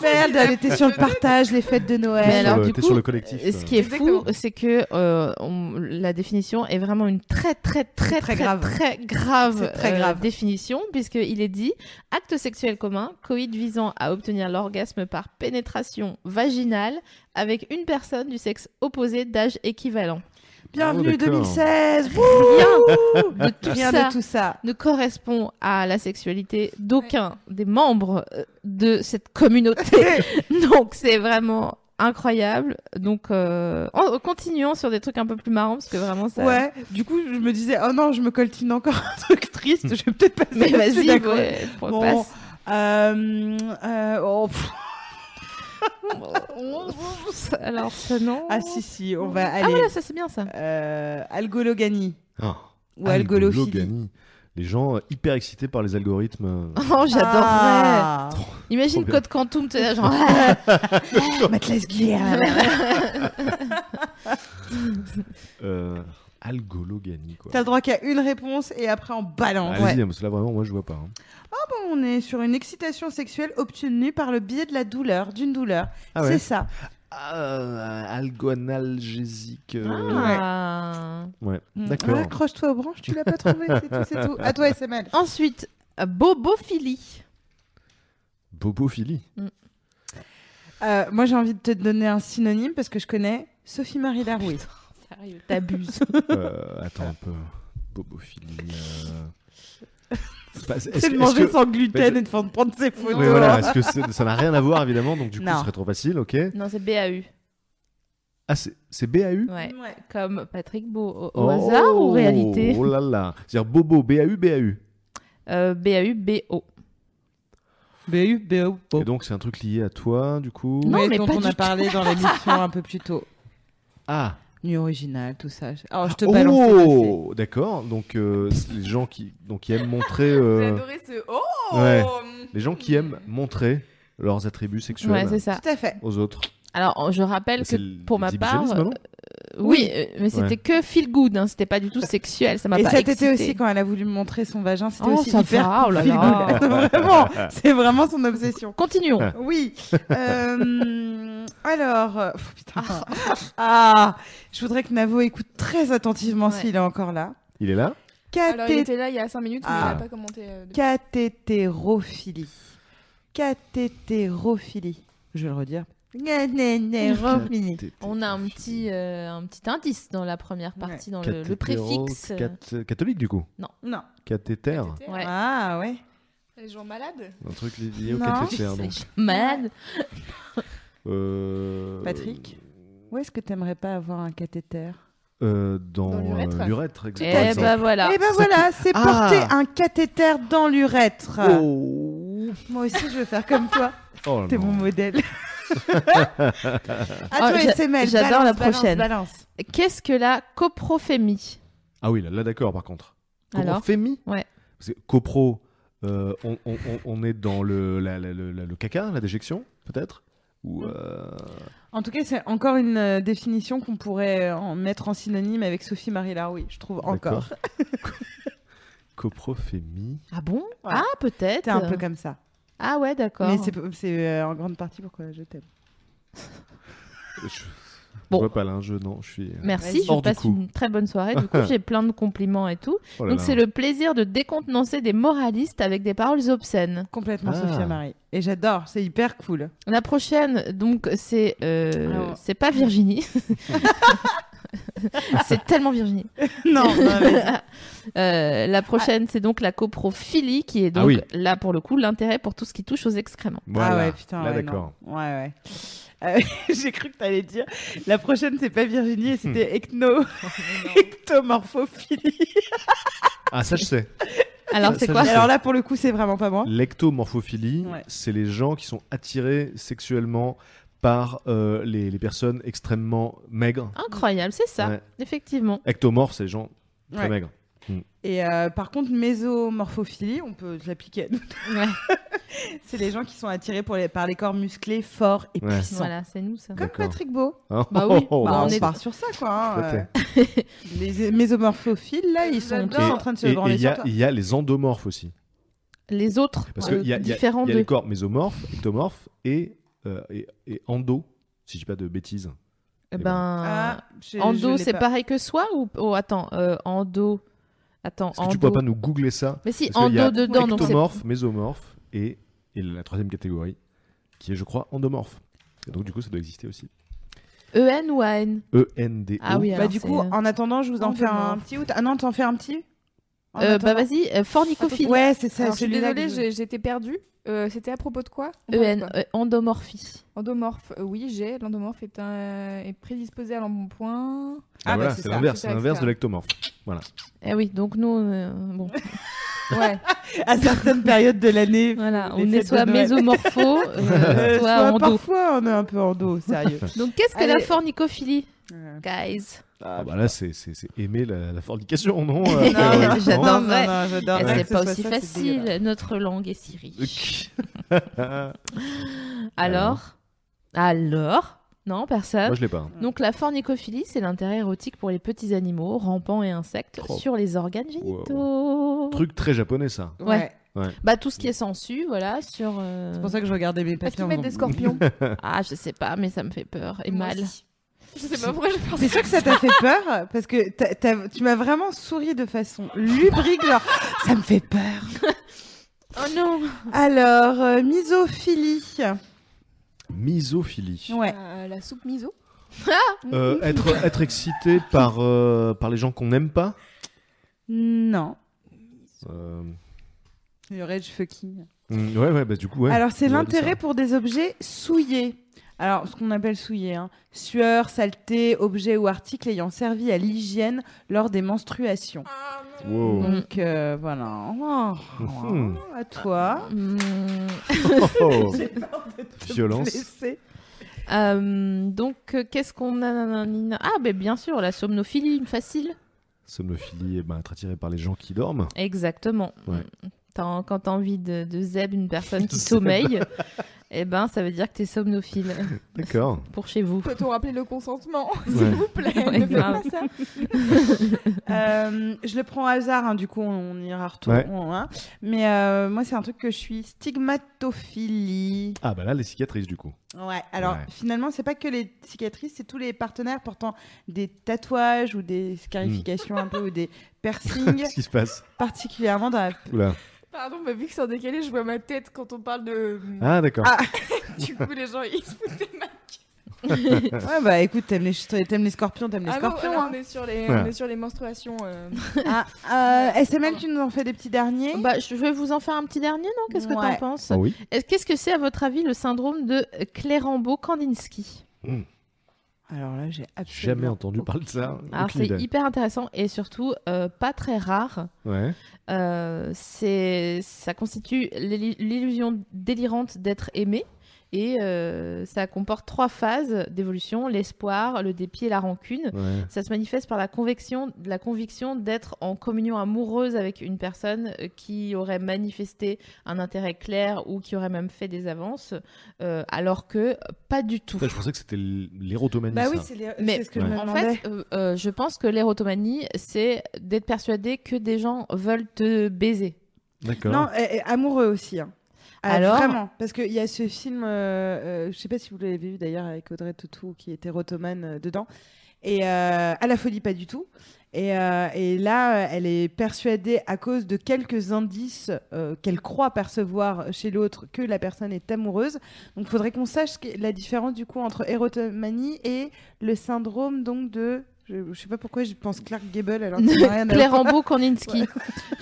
Speaker 3: Merde, elle était sur le partage, les fêtes de
Speaker 5: Mais
Speaker 3: Noël.
Speaker 5: alors,
Speaker 7: Sur le-
Speaker 5: du
Speaker 7: t'es
Speaker 5: coup,
Speaker 7: sur le collectif.
Speaker 3: euh,
Speaker 7: euh.
Speaker 5: ce qui est fou,
Speaker 6: Exactement.
Speaker 5: c'est que euh, on- la définition est vraiment une très très très
Speaker 3: Très
Speaker 5: très
Speaker 3: grave.
Speaker 5: très grave,
Speaker 3: C'est très
Speaker 5: euh,
Speaker 3: grave.
Speaker 5: définition puisqu'il est dit acte sexuel commun, coït visant à obtenir l'orgasme par pénétration vaginale avec une personne du sexe opposé d'âge équivalent.
Speaker 3: Bienvenue
Speaker 7: Oh, d'accord.
Speaker 3: 2016. wouh
Speaker 5: Rien de
Speaker 3: (laughs)
Speaker 5: tout
Speaker 3: Rien
Speaker 5: ça
Speaker 3: de tout ça.
Speaker 5: ne correspond à la sexualité d'aucun des membres euh, de cette
Speaker 3: (laughs)
Speaker 5: communauté. Donc c'est vraiment incroyable. Donc euh, en, continuons sur des trucs un peu plus marrants parce que vraiment ça.
Speaker 3: Ouais, du coup, je me disais, oh non, je me coltine encore un truc triste, je vais peut-être passer
Speaker 5: (laughs) Mais
Speaker 3: là-dessus,
Speaker 5: vas-y,
Speaker 3: d'accord.
Speaker 5: ouais, pour-
Speaker 3: Bon, (laughs)
Speaker 5: passe.
Speaker 3: euh, euh, oh, pff,
Speaker 5: Alors ça non.
Speaker 3: ah si, si, on va
Speaker 5: Ah
Speaker 3: aller.
Speaker 5: voilà, ça c'est bien ça.
Speaker 3: euh, algologanie
Speaker 7: Oh,
Speaker 3: ou algolophilie.
Speaker 7: algologanie. Les gens euh, hyper excités par les algorithmes. euh,
Speaker 5: (laughs) Oh, j'adorerais.
Speaker 3: Ah.
Speaker 5: Imagine
Speaker 7: Trop bien.
Speaker 5: Code Quantum, t'es là,
Speaker 7: (laughs)
Speaker 5: genre. ah,
Speaker 3: Matlas Guillaume.
Speaker 7: euh, algologanie,
Speaker 3: (laughs)
Speaker 7: quoi.
Speaker 3: T'as le droit qu'à une réponse et après on balance.
Speaker 7: Allez-y, parce que là, vraiment, moi, je vois pas. hein.
Speaker 3: On est sur une excitation sexuelle obtenue par le biais de la douleur, d'une douleur.
Speaker 7: Ah
Speaker 3: C'est
Speaker 7: ouais.
Speaker 3: ça.
Speaker 7: Euh, algonalgésique. euh,
Speaker 5: ah.
Speaker 7: Ouais,
Speaker 3: Mm.
Speaker 7: d'accord.
Speaker 3: Ouais, Accroche-toi aux branches, tu l'as pas trouvé, c'est tout, c'est tout. À toi, SML.
Speaker 5: Ensuite, euh, Bobophilie.
Speaker 7: Bobophilie.
Speaker 3: Euh, moi, j'ai envie de te donner un synonyme parce que je connais Sophie Marie Larouille.
Speaker 5: Sérieux,
Speaker 3: (laughs)
Speaker 5: t'abuses.
Speaker 7: Euh, attends un peu. Bobophilie. euh. C'est pas- est-ce-
Speaker 3: C'est
Speaker 7: est-ce
Speaker 3: de manger
Speaker 7: que-
Speaker 3: sans
Speaker 7: Ben,
Speaker 3: gluten
Speaker 7: je-
Speaker 3: et de prendre prendre ses photos.
Speaker 7: Oui, voilà. Est-ce que c'est- ça n'a rien à voir, évidemment, donc du coup,
Speaker 3: Non.
Speaker 7: ce serait trop facile, ok
Speaker 5: non, c'est BAU.
Speaker 7: Ah, c'est c'est BAU
Speaker 5: Ouais.
Speaker 3: Ouais.
Speaker 5: Comme Patrick Beau. Au, au
Speaker 7: Oh,
Speaker 5: hasard ou réalité
Speaker 7: Oh là là. C'est-à-dire Bobo, BAU, BAU.
Speaker 5: Euh, BAU, BO.
Speaker 3: BU, BO.
Speaker 7: Et donc, c'est un truc lié à toi, du coup
Speaker 5: Non,
Speaker 3: mais
Speaker 5: mais
Speaker 3: dont
Speaker 5: pas
Speaker 3: on
Speaker 5: du
Speaker 3: a
Speaker 5: tout.
Speaker 3: parlé
Speaker 5: (laughs)
Speaker 3: dans l'émission un peu plus tôt.
Speaker 7: Ah
Speaker 3: Nu original, tout ça. Alors, je te balance. les dossiers.
Speaker 7: Oh D'accord. Donc, euh, c'est les gens qui, donc, qui aiment montrer. euh,
Speaker 6: J'ai adoré ce. Oh
Speaker 7: ouais. Les gens qui aiment montrer leurs attributs
Speaker 5: Ouais,
Speaker 7: sexuels
Speaker 5: c'est ça.
Speaker 3: Tout à fait.
Speaker 7: aux autres.
Speaker 5: Alors, je rappelle
Speaker 7: C'est
Speaker 5: que pour ma part,
Speaker 7: l'exhibitionnisme, non
Speaker 5: euh, oui, euh, mais c'était
Speaker 7: Ouais.
Speaker 5: que feel good, hein, c'était pas du tout sexuel, ça m'a
Speaker 3: Et
Speaker 5: pas
Speaker 3: cet été
Speaker 5: excitée.
Speaker 3: aussi, quand elle a voulu me montrer son vagin, c'était
Speaker 5: Oh,
Speaker 3: aussi
Speaker 5: ça
Speaker 3: hyper
Speaker 5: va, oh là
Speaker 3: (laughs) feel
Speaker 5: là.
Speaker 3: good. vraiment, c'est vraiment son obsession.
Speaker 5: Continuons.
Speaker 3: Oui. Euh, alors, euh, pff, putain. Ah, je voudrais que Navo écoute très attentivement
Speaker 5: Ouais.
Speaker 3: s'il est encore là.
Speaker 7: Il est là
Speaker 6: Alors, il
Speaker 3: Cathé-
Speaker 6: était là il y a 5 minutes, mais
Speaker 3: Ah.
Speaker 6: il n'a pas commenté. euh, depuis.
Speaker 3: cathétérophilie. Cathétérophilie. Je vais le redire. Cathétérophilie.
Speaker 5: On a un petit, euh, un petit indice dans la première partie, dans le, le
Speaker 7: Cathétéro-
Speaker 5: préfixe.
Speaker 7: cat- Catholique, du coup
Speaker 3: (laughs) Non.
Speaker 7: Cathéter
Speaker 6: Cathéter.
Speaker 5: Ouais.
Speaker 3: Ah ouais.
Speaker 6: euh, Les gens malades
Speaker 7: Un truc li- lié au
Speaker 3: Non.
Speaker 7: cathéter, donc.
Speaker 5: Malade.
Speaker 7: Euh,
Speaker 3: Patrick Où est-ce que t'aimerais pas avoir un cathéter
Speaker 7: euh, Dans,
Speaker 6: Dans
Speaker 7: euh,
Speaker 6: l'urètre.
Speaker 7: l'urètre,
Speaker 5: Et
Speaker 7: exactement.
Speaker 5: ben voilà.
Speaker 3: Eh ben voilà, c'est
Speaker 7: Ah.
Speaker 3: porter un cathéter dans l'urètre.
Speaker 7: Oh,
Speaker 3: Moi aussi, je veux faire comme toi.
Speaker 7: Oh,
Speaker 3: T'es
Speaker 7: non.
Speaker 3: mon
Speaker 5: (laughs)
Speaker 3: modèle.
Speaker 5: Oh,
Speaker 3: à toi,
Speaker 5: j'a-
Speaker 3: SML.
Speaker 5: j'adore la
Speaker 3: Balance, balance,
Speaker 5: prochaine.
Speaker 3: Balance.
Speaker 5: Qu'est-ce que la coprophémie
Speaker 7: Ah oui, là, là, d'accord, par contre.
Speaker 5: Alors
Speaker 7: Coprophémie
Speaker 5: Ouais.
Speaker 7: Parce que copro, euh, on, on- on- on est dans le, la- la- le- la- le caca, la déjection, peut-être Ou. euh,
Speaker 3: En tout cas, c'est encore une euh, définition qu'on pourrait euh, en mettre en synonyme avec Sophie Marie Laroui, je trouve encore.
Speaker 7: (laughs) D'accord. Coprophémie.
Speaker 5: Ah bon
Speaker 3: Ouais.
Speaker 5: Ah peut-être.
Speaker 3: T'es un peu comme ça.
Speaker 5: Ah ouais d'accord.
Speaker 3: Mais c'est c'est, euh, en grande partie pourquoi je t'aime.
Speaker 7: Je...
Speaker 5: Bon.
Speaker 7: Je vois pas l'enjeu, non, je suis.
Speaker 5: Merci, je
Speaker 7: Hors du
Speaker 5: passe
Speaker 7: coup.
Speaker 5: une très bonne soirée. Du
Speaker 7: (laughs)
Speaker 5: coup, j'ai plein de compliments et tout.
Speaker 7: Oh là
Speaker 5: Donc
Speaker 7: là.
Speaker 5: c'est le plaisir de décontenancer des moralistes avec des paroles obscènes.
Speaker 3: Complètement
Speaker 7: Ah.
Speaker 3: Sophie Marie. Et j'adore, c'est hyper
Speaker 5: (laughs)
Speaker 3: cool.
Speaker 5: La prochaine, donc, c'est. euh,
Speaker 3: Alors-
Speaker 5: C'est pas
Speaker 3: (laughs)
Speaker 5: Virginie. c'est tellement Virginie.
Speaker 3: non, non, vas-y.
Speaker 5: (laughs) Euh, la prochaine, c'est donc la coprophilie, qui est donc
Speaker 7: Ah oui.
Speaker 5: là, pour le coup, l'intérêt pour tout ce qui touche aux excréments.
Speaker 3: Ah
Speaker 7: Voilà.
Speaker 3: ouais, putain.
Speaker 7: Là,
Speaker 3: ouais,
Speaker 7: d'accord.
Speaker 3: non. Ouais, ouais. Euh, (laughs) J'ai cru que t'allais dire. La prochaine, c'est pas Virginie, et
Speaker 7: Hmm.
Speaker 3: c'était ecno...
Speaker 5: (laughs)
Speaker 3: ectomorphophilie.
Speaker 7: Ah, ça,
Speaker 3: (laughs)
Speaker 7: je sais.
Speaker 5: Alors,
Speaker 7: Ça,
Speaker 5: c'est
Speaker 7: ça,
Speaker 5: quoi
Speaker 7: je sais.
Speaker 3: Alors là, pour le coup, c'est vraiment pas moi.
Speaker 7: L'ectomorphophilie,
Speaker 3: Ouais.
Speaker 7: c'est les gens qui sont attirés sexuellement par euh, les, les personnes extrêmement maigres.
Speaker 5: Incroyable, c'est Ah, ça,
Speaker 7: Ouais.
Speaker 5: effectivement.
Speaker 7: Ectomorphes, c'est les gens très
Speaker 3: Ouais.
Speaker 7: maigres.
Speaker 3: Et euh, par contre, mésomorphophilie, on peut l'appliquer. à nous.
Speaker 5: Ouais.
Speaker 3: (laughs) c'est les gens qui sont attirés pour les- par les corps musclés, forts et
Speaker 7: Ouais.
Speaker 3: puissants.
Speaker 5: Voilà, c'est nous, ça.
Speaker 3: Comme
Speaker 7: D'accord.
Speaker 3: Patrick Beau.
Speaker 7: Oh,
Speaker 5: Bah oui.
Speaker 7: (laughs) oh, oh,
Speaker 3: Bah,
Speaker 5: Bah,
Speaker 7: oh.
Speaker 5: on
Speaker 3: on,
Speaker 5: est-
Speaker 3: part sur ça, quoi. hein,
Speaker 7: Peut-être.
Speaker 3: euh. les mésomorphophiles, là, ils sont
Speaker 6: J'adore.
Speaker 3: tous en train de se
Speaker 7: Et- et
Speaker 3: branler
Speaker 7: il y,
Speaker 3: sur
Speaker 7: a-
Speaker 3: toi.
Speaker 7: il y a les endomorphes aussi.
Speaker 5: Les autres,
Speaker 7: Parce
Speaker 5: euh,
Speaker 7: qu'il y a, il y a-
Speaker 5: différents
Speaker 7: il y a les
Speaker 5: d'eux.
Speaker 7: corps mésomorphes, ectomorphes et, euh, et, et endo, si je dis pas de bêtises.
Speaker 5: Eh
Speaker 7: Et
Speaker 5: ben,
Speaker 3: Ah, je- je
Speaker 5: endo,
Speaker 3: l'ai
Speaker 5: c'est
Speaker 3: pas.
Speaker 5: pareil que soi ou. Oh, attends, euh, endo. Attends,
Speaker 7: Est-ce que
Speaker 5: endo.
Speaker 7: tu pourrais pas nous googler ça
Speaker 5: Mais si,
Speaker 7: Parce qu'il y
Speaker 5: endo
Speaker 7: a
Speaker 5: dedans, donc c'est.
Speaker 7: Ectomorphe, mésomorphe et, et la troisième catégorie qui est, je crois, endomorphe. Et donc, du coup, ça doit exister aussi. E
Speaker 5: EN E ou AN
Speaker 7: E-N-D-O.
Speaker 5: Ah oui,
Speaker 3: Bah,
Speaker 5: alors
Speaker 3: du
Speaker 5: c'est-
Speaker 3: coup, en attendant, je vous en
Speaker 6: on
Speaker 3: fais
Speaker 6: peut
Speaker 3: un
Speaker 6: voir.
Speaker 3: petit. ou t- Ah non, t'en fais un petit En
Speaker 5: Euh, bah
Speaker 3: attendant.
Speaker 5: vas-y, euh, fornicophile.
Speaker 3: Ouais, c'est ça,
Speaker 6: Alors, je suis
Speaker 3: celui-là.
Speaker 6: désolée,
Speaker 3: que je-
Speaker 6: j'ai- j'étais perdue. Euh, C'était à propos de quoi On parle de
Speaker 5: EN,
Speaker 6: quoi
Speaker 5: euh, endomorphie.
Speaker 6: Endomorphe, euh, oui, j'ai. L'endomorphe est, un... est prédisposé à l'embonpoint.
Speaker 3: Ah, bah,
Speaker 7: voilà,
Speaker 3: c'est
Speaker 7: c'est
Speaker 3: ça,
Speaker 7: l'inverse,
Speaker 6: c'est
Speaker 7: c'est l'inverse
Speaker 6: ça.
Speaker 7: de l'ectomorphe.
Speaker 5: Eh oui, donc nous, euh,
Speaker 3: (laughs)
Speaker 5: bon,
Speaker 6: Ouais.
Speaker 3: À certaines périodes de l'année.
Speaker 5: voilà,
Speaker 3: les
Speaker 5: on est
Speaker 3: fêtes de
Speaker 5: soit
Speaker 3: Noël. (laughs)
Speaker 5: mésomorpho, euh,
Speaker 3: Euh,
Speaker 5: soit
Speaker 3: soit
Speaker 5: endo.
Speaker 3: parfois, on est un peu en dos, sérieux.
Speaker 5: Donc qu'est-ce que la
Speaker 3: Allez.
Speaker 5: fornicophilie,
Speaker 3: Euh,
Speaker 5: guys
Speaker 7: Ah, bah, là, c'est c'est- c'est aimer la, la fornication, (laughs) non euh,
Speaker 5: (laughs) Non,
Speaker 7: théoriquement
Speaker 5: non, j'adore.
Speaker 3: non,
Speaker 5: ouais.
Speaker 3: non, j'adore.
Speaker 5: Eh,
Speaker 3: Ah, Ouais,
Speaker 5: C'est
Speaker 3: que
Speaker 5: pas
Speaker 3: ce soit
Speaker 5: aussi
Speaker 3: ça, c'est dégueulasse.
Speaker 5: facile, notre langue est si riche.
Speaker 7: Moi,
Speaker 5: Alors
Speaker 7: Euh.
Speaker 5: Alors Non, personne.
Speaker 7: je l'ai pas. hein.
Speaker 5: Donc la fornicophilie, c'est l'intérêt érotique pour les petits animaux, rampants et insectes,
Speaker 7: Oh.
Speaker 5: sur les organes
Speaker 7: Wow.
Speaker 5: génitaux.
Speaker 7: Truc très japonais, ça.
Speaker 5: Ouais.
Speaker 3: Ouais.
Speaker 5: Bah tout ce qui est sensu, voilà, sur... euh,
Speaker 3: C'est pour ça que je regardais mes
Speaker 6: Est-ce
Speaker 3: papiers.
Speaker 6: qu'ils
Speaker 3: en
Speaker 6: mettent
Speaker 3: faisant-
Speaker 6: des scorpions
Speaker 5: Ah, je sais pas, mais ça me fait peur et
Speaker 6: Moi
Speaker 5: mal.
Speaker 6: aussi. Je sais pas pourquoi je pense.
Speaker 3: C'est sûr que ça t'a fait peur parce que t'as- t'as- tu m'as vraiment souri de façon lubrique, genre ça me fait peur.
Speaker 5: Oh non
Speaker 3: Alors, euh, misophilie.
Speaker 7: Misophilie.
Speaker 3: Ouais.
Speaker 6: Euh, la soupe miso.
Speaker 7: Euh, être, être excité par, euh, par les gens qu'on n'aime pas.
Speaker 3: Non.
Speaker 7: Euh,
Speaker 3: Le rage fucking.
Speaker 7: mm, ouais, ouais, bah du coup, ouais.
Speaker 3: Alors, c'est
Speaker 7: Ouais,
Speaker 3: l'intérêt
Speaker 7: ça.
Speaker 3: pour des objets souillés. Alors, ce qu'on appelle souillés, hein. sueur, saleté, objet ou article ayant servi à l'hygiène lors des menstruations.
Speaker 5: Ah.
Speaker 3: (laughs)
Speaker 7: Wow. (laughs)
Speaker 3: Donc, euh, voilà. Oh,
Speaker 7: Mhm.
Speaker 3: à toi.
Speaker 5: Hmm.
Speaker 7: Oh, oh.
Speaker 3: Te
Speaker 7: Violence.
Speaker 3: blesser.
Speaker 5: Euh, donc, euh, qu'est-ce qu'on a nanana Ah, ben bien sûr, la somnophilie, une facile.
Speaker 7: Somnophilie, eh ben, être attiré par les gens qui dorment.
Speaker 5: Exactement.
Speaker 7: Ouais.
Speaker 5: T'as- quand t'as envie de, de zeb une personne
Speaker 7: (laughs)
Speaker 5: qui
Speaker 7: Zeb.
Speaker 5: sommeille, eh ben, ça veut dire que t'es somnophile
Speaker 7: D'accord.
Speaker 5: pour chez
Speaker 6: (laughs)
Speaker 5: vous.
Speaker 6: Peut-on rappeler le consentement, s'il
Speaker 7: Ouais.
Speaker 6: vous plaît
Speaker 5: Ouais,
Speaker 6: Ne faites
Speaker 5: grave.
Speaker 6: pas ça.
Speaker 3: Euh, je le prends au hasard, hein, du coup, on, on ira retourner.
Speaker 7: Ouais.
Speaker 3: hein. Mais euh, moi, c'est un truc que je suis stigmatophilie.
Speaker 7: Ah, bah là, les cicatrices, du coup.
Speaker 3: Ouais, alors
Speaker 7: Ouais.
Speaker 3: finalement, c'est pas que les cicatrices, c'est tous les partenaires portant des tatouages ou des scarifications un peu ou
Speaker 7: (laughs)
Speaker 3: des piercings,
Speaker 7: Qu'est-ce qui se passe
Speaker 3: particulièrement
Speaker 7: (laughs)
Speaker 3: dans la.
Speaker 7: Oula.
Speaker 6: Pardon, mais vu que c'est en décalé, je vois ma tête quand on parle de.
Speaker 7: Ah, d'accord.
Speaker 3: Ah.
Speaker 6: Du coup, les gens, ils se foutent de ma
Speaker 3: Ouais, bah écoute, t'aimes les, ch- t'aimes les scorpions, t'aimes les
Speaker 6: Ah non,
Speaker 3: scorpions.
Speaker 6: alors,
Speaker 3: hein.
Speaker 6: on, est sur les,
Speaker 7: Ouais.
Speaker 6: on est sur les menstruations. euh. (laughs)
Speaker 3: Ah, euh, SML, tu nous en fais des petits derniers
Speaker 5: Bah, je vais vous en faire un petit dernier, non Qu'est-ce que
Speaker 3: Ouais.
Speaker 5: t'en penses
Speaker 7: Ah oui
Speaker 5: Est-ce- Euh, Qu'est-ce que c'est, à votre avis, le syndrome de Clérambeau-Kandinsky
Speaker 3: Alors là, j'ai absolument.
Speaker 7: Jamais entendu parler de ça.
Speaker 5: Alors,
Speaker 7: Aucune
Speaker 5: c'est
Speaker 7: idée.
Speaker 5: hyper intéressant et surtout euh, pas très rare.
Speaker 7: Ouais.
Speaker 5: Euh, c'est ça constitue l'illu- l'illusion délirante d'être aimé et euh, ça comporte trois phases d'évolution l'espoir, le dépi et la rancune.
Speaker 7: ouais.
Speaker 5: Ça se manifeste par la conviction, la conviction d'être en communion amoureuse avec une personne euh, qui aurait manifesté un intérêt clair ou qui aurait même fait des avances, euh, alors que pas du tout.
Speaker 7: Putain, je pensais que c'était l- l'érotomanie.
Speaker 3: Bah
Speaker 7: ça.
Speaker 3: oui, c'est les-
Speaker 5: Mais
Speaker 3: c'est ce que
Speaker 7: Ouais.
Speaker 3: je me
Speaker 5: En
Speaker 3: demandais.
Speaker 5: fait, euh, euh, je pense que l'érotomanie, c'est d'être persuadé que des gens veulent te baiser.
Speaker 7: D'accord.
Speaker 3: Non, et- et amoureux aussi. hein. Ah,
Speaker 5: Alors
Speaker 3: Vraiment, parce qu'il y a ce film, euh, euh, je sais pas si vous l'avez vu d'ailleurs avec Audrey Tautou qui était rotomane euh, dedans, et euh, à la folie pas du tout. Et, euh, et là, euh, elle est persuadée à cause de quelques indices euh, qu'elle croit percevoir chez l'autre que la personne est amoureuse. Donc, il faudrait qu'on sache ce qu'est la différence du coup entre érotomanie et le syndrome donc de, je, je sais pas pourquoi je pense Clark Gable
Speaker 5: (laughs)
Speaker 3: alors que ça n'a rien à
Speaker 5: Claire Rambaud
Speaker 3: (laughs)
Speaker 5: Korninski.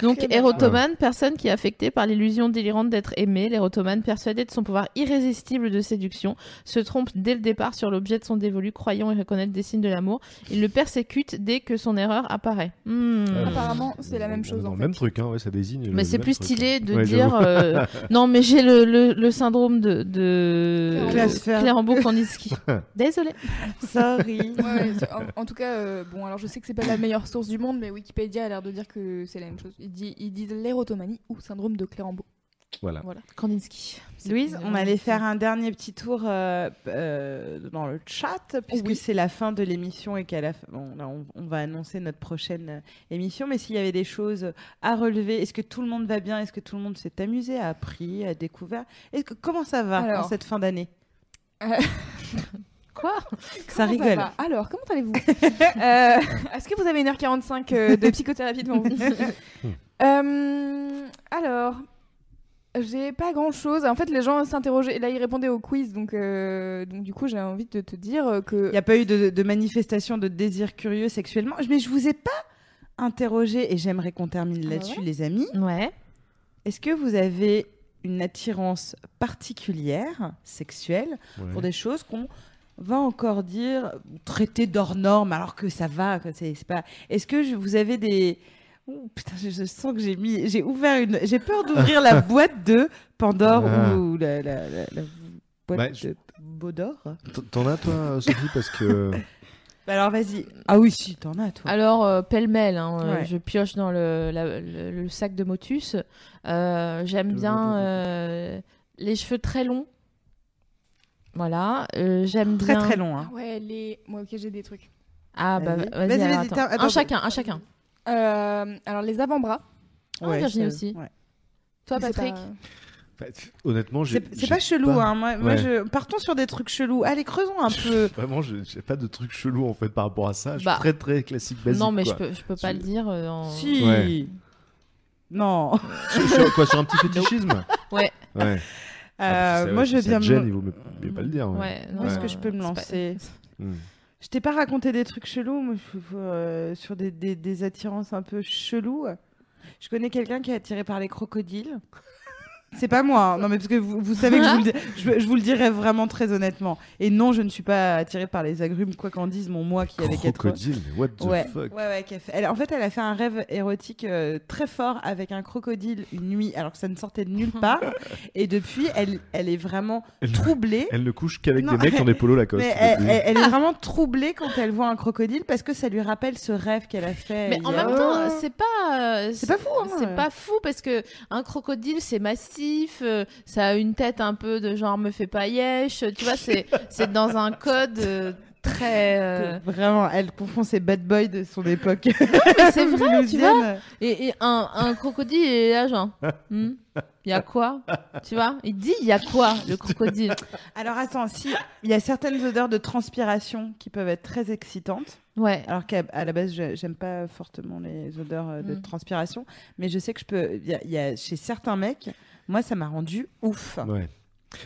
Speaker 5: Donc,
Speaker 3: Très bien.
Speaker 5: érotomane, personne qui est affectée par l'illusion délirante d'être aimée. L'érotomane, persuadé de son pouvoir irrésistible de séduction, se trompe dès le départ sur l'objet de son dévolu, croyant et reconnaître des signes de l'amour. Il le persécute dès que son erreur apparaît. Hmm.
Speaker 7: Ah,
Speaker 6: Apparemment, c'est la
Speaker 7: On
Speaker 6: même
Speaker 7: est
Speaker 6: chose,
Speaker 7: Dans
Speaker 6: en
Speaker 7: le
Speaker 6: fait.
Speaker 7: même truc, hein, ouais, ça désigne.
Speaker 5: Mais
Speaker 7: le
Speaker 5: c'est
Speaker 7: même
Speaker 5: plus
Speaker 7: truc,
Speaker 5: stylé
Speaker 7: hein.
Speaker 5: de
Speaker 7: Ouais,
Speaker 5: dire
Speaker 7: j'avoue.
Speaker 5: euh, non mais j'ai le, le, le syndrome de, de...
Speaker 3: Clasfer.
Speaker 7: (laughs)
Speaker 5: Clérambeau-Kandinsky. Désolée.
Speaker 3: Sorry.
Speaker 6: Ouais, ouais, c'est- en, en tout cas, euh, bon, alors je sais que c'est pas la meilleure source du monde, mais Wikipédia a l'air de dire que c'est la même chose. Ils, dit- ils disent l'érotomanie ou syndrome de Clérambeau.
Speaker 7: Voilà.
Speaker 5: Kandinsky. C'est
Speaker 3: Louise,
Speaker 5: une-
Speaker 3: on allait faire un dernier petit tour euh, euh, dans le chat, puisque c'est la fin de l'émission et qu'à la fin, bon, là, on, on va annoncer notre prochaine euh, émission. Mais s'il y avait des choses à relever, est-ce que tout le monde va bien Est-ce que tout le monde s'est amusé, a appris, a découvert Est-ce que, Comment ça va
Speaker 6: Alors.
Speaker 3: en cette fin d'année
Speaker 5: Quoi
Speaker 3: Ça
Speaker 6: Comment
Speaker 3: rigole.
Speaker 6: va Alors, comment
Speaker 5: (laughs)
Speaker 6: allez-vous Euh, Est-ce que vous avez 1h45 euh, de psychothérapie devant
Speaker 5: (laughs)
Speaker 6: vous (laughs) Euh, Alors, j'ai pas grand-chose. En fait, les gens s'interrogeaient. Là, ils répondaient au quiz, donc, euh, donc du coup, j'ai envie de te dire euh, que.
Speaker 3: Il n'y a pas eu de, de manifestation de désir curieux sexuellement. Mais je vous ai pas interrogé et j'aimerais qu'on termine
Speaker 6: Ah bah
Speaker 3: là-dessus, les amis.
Speaker 5: Ouais.
Speaker 3: Est-ce que vous avez une attirance particulière sexuelle
Speaker 7: Ouais.
Speaker 3: pour des choses qu'on va encore dire traiter d'hors norme alors que ça va quoi, c'est c'est pas est-ce que je- vous avez des Ouh, putain je, je sens que j'ai mis j'ai ouvert une j'ai peur d'ouvrir
Speaker 7: (laughs)
Speaker 3: la boîte de Pandore
Speaker 7: Ah.
Speaker 3: ou la, la- la- la boîte
Speaker 7: Bah, je-
Speaker 3: de Baudor
Speaker 7: T- T'en as, toi, Sophie Parce que.
Speaker 3: Bah alors vas-y ah oui si t'en as toi
Speaker 5: Alors, euh, pêle-mêle, hein, euh,
Speaker 3: Ouais.
Speaker 5: je pioche dans le, la- le- le sac de Motus. Euh, J'aime bien euh, les cheveux très longs. Voilà. Euh, J'aime
Speaker 3: très
Speaker 5: bien.
Speaker 3: très long hein.
Speaker 6: Ah ouais, les. Moi, ok, j'ai des trucs.
Speaker 5: Ah, bah
Speaker 3: Vas-y.
Speaker 5: vas-y. alors,
Speaker 3: Vas-y, vas-y,
Speaker 5: attends.
Speaker 3: t'as- attends.
Speaker 5: Un chacun, un chacun.
Speaker 6: Euh, alors, les avant-bras.
Speaker 5: Ah, Virginie
Speaker 3: ça-
Speaker 5: aussi.
Speaker 3: ouais.
Speaker 5: Toi,
Speaker 6: Mais c'est
Speaker 5: Patrick.
Speaker 6: pas-
Speaker 7: Bah, pff, Honnêtement, j'ai.
Speaker 3: c'est
Speaker 7: j'ai
Speaker 3: c'est pas chelou hein moi, moi,
Speaker 7: Ouais.
Speaker 3: je... partons sur des trucs chelous allez creusons
Speaker 7: (laughs)
Speaker 3: un peu
Speaker 7: Vraiment, je- j'ai pas de truc chelou en fait par rapport à ça. Je suis
Speaker 5: Bah.
Speaker 7: très très classique basique.
Speaker 5: non, mais
Speaker 7: quoi.
Speaker 5: je peux, je peux pas
Speaker 7: Je-
Speaker 5: le dire. euh, en-
Speaker 3: si
Speaker 7: Ouais.
Speaker 3: non
Speaker 7: Sur, sur- quoi, sur
Speaker 3: (laughs)
Speaker 7: un petit fétichisme
Speaker 5: Ouais.
Speaker 7: Ouais.
Speaker 3: Euh,
Speaker 7: Ah, parce que ça-
Speaker 3: moi
Speaker 7: si
Speaker 3: je veux
Speaker 7: ça
Speaker 3: bien
Speaker 7: te
Speaker 3: me-
Speaker 7: gêne, il vaut mieux, mieux pas le dire. ouais.
Speaker 5: Ouais, non,
Speaker 3: Où est-ce
Speaker 5: non,
Speaker 3: que je peux me
Speaker 5: c'est pas-
Speaker 3: lancer
Speaker 7: Hmm.
Speaker 3: Je t'ai pas raconté des trucs chelous, moi, je- je- euh, sur des, des- des attirances un peu cheloues. Je connais quelqu'un qui est attiré par les crocodiles. C'est pas moi, hein. non mais parce que vous, vous savez que je vous, le, je- je vous le dirais vraiment très honnêtement. Et non, je ne suis pas attirée par les agrumes, quoi qu'en dise mon moi qui avait quatre
Speaker 7: Crocodile, mais what the
Speaker 3: ouais.
Speaker 7: fuck
Speaker 3: Ouais, ouais, qu'elle fait- elle- en fait, elle a fait un rêve érotique euh, très fort avec un crocodile une nuit, alors que ça ne sortait de nulle
Speaker 7: (laughs)
Speaker 3: part. et depuis, elle, elle est vraiment
Speaker 7: Elle-
Speaker 3: troublée.
Speaker 7: Elle ne couche qu'avec
Speaker 3: Non,
Speaker 7: des mecs en des polos
Speaker 3: (laughs)
Speaker 7: Lacoste.
Speaker 3: Mais elle, elle- elle est vraiment troublée quand elle voit un crocodile parce que ça lui rappelle ce rêve qu'elle a fait.
Speaker 5: Mais en
Speaker 3: hier.
Speaker 5: même temps, c'est pas. euh,
Speaker 3: Oh. C'est pas fou, hein.
Speaker 5: C'est pas fou parce que un crocodile, c'est massif, euh, ça a une tête un peu de genre me fais pas yesh, tu vois, (laughs) c'est c'est dans un code euh, très. euh,
Speaker 3: Vraiment, elle confond ses bad boys de son époque.
Speaker 5: mais c'est vrai, tu vois.
Speaker 3: Mulhousienne.
Speaker 5: Et, et un, un crocodile, il est là, (laughs) genre. hmm, Il y a quoi Tu vois Il dit, il y a (laughs) quoi, le crocodile
Speaker 3: Alors attends, si il y a certaines odeurs de transpiration qui peuvent être très excitantes.
Speaker 5: Ouais.
Speaker 3: Alors qu'à à la base, je- j'aime pas fortement les odeurs euh, de
Speaker 5: Mm.
Speaker 3: transpiration, mais je sais que je peux. Il y a- il y a- chez certains mecs, moi, ça m'a rendu ouf.
Speaker 7: Ouais.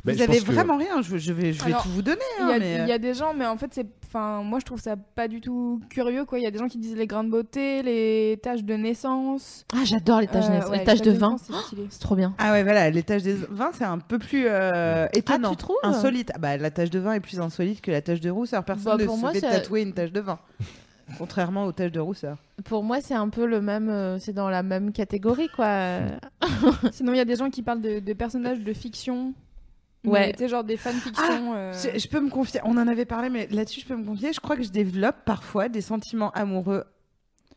Speaker 7: Ben,
Speaker 3: Vous
Speaker 7: je
Speaker 3: avez
Speaker 7: pense que-
Speaker 3: vraiment rien. Je, je vais, je vais
Speaker 6: Alors,
Speaker 3: tout vous donner.
Speaker 5: Eh,
Speaker 6: Il
Speaker 3: hein,
Speaker 6: y, a,
Speaker 5: euh.
Speaker 3: mais,
Speaker 6: il y a des gens, mais en fait, c'est, enfin, moi je trouve ça pas du tout curieux, quoi. Il y a des gens qui disent les grains de beauté, les taches de naissance,
Speaker 5: Ah, j'adore les taches, de
Speaker 6: Euh,
Speaker 5: naissance-
Speaker 6: ouais,
Speaker 5: les taches de vin. Oh,
Speaker 6: naissance, c'est stylé.
Speaker 5: C'est trop bien.
Speaker 3: Ah ouais, voilà, les taches de vin, c'est un peu plus euh, étonnant.
Speaker 5: tu trouves
Speaker 3: Insolite. Ah bah, la tache de vin est plus insolite que la tache de rousseur. Personne
Speaker 5: Bah,
Speaker 3: ne
Speaker 5: pour
Speaker 3: se
Speaker 5: moi,
Speaker 3: fait
Speaker 5: ça-
Speaker 3: tatouer une tache de vin. (laughs) Contrairement aux taches de rousseur.
Speaker 5: Pour moi, c'est un peu le même. euh, c'est dans la même catégorie, quoi.
Speaker 6: Sinon, il y a des gens qui parlent de, de personnages de fiction.
Speaker 5: Ouais. Ah,
Speaker 6: Ouais. Tu sais, genre des fanfictions. euh,
Speaker 3: Je, je peux me confier, on en avait parlé, mais là-dessus, je peux me confier. Je crois que je développe parfois des sentiments amoureux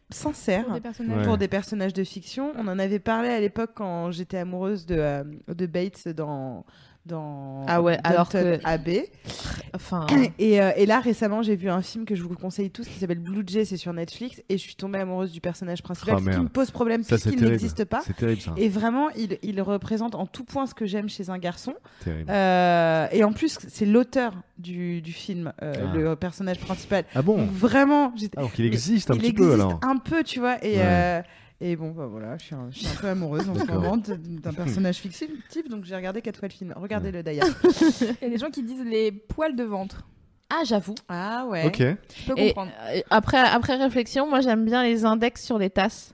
Speaker 3: sincères.
Speaker 6: pour des personnages.
Speaker 7: Ouais.
Speaker 3: pour des personnages de fiction. On en avait parlé à l'époque quand j'étais amoureuse de, euh, de Bates dans. dans
Speaker 5: Ah ouais, alors
Speaker 3: Downton
Speaker 5: que-
Speaker 3: Abbey.
Speaker 5: (coughs) Enfin.
Speaker 7: Hein.
Speaker 3: (clears throat) Et, euh, et là, récemment, j'ai vu un film que je vous conseille tous qui s'appelle Blue Jay, c'est sur Netflix, et je suis tombée amoureuse du personnage principal
Speaker 7: Ah,
Speaker 3: ce qui
Speaker 7: merde.
Speaker 3: me pose problème
Speaker 7: Ça, c'est
Speaker 3: puisqu'il
Speaker 7: terrible.
Speaker 3: n'existe pas.
Speaker 7: C'est terrible ça.
Speaker 3: Et vraiment, il, il représente en tout point ce que j'aime chez un garçon.
Speaker 7: Terrible.
Speaker 3: Euh, et en plus, c'est l'auteur du, du film, euh,
Speaker 7: Ah.
Speaker 3: le personnage principal.
Speaker 7: Ah bon
Speaker 3: Donc vraiment, j'étais-
Speaker 7: Alors qu'il
Speaker 3: Mais
Speaker 7: existe un
Speaker 3: il
Speaker 7: petit
Speaker 3: existe
Speaker 7: peu alors.
Speaker 3: un peu, tu vois. Et,
Speaker 7: Ouais.
Speaker 3: euh, et bon, bah voilà, je suis un, je suis un peu amoureuse en ce
Speaker 7: D'accord.
Speaker 3: moment d- d'un personnage fictif, donc j'ai regardé quatre fois le film. Regardez-le
Speaker 7: (laughs)
Speaker 3: d'ailleurs.
Speaker 6: Il y a des gens qui disent les poils de ventre.
Speaker 5: Ah, j'avoue.
Speaker 3: Ah ouais.
Speaker 7: Ok.
Speaker 6: Je peux
Speaker 5: Et
Speaker 6: comprendre.
Speaker 5: euh, après, après réflexion, moi j'aime bien les index sur les tasses.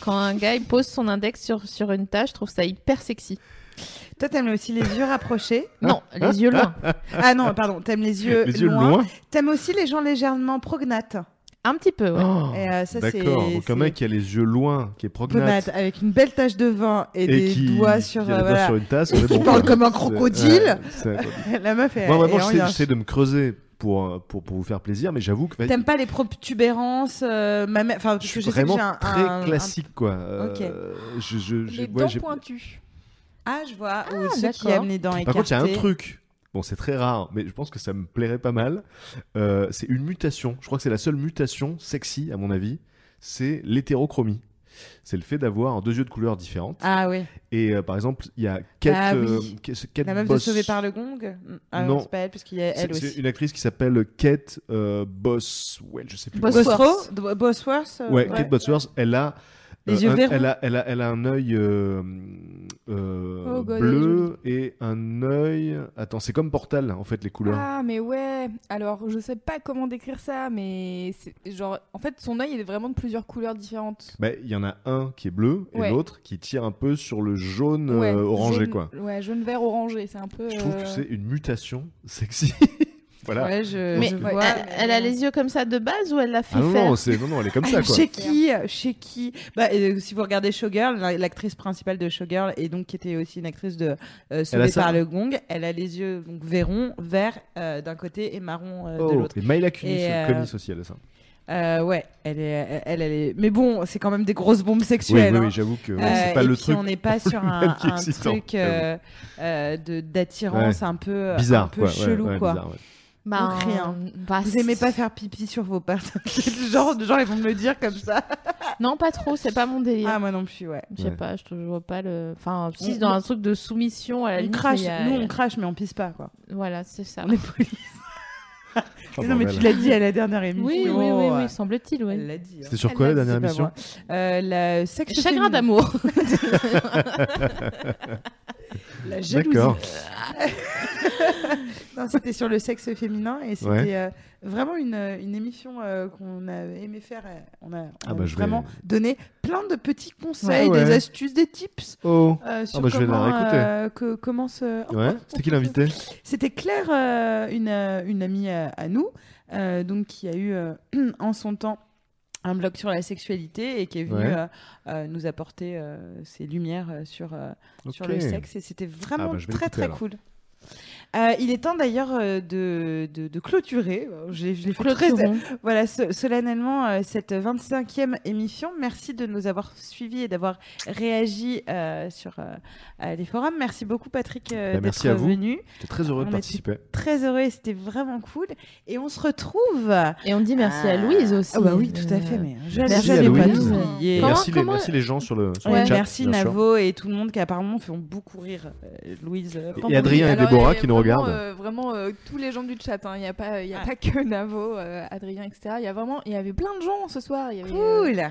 Speaker 5: Quand un gars il pose son index sur, sur une tasse, je trouve ça hyper sexy.
Speaker 3: Ah, Toi, t'aimes aussi les yeux rapprochés.
Speaker 5: Non, les yeux loin.
Speaker 3: Ah non, pardon, t'aimes les yeux
Speaker 7: Les yeux
Speaker 3: loin.
Speaker 7: loin.
Speaker 3: T'aimes aussi les gens légèrement prognates.
Speaker 5: Un petit peu, ouais.
Speaker 7: Oh,
Speaker 3: Et, euh, ça, c'est-
Speaker 7: D'accord. Donc
Speaker 3: c'est-
Speaker 7: un mec qui a les yeux loin, qui est prognate
Speaker 3: Prognate, avec une belle tache de vin et,
Speaker 7: et
Speaker 3: des
Speaker 7: qui
Speaker 3: doigts sur.
Speaker 7: qui
Speaker 3: euh,
Speaker 7: a les doigts
Speaker 3: voilà.
Speaker 7: sur une tasse,
Speaker 3: Et
Speaker 7: on est
Speaker 3: qui
Speaker 7: bon,
Speaker 3: parle
Speaker 7: quoi.
Speaker 3: comme un
Speaker 7: C'est-
Speaker 3: crocodile.
Speaker 7: ouais, c'est-
Speaker 3: (laughs) La meuf est.
Speaker 7: Moi
Speaker 3: est
Speaker 7: vraiment,
Speaker 3: en
Speaker 7: j'essaie-
Speaker 3: lien.
Speaker 7: j'essaie de me creuser pour euh, pour pour vous faire plaisir, mais j'avoue que
Speaker 3: T'aimes pas les protubérances, euh, ma mère- enfin,
Speaker 7: je
Speaker 3: parce
Speaker 7: suis
Speaker 3: que je sais que
Speaker 7: vraiment
Speaker 3: j'ai un-
Speaker 7: très
Speaker 3: un- un-
Speaker 7: classique quoi. Euh, je- je- j'ai-
Speaker 6: Les
Speaker 7: ouais,
Speaker 6: dents
Speaker 7: j'ai-
Speaker 6: pointues.
Speaker 3: Ah, je vois. Ou ceux qui
Speaker 5: d'accord.
Speaker 3: aiment les dents écartées.
Speaker 7: Par contre, il y a un truc. Bon, c'est très rare, mais je pense que ça me plairait pas mal. Euh, c'est une mutation. Je crois que c'est la seule mutation sexy, à mon avis. C'est l'hétérochromie. C'est le fait d'avoir deux yeux de couleurs différentes.
Speaker 3: Ah oui.
Speaker 7: Et euh, par exemple, il y a Kate,
Speaker 3: Ah oui.
Speaker 7: euh, Kate- Kate
Speaker 3: La meuf
Speaker 7: Boss.
Speaker 3: de Sauvé par le Gong Ah
Speaker 7: Non.
Speaker 3: non, c'est pas elle, parce qu'il y a elle
Speaker 7: C'est- C'est
Speaker 3: aussi.
Speaker 7: une actrice qui s'appelle Kate euh, Boswell, je sais plus.
Speaker 5: Bosworth.
Speaker 3: Bosworth Bosworth euh,
Speaker 7: Ouais, Kate Bosworth, elle a. euh,
Speaker 3: Les yeux
Speaker 7: un,
Speaker 3: verts.
Speaker 7: elle, a, elle, a, elle a un œil euh, euh,
Speaker 6: Oh God, elle est
Speaker 7: bleu et un œil. Attends, c'est comme Portal en fait les couleurs.
Speaker 6: Ah, mais ouais. Alors, je sais pas comment décrire ça, mais c'est genre, en fait, son œil il est vraiment de plusieurs couleurs différentes.
Speaker 7: Bah, il y en a un qui est bleu et
Speaker 6: Ouais.
Speaker 7: l'autre qui tire un peu sur le jaune euh, orangé
Speaker 6: jaune-
Speaker 7: quoi.
Speaker 6: Ouais, jaune vert orangé, c'est un peu.
Speaker 7: Je trouve que
Speaker 6: euh,
Speaker 7: c'est une mutation sexy. (laughs) voilà.
Speaker 3: Ouais, je,
Speaker 5: Mais
Speaker 3: je
Speaker 7: ouais,
Speaker 3: vois.
Speaker 5: elle, elle a les yeux comme ça de base ou elle l'a fait
Speaker 7: Ah non
Speaker 5: faire
Speaker 7: non, c'est non non, elle
Speaker 3: (laughs)
Speaker 7: est comme ça quoi.
Speaker 3: Ah, Chez qui Chez qui bah, euh, Si vous regardez Showgirl, la- l'actrice principale de Showgirl, et donc qui était aussi une actrice de euh, Sauvé
Speaker 7: ça.
Speaker 3: par le Gong, elle a les yeux donc verron, vert euh, d'un côté et marron euh, de
Speaker 7: Oh,
Speaker 3: l'autre.
Speaker 7: et Myla Kunis,
Speaker 3: Et,
Speaker 7: euh,
Speaker 3: euh,
Speaker 7: Kunis aussi elle a ça.
Speaker 3: Euh, ouais, elle est, elle, elle est. Mais bon, c'est quand même des grosses bombes
Speaker 7: Oui
Speaker 3: sexuelles.
Speaker 7: oui,
Speaker 3: hein.
Speaker 7: oui, j'avoue que ouais,
Speaker 3: Euh,
Speaker 7: c'est pas
Speaker 3: et
Speaker 7: le
Speaker 3: puis
Speaker 7: truc.
Speaker 3: On n'est pas
Speaker 7: (laughs)
Speaker 3: sur
Speaker 7: même
Speaker 3: un,
Speaker 7: qui est
Speaker 3: un
Speaker 7: excitant,
Speaker 3: truc euh, euh, de- d'attirance un peu
Speaker 7: Bizarre,
Speaker 3: un peu
Speaker 7: quoi, ouais,
Speaker 3: chelou
Speaker 7: ouais,
Speaker 3: quoi.
Speaker 7: bizarre, ouais.
Speaker 5: Bah,
Speaker 3: Donc rien.
Speaker 5: bah,
Speaker 3: hein. Vous aimez pas (laughs) faire pipi sur vos pattes C'est le genre de gens ils vont me le dire comme ça.
Speaker 5: Non, pas trop, c'est pas mon délire.
Speaker 3: Ah moi non plus ouais.
Speaker 5: je sais
Speaker 7: ouais.
Speaker 5: pas, je te- je vois pas le. Enfin, si,
Speaker 3: On-
Speaker 5: c'est dans un truc de soumission à la
Speaker 3: On
Speaker 5: limite,
Speaker 3: crache,
Speaker 5: mais il y a-
Speaker 3: nous on crache mais on pisse pas quoi.
Speaker 5: Voilà, c'est ça.
Speaker 3: On est poli.
Speaker 7: Oh,
Speaker 3: non mais tu
Speaker 7: bordel.
Speaker 3: l'as dit à la dernière
Speaker 5: Oui,
Speaker 3: émission.
Speaker 5: oui, oui, oui,
Speaker 3: ouais.
Speaker 5: semble-t-il, ouais.
Speaker 3: Elle l'a dit. hein.
Speaker 7: C'était sur
Speaker 3: Elle
Speaker 7: quoi la
Speaker 3: l'a dit,
Speaker 7: dernière
Speaker 3: c'est
Speaker 7: émission
Speaker 3: pas moi. Euh, La sexe
Speaker 5: Chagrin
Speaker 3: féminin.
Speaker 5: d'amour.
Speaker 3: La jalousie.
Speaker 7: D'accord.
Speaker 3: Non, c'était sur le sexe féminin et c'était
Speaker 7: Ouais.
Speaker 3: euh, vraiment une, euh, une émission euh, qu'on a aimé faire. euh, On a, on
Speaker 7: Ah
Speaker 3: a
Speaker 7: bah, je vais-
Speaker 3: vraiment donné plein de petits conseils,
Speaker 7: Ouais.
Speaker 3: des astuces, des tips
Speaker 7: Oh.
Speaker 3: euh, sur
Speaker 7: bah, je vais la
Speaker 3: comment,
Speaker 7: réécouter.
Speaker 3: euh, que- comment se-
Speaker 7: Ouais. C'était qui l'invité
Speaker 3: C'était Claire, euh, une, euh, une amie euh, à nous, euh, donc qui a eu euh, (clears throat) en son temps un blog sur la sexualité et qui est venue
Speaker 7: Ouais.
Speaker 3: euh, euh, nous apporter euh, ses lumières euh, sur, euh, sur
Speaker 7: Ok.
Speaker 3: le sexe et c'était vraiment
Speaker 7: Ah bah, je vais
Speaker 3: très
Speaker 7: l'écouter,
Speaker 3: très
Speaker 7: alors.
Speaker 3: cool. Euh, il est temps d'ailleurs euh, de, de, de clôturer, Euh, je l'ai je l'ai fait très-
Speaker 5: Clôturons.
Speaker 3: voilà, so- solennellement euh, cette 25e émission. Merci de nous avoir suivis et d'avoir réagi euh, sur euh, euh, les forums. Merci beaucoup Patrick euh,
Speaker 7: Bah, merci
Speaker 3: d'être
Speaker 7: à vous.
Speaker 3: venu.
Speaker 7: J'étais très heureux
Speaker 3: On
Speaker 7: de
Speaker 3: était-
Speaker 7: participer.
Speaker 3: Très heureux, et c'était vraiment cool. Et on se retrouve.
Speaker 5: Et on dit merci à
Speaker 3: Ah.
Speaker 5: Louise aussi.
Speaker 3: Ah bah oui, tout à
Speaker 5: Euh,
Speaker 3: fait. Mais je
Speaker 5: merci
Speaker 3: l'avais
Speaker 7: à
Speaker 3: pas
Speaker 7: Louise. Et
Speaker 3: oublié.
Speaker 5: Comment-
Speaker 7: merci, les,
Speaker 5: comment-
Speaker 7: merci les gens sur le, sur
Speaker 3: Ouais,
Speaker 7: le chat.
Speaker 3: merci
Speaker 7: bien sûr.
Speaker 3: Navo et tout le monde qui apparemment font beaucoup rire euh, Louise. euh,
Speaker 7: Et Adrien et
Speaker 6: Alors,
Speaker 7: Déborah
Speaker 6: il y a
Speaker 7: qui nous
Speaker 6: vraiment,
Speaker 7: regardent.
Speaker 6: euh, vraiment euh, tous les gens du chat. hein. Il n'y a pas, il y a
Speaker 3: Ah.
Speaker 6: pas que Navo, euh, Adrien, etc. Il y a vraiment, il y avait plein de gens ce soir. Il y avait, euh,
Speaker 3: Cool.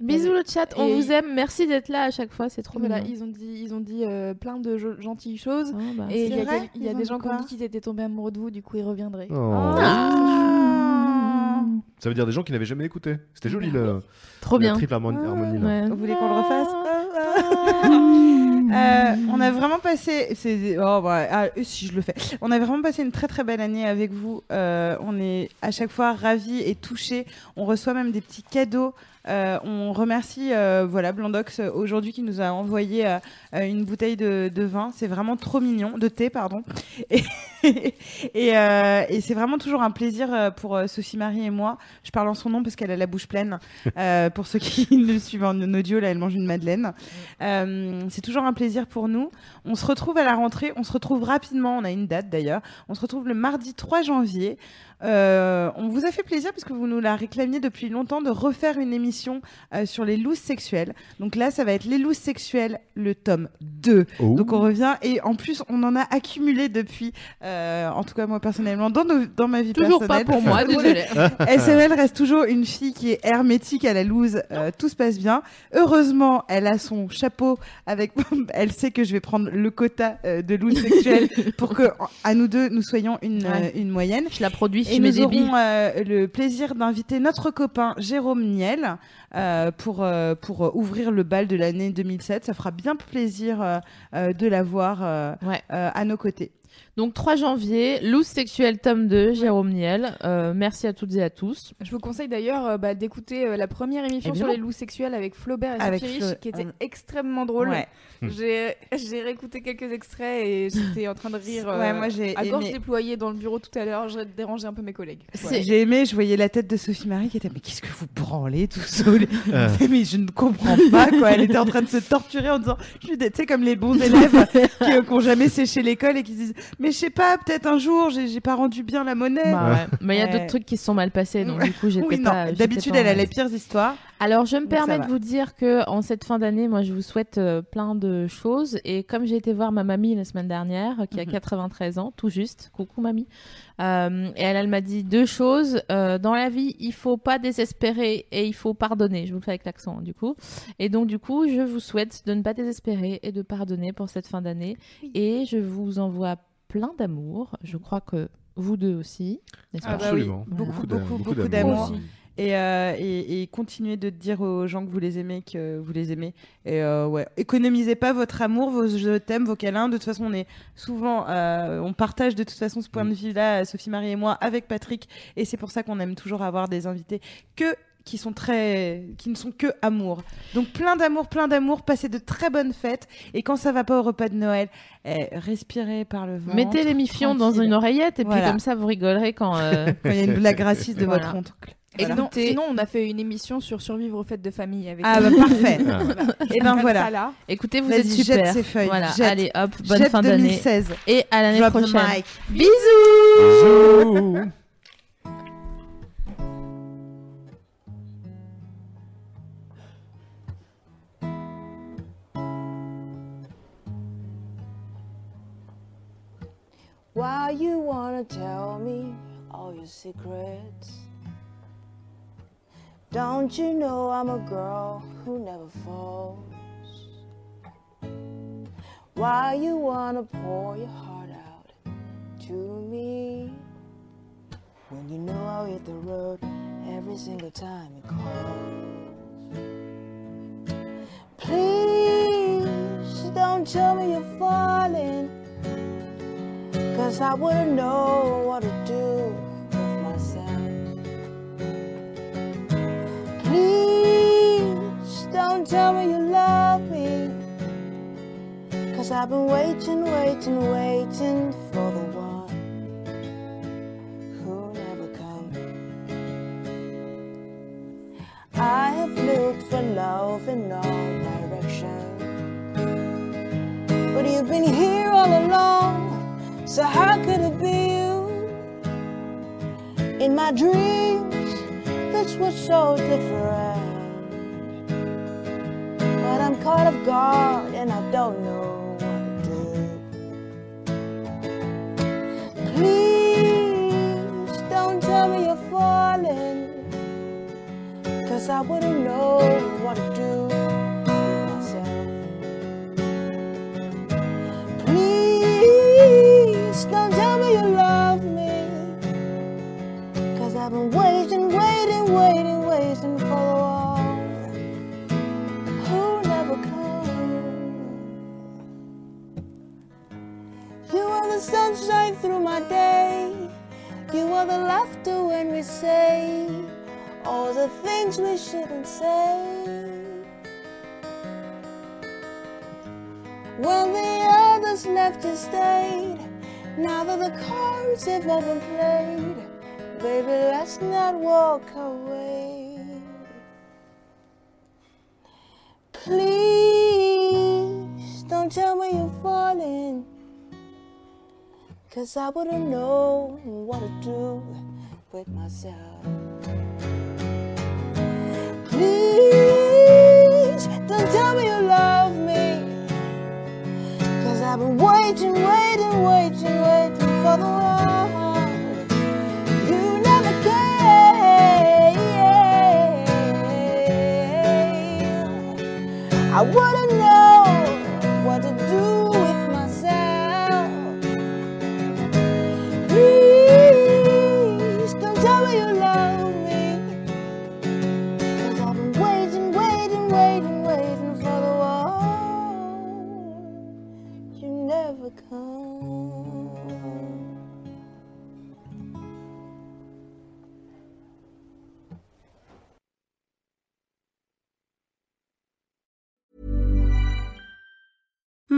Speaker 5: Bisous le chat, on
Speaker 6: Et-
Speaker 5: vous aime. Merci d'être là à chaque fois, c'est trop
Speaker 6: voilà,
Speaker 3: Mm.
Speaker 5: mignon.
Speaker 6: ils ont dit, ils ont dit euh, plein de jo- gentilles choses.
Speaker 5: Ah bah,
Speaker 6: Et
Speaker 3: C'est
Speaker 6: il y a,
Speaker 3: vrai
Speaker 6: quel- il y a
Speaker 3: Ils ont
Speaker 6: des
Speaker 3: dit
Speaker 6: gens qui ont
Speaker 3: quoi
Speaker 6: dit qu'ils étaient tombés amoureux de vous, du coup ils reviendraient.
Speaker 7: Oh.
Speaker 3: Ah.
Speaker 7: Ça veut dire des gens qui n'avaient jamais écouté. C'était joli
Speaker 6: Bah
Speaker 7: le,
Speaker 5: Trop
Speaker 7: la
Speaker 5: bien.
Speaker 7: triple harmon-
Speaker 3: Ah.
Speaker 7: harmonie. là.
Speaker 5: Ouais.
Speaker 3: Vous voulez qu'on le refasse (laughs) Euh, on a vraiment passé. c'est- oh, bah, ah, si je le fais. On a vraiment passé une très très belle année avec vous. Euh, on est à chaque fois ravis et touchés. On reçoit même des petits cadeaux. Euh, on remercie euh, voilà Blandox euh, aujourd'hui qui nous a envoyé euh, euh, une bouteille de, de vin. C'est vraiment trop mignon, de thé pardon. Et, (laughs) et, euh, et c'est vraiment toujours un plaisir euh, pour euh, Sophie Marie et moi. Je parle en son nom parce qu'elle a la bouche pleine. Euh, pour ceux qui (laughs) le suivent en audio, là elle mange une madeleine. Euh, c'est toujours un plaisir pour nous. On se retrouve à la rentrée, on se retrouve rapidement, on a une date d'ailleurs. On se retrouve le mardi 3 janvier. Euh, on vous a fait plaisir parce que vous nous la réclamiez depuis longtemps de refaire une émission euh, sur les looses sexuelles. Donc là, ça va être les looses sexuelles, le tome 2.
Speaker 7: Oh.
Speaker 3: Donc on revient et en plus, on en a accumulé depuis, euh, en tout cas moi personnellement, dans, nos- dans ma vie
Speaker 5: Toujours pas
Speaker 3: personnelle.
Speaker 5: pour
Speaker 3: (laughs)
Speaker 5: moi, désolé.
Speaker 3: SML reste toujours une fille qui est hermétique à la loose. euh, tout se passe bien. Heureusement, elle a son chapeau avec. (laughs) elle sait que je vais prendre le quota euh, de
Speaker 5: (laughs)
Speaker 3: loose sexuelle pour que, en- à nous deux, nous soyons une,
Speaker 5: Ouais.
Speaker 3: euh, une moyenne.
Speaker 5: (laughs) Je la produis,
Speaker 3: Et
Speaker 5: je mets
Speaker 3: nous
Speaker 5: des billes.
Speaker 3: aurons euh, le plaisir d'inviter notre copain Jérôme Niel euh, pour, euh, pour euh, ouvrir le bal de l'année 2007. Ça fera bien plaisir euh, euh, de l'avoir euh,
Speaker 5: Ouais.
Speaker 3: euh, à nos côtés.
Speaker 5: Donc 3 janvier, Loose sexuelle tome 2, Jérôme Niel. Euh, merci à toutes et à tous.
Speaker 6: Je vous conseille d'ailleurs euh, bah, d'écouter euh, la première émission sur
Speaker 5: Évidemment.
Speaker 6: les loups sexuels avec Flaubert et
Speaker 3: Avec
Speaker 6: Sophie
Speaker 3: Flo-
Speaker 6: Rich, qui était
Speaker 3: euh,
Speaker 6: extrêmement drôle.
Speaker 3: Ouais.
Speaker 6: J'ai j'ai réécouté quelques extraits et j'étais en train de rire.
Speaker 3: Ouais,
Speaker 6: euh,
Speaker 3: moi j'ai
Speaker 6: à gorge
Speaker 3: aimé.
Speaker 6: déployée dans le bureau tout à l'heure, j'ai dérangé un peu mes collègues.
Speaker 5: C'est-
Speaker 3: J'ai aimé, je voyais la tête de Sophie Marie qui était mais qu'est-ce que vous branlez tout seul
Speaker 7: (laughs) Euh.
Speaker 3: Mais je ne comprends pas quoi. Elle était en train de se torturer en disant je suis des- tu sais comme les bons élèves qui euh, qui ont jamais séché l'école et qui se disent mais je sais pas peut-être un jour j'ai j'ai pas rendu bien la monnaie.
Speaker 5: Bah ouais. Mais il y a
Speaker 3: Ouais.
Speaker 5: d'autres trucs qui se sont mal passés, donc du coup j'étais
Speaker 3: oui
Speaker 5: pas.
Speaker 3: non.
Speaker 5: j'étais
Speaker 3: D'habitude
Speaker 5: pas
Speaker 3: elle
Speaker 5: en
Speaker 3: a les
Speaker 5: reste.
Speaker 3: pires histoires.
Speaker 5: Alors je me
Speaker 3: Donc, ça
Speaker 5: permets
Speaker 3: va.
Speaker 5: de vous dire que en cette fin d'année, moi je vous souhaite euh, plein de choses et comme j'ai été voir ma mamie la semaine dernière, euh, qui a
Speaker 3: Mhm.
Speaker 5: 93 ans, tout juste, coucou mamie, Euh, et elle, elle m'a dit deux choses Euh, dans la vie, il faut pas désespérer et il faut pardonner. Je vous le fais avec l'accent du coup. Et donc du coup, je vous souhaite de ne pas désespérer et de pardonner pour cette fin d'année et je vous envoie plein d'amour. Je crois que vous deux aussi, n'est-ce
Speaker 3: Ah
Speaker 5: pas
Speaker 3: bah
Speaker 7: Absolument.
Speaker 3: oui, beaucoup,
Speaker 5: Voilà.
Speaker 3: beaucoup, beaucoup d'amour. Et, euh, et, et continuez de dire aux gens que vous les aimez, que vous les aimez. Et euh, ouais, économisez pas votre amour, vos je t'aime, vos câlins. De toute façon, on est souvent, euh, on partage de toute façon ce point de vue-là, Sophie Marie et moi, avec Patrick. Et c'est pour ça qu'on aime toujours avoir des invités que qui sont très, qui ne sont que amour. Donc plein d'amour, plein d'amour. Passez de très bonnes fêtes. Et quand ça va pas au repas de Noël, eh, respirez par le vent.
Speaker 5: Mettez les mifions dans une oreillette et
Speaker 3: Voilà.
Speaker 5: puis comme ça vous rigolerez quand
Speaker 3: (laughs)
Speaker 5: euh,
Speaker 3: Quand il y a une blague raciste
Speaker 6: (laughs)
Speaker 3: de
Speaker 5: Voilà.
Speaker 3: votre oncle.
Speaker 6: Et
Speaker 3: Voilà.
Speaker 6: sinon,
Speaker 5: Écoutez-
Speaker 6: sinon, on a fait une émission sur survivre aux fêtes de famille avec.
Speaker 3: Ah bah
Speaker 6: (laughs)
Speaker 3: parfait. Et ben
Speaker 6: Comme
Speaker 3: voilà.
Speaker 6: ça, là.
Speaker 5: Écoutez, vous
Speaker 3: Vas-y,
Speaker 5: êtes super.
Speaker 3: jette ces feuilles,
Speaker 5: Voilà,
Speaker 3: jette.
Speaker 5: allez hop, bonne
Speaker 3: Jet
Speaker 5: fin d'année
Speaker 3: 2016.
Speaker 5: et à l'année
Speaker 3: Drop the
Speaker 5: prochaine.
Speaker 3: mic.
Speaker 5: Bisous.
Speaker 7: Bisous.
Speaker 9: Why you wanna tell me all your secrets? Don't you know I'm a girl who never falls? Why you wanna pour your heart out
Speaker 8: to me. When you know I'll hit the road every single time you call. Please don't tell me you're falling. Cause I wouldn't know what to do with myself. Please don't tell me you love me. Cause I've been waiting, waiting, waiting for the one who never comes. I have looked for love in all directions. But you've been here all along, so how could it be you? In my dreams, this was so different. But I'm caught off guard and I don't know what to do. Please don't tell me you're falling. Cause I wouldn't know what to do with myself. Please don't tell me you love me. Cause I've been waiting, waiting, waiting, waiting for the one who never come. You are the sunshine through my day. You are the laughter when we say all the things we shouldn't say. When the others left, you stayed. Now that the cards have all been played, baby, let's not walk away. Please don't tell me you're falling. Cause I wouldn't know what to do with myself. Please don't tell me you love me. Cause I've been waiting, waiting, waiting, waiting for the one you never came. I wouldn't know what to do with myself. Please don't tell me you love me. Cause I've been waiting, waiting, waiting, waiting for the one you never come.